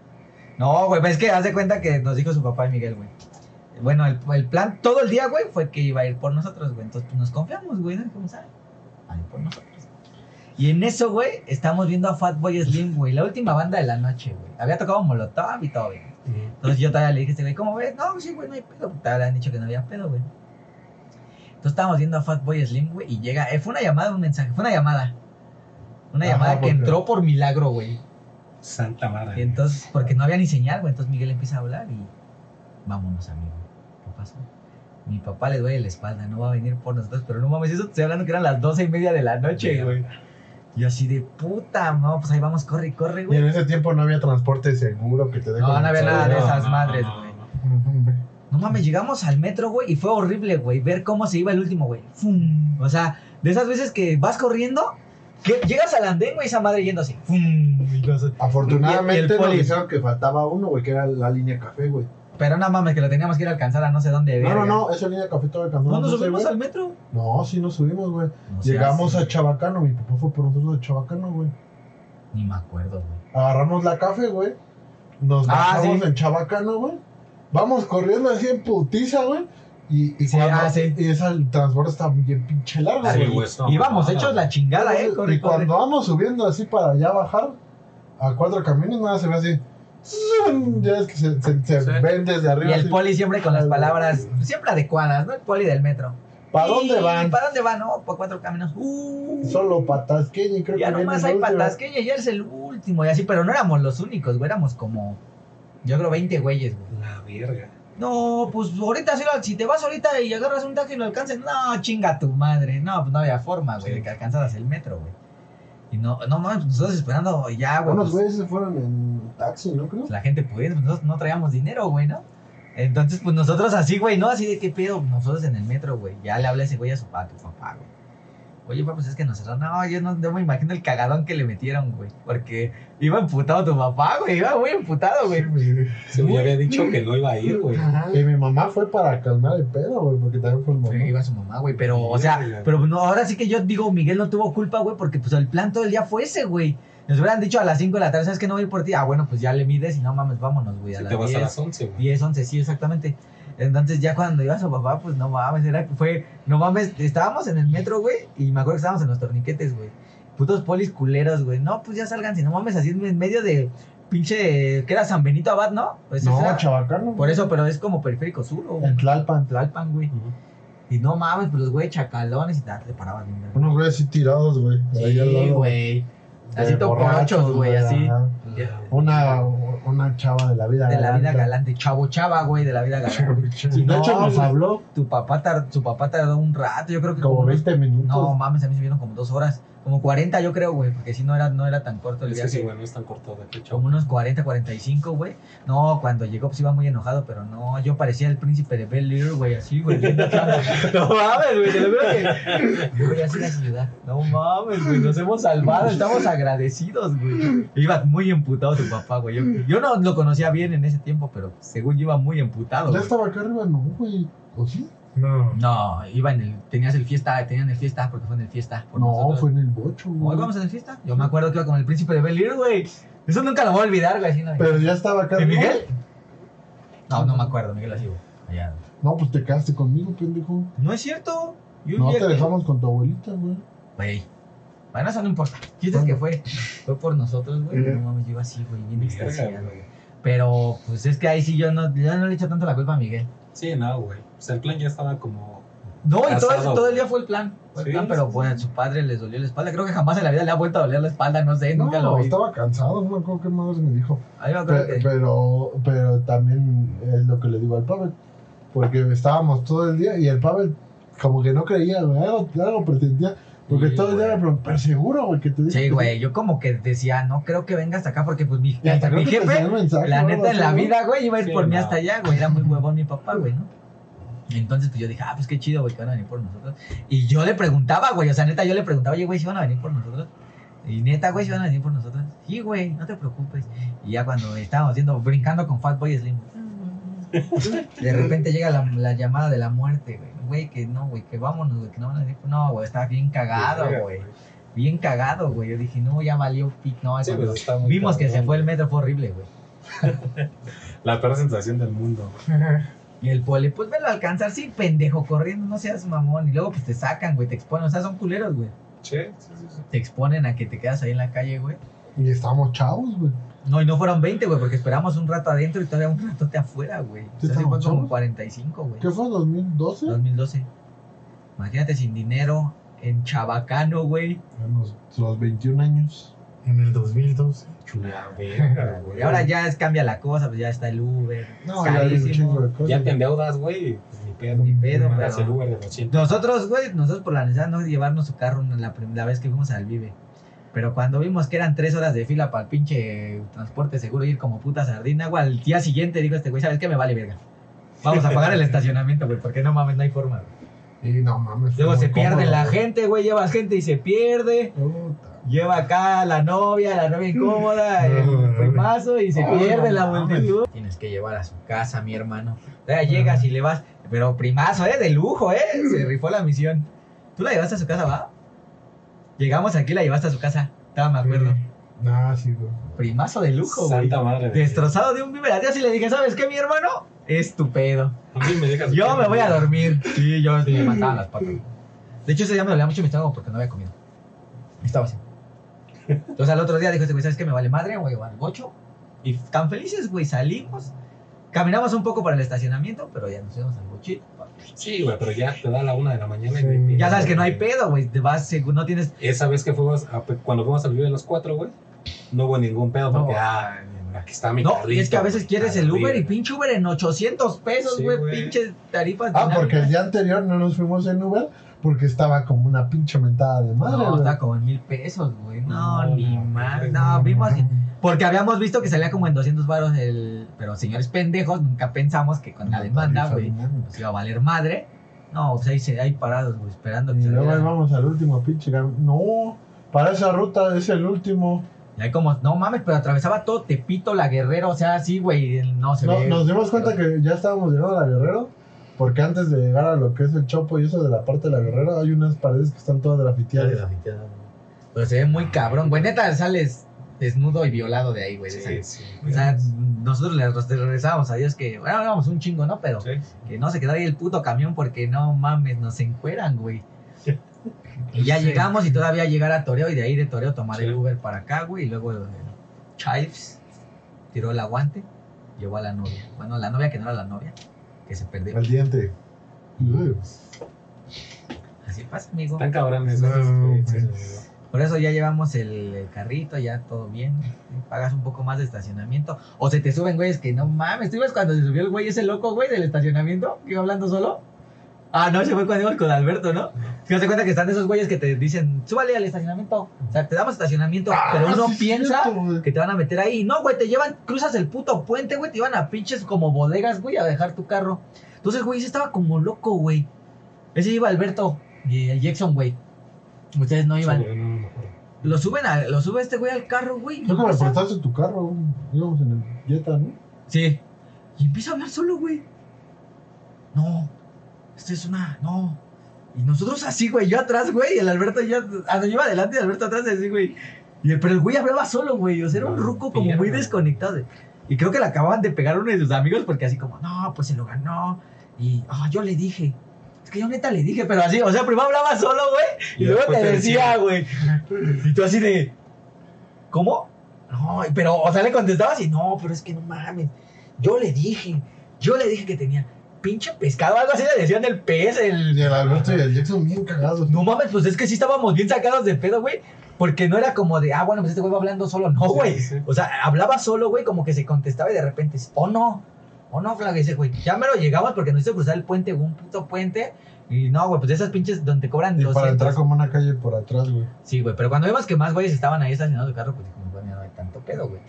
B: No, güey, pues es que haz de cuenta que nos dijo su papá y Miguel, güey. Bueno, el, el plan todo el día, güey, fue que iba a ir por nosotros, güey. Entonces, pues nos confiamos, güey, ¿no? ¿Cómo sabe? Va a ir por nosotros. Y en eso, güey, estamos viendo a Fatboy Slim, güey. La última banda de la noche, güey. Había tocado Molotov y todo, güey. Entonces yo todavía le dije a este güey, ¿cómo ves? No, sí, güey, no hay pedo. Te habían dicho que no había pedo, güey. Entonces estábamos viendo a Fatboy Slim, güey, y llega. eh, fue una llamada, un mensaje, fue una llamada. Una
A: Ajá,
B: llamada que
A: porque-
B: entró por milagro, güey.
C: Santa madre.
B: Y entonces, porque no había ni señal, güey. Entonces Miguel empieza a hablar y. Vámonos, amigo. ¿Qué pasó? Mi papá le duele la espalda, no va a venir por nosotros, pero no mames, eso te estoy hablando que eran las doce y media de la noche, güey. Y así de puta, no, pues ahí vamos, corre, corre,
A: Y
B: güey.
A: en ese tiempo no había transporte seguro que te deje.
B: No, no había nada de
C: No,
B: esas
C: no,
B: madres,
C: no,
B: güey.
C: no.
D: Hombre.
B: No mames, llegamos al metro, güey, y fue horrible, güey, ver cómo se iba el último, güey. ¡Fum! O sea, de esas veces que vas corriendo, que llegas al andén, güey, esa madre yendo así. ¡Fum! Y vas- Y el
A: Afortunadamente nos
B: poli.
A: dijeron que faltaba uno, güey, que era la línea café, güey.
B: Pero no mames, que lo teníamos que ir a alcanzar a no sé dónde.
A: No, no,
B: verga.
A: no, esa línea café todavía
B: ¿No
A: cambió.
B: nos
A: no sé,
B: subimos
A: güey.
B: al metro?
A: No, sí nos subimos, güey.
B: No seas-
A: Llegamos a Chabacano, mi papá fue por nosotros a Chabacano, güey.
B: Ni me acuerdo, güey.
A: Agarramos la café, güey. Nos
B: Ah,
A: bajamos
B: sí.
A: en Chabacano, güey. Vamos corriendo así en putiza, güey. Y, y
B: Sí,
A: cuando-
B: ah, sí.
A: y esa- el transporte está bien pinche largo, güey.
C: Sí, Pues, güey, es una
B: y vamos,
C: mamada,
B: hechos
C: güey.
B: la chingada, eh,
A: Entonces,
B: corre,
A: y
B: corre.
A: cuando vamos subiendo así para allá bajar, a cuatro caminos, nada, se ve así. ¡zum! Ya es que se, se- se
C: Sí.
A: ven desde arriba.
B: Y el
A: así.
B: poli siempre con las palabras, siempre adecuadas, ¿no? El poli del metro.
A: ¿Para
B: ¿Y
A: dónde van?
B: ¿Para dónde van? No, por cuatro caminos. Uh.
A: Solo Patasqueña y creo
B: Ya
A: que viene
B: nomás
A: la
B: hay
A: última.
B: patasqueña, ya es el último y así, pero no éramos los únicos, güey, éramos como, yo creo, 20 güeyes, güey.
C: La verga.
B: No, pues ahorita, si, lo- si te vas ahorita y agarras un taxi y lo alcanzas, no, chinga tu madre, no, pues no había forma, güey,
C: Sí.
B: de que alcanzaras el metro, güey. Y no, no mames, nosotros esperando ya, güey.
A: Unos
B: pues,
A: güeyes se fueron en taxi, ¿no creo?
B: la gente pudiendo, pues, nosotros no traíamos dinero, güey, ¿no? Entonces, pues nosotros así, güey, ¿no? Así de qué pedo, nosotros en el metro, güey. Ya le hablé ese güey a su papá, a tu papá, güey. Oye, papá, pues es que nos cerraron. No, yo no, no me imagino el cagadón que le metieron, güey. Porque iba emputado tu papá, güey. Iba muy emputado, güey.
C: Se me había dicho que no iba a ir, güey.
D: Ajá.
A: Y mi mamá fue para calmar el pedo, güey, porque también fue el
B: Sí,
A: momento.
B: Iba su mamá, güey, pero, o sea, pero no, ahora sí que yo digo, Miguel no tuvo culpa, güey, porque pues el plan todo el día fue ese, güey. Nos hubieran dicho a las 5 de la tarde, ¿sabes que no voy a ir por ti? Ah, bueno, pues ya le mides y no mames, vámonos, güey, a
C: Si
B: las
C: te vas a
B: 10.
C: las 11, güey.
B: 10, 11, sí, exactamente. Entonces ya cuando iba su papá, pues no mames, era fue, no mames, estábamos en el metro, güey, y me acuerdo que estábamos en los torniquetes, güey. Putos polis culeros, güey. No, pues ya salgan, si no mames, así en medio de pinche, que era San Benito Abad, ¿no? Pues
A: no,
B: esa-
A: chabacano.
B: por eso, pero es como periférico sur o
A: En Tlalpan.
B: Tlalpan, güey. Y no mames, pues los güey chacalones y tal, le paraban bien. verga.
A: Unos güeyes así tirados, güey. ahí al
B: Sí,
A: lado.
B: güey. Así
A: De borrachos,
B: tocochos, güey, así.
A: ajá.
B: Ya.
A: Una, una chava de la vida
B: De la vida
A: galante.
B: galante, chavo chava, güey, de la vida galante.
A: De
B: No,
A: hecho, nos
B: güey.
A: habló
B: Tu papá, tar- su papá tardó un rato, yo creo que
A: como
B: unos-
A: 20 minutos.
B: No mames, a mí se vieron como dos horas, como 40 yo creo, güey, porque si no era, no era tan corto el
C: Es que
B: viaje.
C: sí, güey, no es tan corto de hecho.
B: como unos 40, 45, güey. No, cuando llegó pues iba muy enojado, pero no, yo parecía el príncipe de Bel Air, güey, así, güey. bien enojado. *laughs* no mames, güey, te lo juro que... *laughs* Yo voy a la ciudad. No mames, güey, nos hemos salvado, estamos agradecidos, güey. Iba muy emputado tu papá, güey. Yo, yo no lo conocía bien en ese tiempo, pero según yo iba muy emputado,
A: Ya
B: güey.
A: estaba acá arriba, no, güey. ¿O sí?
D: No.
B: No, iba en el, tenías el fiesta, tenían el fiesta, porque fue en el fiesta. por
A: no,
B: nosotros.
A: fue en el bocho,
B: Hoy
A: güey.
B: vamos a la fiesta. Yo me acuerdo que iba con el príncipe de Bel Air, güey. Eso nunca lo voy a olvidar, güey. así, ¿no?
A: Pero ya estaba acá
B: ¿De
A: arriba.
B: Miguel? No, no me acuerdo, Miguel así, güey. Allá.
A: No, pues te quedaste conmigo, pendejo.
B: No es cierto. Yo
A: No
B: día
A: te
B: que-
A: dejamos con tu abuelita, güey.
B: Güey. Bueno, eso no importa. Chistes
A: Bueno.
B: que fue. Fue por nosotros, güey. No mames, yo iba así, güey, bien
C: Verga,
B: extasiado.
C: güey.
B: Pero, pues es que ahí sí yo no, yo no le echo tanto la culpa a Miguel.
C: Sí, no, güey. O sea, el plan ya estaba como.
B: No, y todo,
C: Casado,
B: eso- todo el
C: güey.
B: día fue el plan. Fue el
C: Sí,
B: plan, pero
C: sí,
B: bueno,
C: sí.
B: su padre les dolió la espalda. Creo que jamás en la vida le ha vuelto a doler la espalda, no sé, nunca lo
A: no,
B: vi.
A: estaba cansado, no me acuerdo qué madre me dijo.
B: Ahí me acuerdo
A: Pe-
B: que...
A: Pero, pero también es lo que le digo al Pavel. Porque estábamos todo el día y el Pavel como que no creía, güey, algo, algo pretendía. Porque
C: Sí,
A: todo el día
C: güey.
A: me preguntaba, pero seguro, güey, que te dije.
B: Sí, güey, yo como que decía, no creo que venga hasta acá porque pues mi,
A: Y hasta
B: mi
A: creo que te
B: jefe,
A: enseñó el mensaje,
B: la
A: ¿no?
B: neta en la
A: Así,
B: vida, güey, iba a ir
C: Sí,
B: por mí
C: no.
B: hasta allá, güey, era muy huevón mi papá, güey, ¿no? Entonces pues yo dije, ah, pues qué chido, güey, que van a venir por nosotros. Y yo le preguntaba, güey, o sea, neta, yo le preguntaba, oye, güey, si van a venir por nosotros. Y neta, güey, se van a venir por nosotros. Sí, güey, no te preocupes. Y ya cuando estábamos haciendo, brincando con Fatboy Slim. De repente llega la, la llamada de la muerte, güey. Güey, que no, güey, que vámonos, güey, que no van a venir. por- No, güey, estaba bien cagado, güey. Bien cagado, güey. Yo dije, no, ya valió pic. No,
C: Sí,
B: cuando
C: pues, está muy
B: vimos que
C: cabrón,
B: se fue el
C: güey.
B: metro, fue horrible, güey.
C: La peor sensación del mundo.
B: Y el poli, pues velo a alcanzar, sí, pendejo, corriendo, no seas mamón. Y luego, pues te sacan, güey, te exponen. O sea, son culeros, güey.
C: Che, sí, sí, sí.
B: Te exponen a que te quedas ahí en la calle, güey.
A: Y estábamos chavos, güey.
B: No, y no fueron 20, güey, porque esperamos un rato adentro y todavía un ratote afuera, güey. O sea, sí fue
A: estábamos
B: como
A: chavos?
B: 45, güey.
A: ¿Qué fue? ¿2012?
B: 2012. Imagínate sin dinero, en Chabacano, güey.
A: Los, los 21 años.
D: En el 2012.
C: La verga, güey.
B: Y ahora ya es, cambia la cosa, pues ya está el Uber.
A: No, ya hay un chingo
B: carísimo.
A: de cosas.
C: Ya te endeudas, güey. Pues ni pedo.
B: Ni pedo,
C: Mandas
B: pero-
C: el Uber de 200.
B: Nosotros, güey, nosotros por la necesidad no llevarnos su carro la primera vez que fuimos al Vive. Pero cuando vimos que eran tres horas de fila para el pinche transporte seguro ir como puta sardina, güey, al día siguiente digo a este güey, ¿sabes qué? Me vale verga. Vamos a
A: *laughs*
B: pagar el estacionamiento, güey, porque no mames, no hay forma. güey.
A: Y no mames. fue
B: Luego
A: muy
B: se pierde
A: cómodo,
B: la
A: güey.
B: gente, güey, llevas gente y se pierde.
A: Puta.
B: Lleva acá a la novia, la novia incómoda, el primazo y se
A: Ay,
B: pierde
A: no
B: la
A: mames.
B: multitud. Tienes que llevar a su casa, mi hermano. O sea, llegas y le vas, pero primazo, ¿eh? De lujo, ¿eh? Se rifó la misión. ¿Tú la llevaste a su casa, va? Llegamos aquí, la llevaste a su casa. Estaba, me acuerdo.
A: Ah, sí, güey.
B: Primazo de lujo, güey.
C: Santa madre. de-
B: Destrozado de un viver. A ti así le dije, ¿sabes qué, mi hermano? Estupendo.
C: A mí me dejas.
B: Yo me voy a dormir. Sí, yo me mataban las patas. De hecho, ese día me dolía mucho mi estómago porque no había comido. Estaba así. Entonces, al otro día dijo este güey, ¿sabes qué? Me vale madre, voy a llevar bocho. Y tan felices, güey, salimos. Caminamos un poco para el estacionamiento, pero ya nos fuimos al bochito.
C: Sí, güey, pero ya te da la una de la mañana. y
D: Sí.
C: ni pedo,
B: Ya sabes que no hay
C: güey.
B: pedo, güey. Te vas, segu- no tienes...
C: Esa vez que fuimos, a- cuando fuimos al vivo de los cuatro, güey, no hubo ningún pedo porque,
B: No.
C: ah, aquí está mi
B: No, y
C: carrito, Ah,
B: es que a veces
C: güey,
B: quieres
C: a
B: el
C: la
B: Uber y
C: verga.
B: pinche Uber en 800 pesos,
C: Sí,
B: güey.
C: güey.
B: pinches tarifas
A: Ah, porque el
B: dinámicas.
A: día anterior no nos fuimos en Uber porque estaba como una pinche mentada de madre,
B: No,
A: güey.
B: está como en mil pesos, güey. No,
C: No,
B: ni
C: no,
B: más.
C: güey,
B: No, vimos...
D: No,
B: Porque habíamos visto que salía como en 200 varos el... Pero señores pendejos, nunca pensamos que con la demanda,
A: tarifa
B: güey,
A: dinámica.
B: nos iba a valer madre. No, pues ahí, se- ahí parados, güey, esperando que
A: Y luego ahí
B: saliera.
A: vamos al último pinche cam- No, para esa ruta es el último.
B: Y ahí como, no mames, pero atravesaba todo Tepito, la Guerrero, o sea, sí, güey, no se
A: No,
B: ve.
A: nos dimos cuenta que ya estábamos llegando a la Guerrero, porque antes de llegar a lo que es el Chopo y eso de la parte de la Guerrero, hay unas paredes que están todas grafiteadas.
B: Pero se ve muy cabrón, güey, neta, sales desnudo y violado de ahí, güey. de
C: Sí,
B: esa-
C: sí.
B: O sea, nosotros le le regresábamos a Dios que, bueno, éramos un chingo, ¿no? Pero
C: Sí.
B: que no se quedara ahí el puto camión porque no mames, nos encueran, güey. Y ya
D: Sí.
B: llegamos y todavía llegar a Toreo y de ahí de Toreo tomar
C: Sí.
B: el Uber para acá, güey. Y luego eh, Chives tiró el aguante, llevó a la novia. Bueno, la novia que no era la novia, que se perdió.
A: Al diente. Uy,
B: Así pasa, amigo.
C: Están cabrones
D: No,
C: esas experiencias,
D: güey.
C: amigo.
B: Por eso ya llevamos el, el carrito, ya todo bien. eh, Pagas un poco más de estacionamiento. O se te suben, güeyes, que no mames. ¿Tú ibas cuando se subió el güey ese loco, güey, del estacionamiento? Que iba hablando solo. Ah, no, se fue cuando ibas con Alberto, ¿no? Que se cuenta que están esos güeyes que te dicen, súbale al estacionamiento. O sea, te damos estacionamiento, pero
A: Ah,
B: uno
A: sí es
B: piensa
A: cierto, güey.
B: que te van a meter ahí. No, güey, te llevan, cruzas el puto puente, güey, te iban a pinches como bodegas, güey, a dejar tu carro. Entonces, güey, ese estaba como loco, güey. Ese iba Alberto y el Jackson, güey. Ustedes no iban.
C: Sí, güey, no, no me acuerdo.
B: Lo suben a, lo sube este güey al carro, güey. y
A: Creo que me
B: empieza-
A: prestaste tu carro, güey. íbamos en el Jetta, ¿no?
B: Sí. Y empieza a hablar solo, güey. No. Esto es una. No. Y nosotros así, güey. Yo atrás, güey. Y el Alberto ya. Ah, no, yo iba adelante y Alberto atrás, así, güey. Y el- pero el güey hablaba solo, güey. O sea, era un
C: No,
B: ruco como muy
C: mierda.
B: desconectado. güey. Y creo que le acababan de pegar a uno de sus amigos porque así como, no, pues se lo ganó. Y ah, yo le dije. Es que yo neta le dije, pero así, o sea, primero hablaba solo, güey. Y, luego
C: después
B: te decía, güey. Y tú así de. ¿Cómo? No, pero, o sea, le contestabas y no, pero es que no mames. Yo le dije, yo le dije que tenía pinche pescado, algo así le decían del pez,
A: Y
B: el.
A: el Alberto y el Jackson bien cagados.
B: No mames, pues es que sí estábamos bien sacados de pedo, güey. Porque no era como de, ah, bueno, pues este güey va hablando solo. No,
C: Sí,
B: güey.
C: sí.
B: O sea, hablaba solo, güey, como que se contestaba y de repente, oh no, oh no, flag, ese güey. Ya me lo llegamos porque nos hizo cruzar el puente, un puto puente. Y no, güey, pues de esas pinches donde cobran
A: Y para entrar
B: 200.
A: como una calle por atrás, güey.
B: Sí, güey, pero cuando vimos que más güeyes estaban ahí estacionando el carro, pues dijimos, bueno, ya no hay tanto pedo, güey.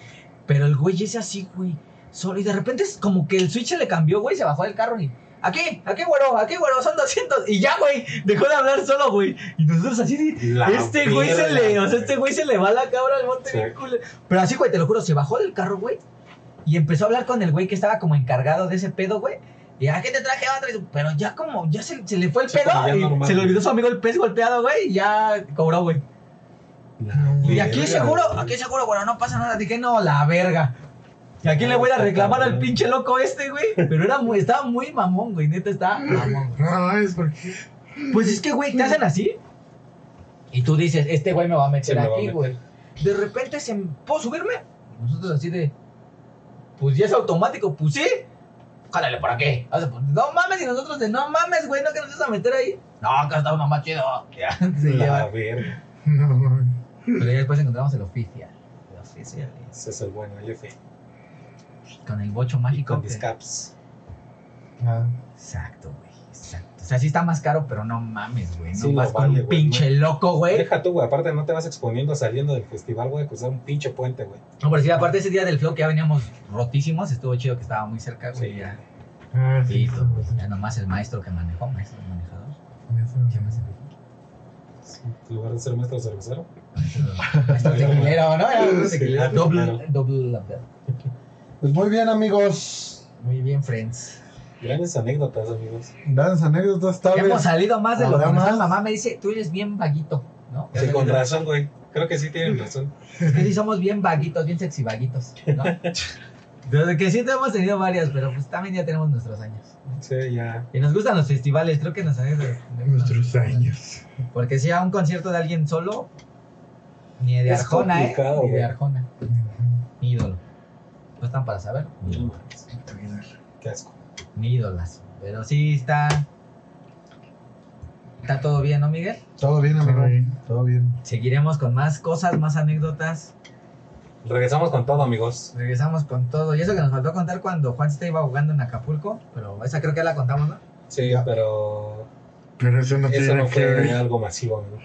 B: Pero el güey ese así, güey, solo, y de repente es como que el switch se le cambió, güey, se bajó del carro y, Aquí, aquí, güero, aquí, güero, son 200. Y ya, güey, dejó de hablar solo, güey. Y nosotros así de,
C: La
B: este güey se
C: verga,
B: le, o sea, este güey se le va la cabra al monte
C: Sí.
B: bien culero. Pero así, güey, te lo juro, se bajó del carro, güey. Y empezó a hablar con el güey que estaba como encargado de ese pedo, güey. Y a qué te traje otra. Y dice, Pero ya como, ya se, se le fue el
C: Sí, como ya
B: pedo. y
C: normal,
B: se le
C: güey.
B: olvidó su amigo el pez golpeado, güey. Y ya cobró, güey.
C: La
B: Y
D: Verga,
B: aquí
C: verga,
B: seguro,
C: güey.
B: aquí seguro, güey, no pasa nada. Dije, no, la verga. ¿Y a quién le voy a ir a reclamar al pinche loco este, güey? Pero era muy, estaba muy mamón, güey. Neta, estaba mamón, güey.
D: No, es porque.
B: Pues es que, güey, te hacen así. Y tú dices, este güey me va a meter
C: Se me va a
B: aquí,
C: meter.
B: güey. De repente se em- ¿puedo subirme? Nosotros así de. Pues ya es automático, pues sí. Jálale por aquí. O sea, pues, no mames, y nosotros de no mames, güey, no que nos vas a meter ahí. No, acá está uno más chido. *laughs* Ya, se
C: La
B: lleva.
C: verga.
D: No, mames.
B: Pero ya después encontramos el oficial. El oficial.
C: Ese es el bueno, el F.
B: Con el bocho mágico.
C: Con
B: que-
C: discaps.
D: Ah,
B: Exacto, güey. Exacto. O sea, sí está más caro, pero no mames, güey. No
C: Sí, lo
B: vas con
C: vale,
B: un
C: güey,
B: pinche loco, güey.
C: Deja tú, güey. Aparte, no te vas exponiendo saliendo del festival, güey, pues, a cruzar un pinche puente, güey.
B: No, pero sí, aparte ese día del flow que ya veníamos rotísimos, estuvo chido que estaba muy cerca, güey.
C: Sí.
B: ya,
D: ah, sí.
B: y todo, pues, ya nomás el maestro que manejó, maestro manejador. ¿Qué más?
C: Sí, En lugar de ser maestro cervecero.
B: *laughs* Maestro tequilero, ¿no? Era un
C: Sí,
B: tequilero.
C: claro.
B: Double, double label.
A: Pues muy bien, amigos.
B: Muy bien, friends.
C: Grandes anécdotas, amigos.
A: Grandes anécdotas, tal
B: Hemos
A: vez.
B: salido más de lo que
A: Habrá
B: nuestra
A: más.
B: mamá me dice, tú eres bien vaguito, ¿no?
C: Sí, *laughs* con razón, güey. Creo que sí tienen razón.
B: Es que sí somos bien vaguitos, bien sexy vaguitos,
C: *laughs*
B: ¿no? Desde que sí te hemos tenido varias, pero pues también ya tenemos nuestros años.
C: Sí, ya.
B: Y nos gustan los festivales, creo que nos han
D: Nuestros años.
B: Porque si a un concierto de alguien solo, ni de
C: Es
B: Arjona, ¿eh?
C: complicado,
B: Ni de
C: güey.
B: Arjona,
D: Ujú.
B: ni ídolo. No están para saber, ni,
D: Tu vida.
C: Mm. Qué asco.
B: ni ídolas. Pero sí está. Está todo bien, ¿no, Miguel?
A: Todo bien, amigo.
D: Todo bien.
A: Todo bien.
B: Seguiremos con más cosas, más anécdotas.
C: Regresamos con todo, amigos.
B: Regresamos con todo. Y eso que nos faltó contar cuando Juan se iba jugando en Acapulco, pero esa creo que ya la contamos, ¿no?
C: Sí,
A: Ya.
C: pero
D: Pero eso no
C: eso
D: tiene
C: no
D: que
C: fue
D: ver.
C: algo masivo,
D: *laughs*
C: amigo.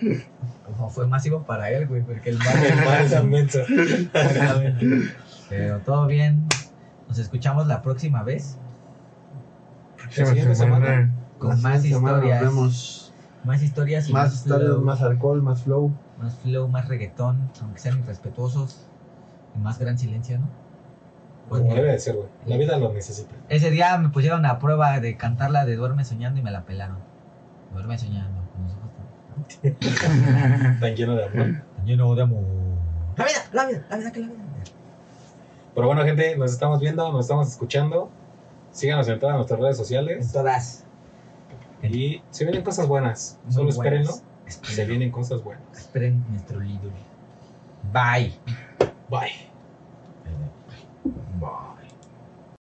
B: Como fue masivo para él, güey, porque el mar
C: El mal
A: *laughs*
C: es inmenso.
B: Pero todo bien. Nos escuchamos la próxima vez
D: Próxima
C: siguiente semana.
D: semana.
A: La
B: con más
A: siguiente semana
B: historias.
A: Nos vemos.
B: Más historias y
A: Más historias,
B: flow,
A: más alcohol, más flow.
B: más flow, más reggaetón, aunque sean irrespetuosos y más gran silencio, ¿no? Pues,
C: Como debe de ser, güey. La vida lo necesita.
B: Ese día me pusieron a prueba de cantarla de Duerme Soñando y me la pelaron. Duerme Soñando. con los ojos
C: Tan lleno de amor.
B: tan Lleno de amor. La vida, la vida, la vida que la vida.
C: Pero bueno, gente, nos estamos viendo, nos estamos escuchando. Síganos en todas nuestras redes
B: En
C: sociales.
B: todas.
C: Y se vienen cosas buenas.
B: Muy
C: Solo
B: buenas.
C: espérenlo. Se
B: Esperen,
C: vienen cosas buenas.
B: esperen nuestro libro. Bye.
C: Bye.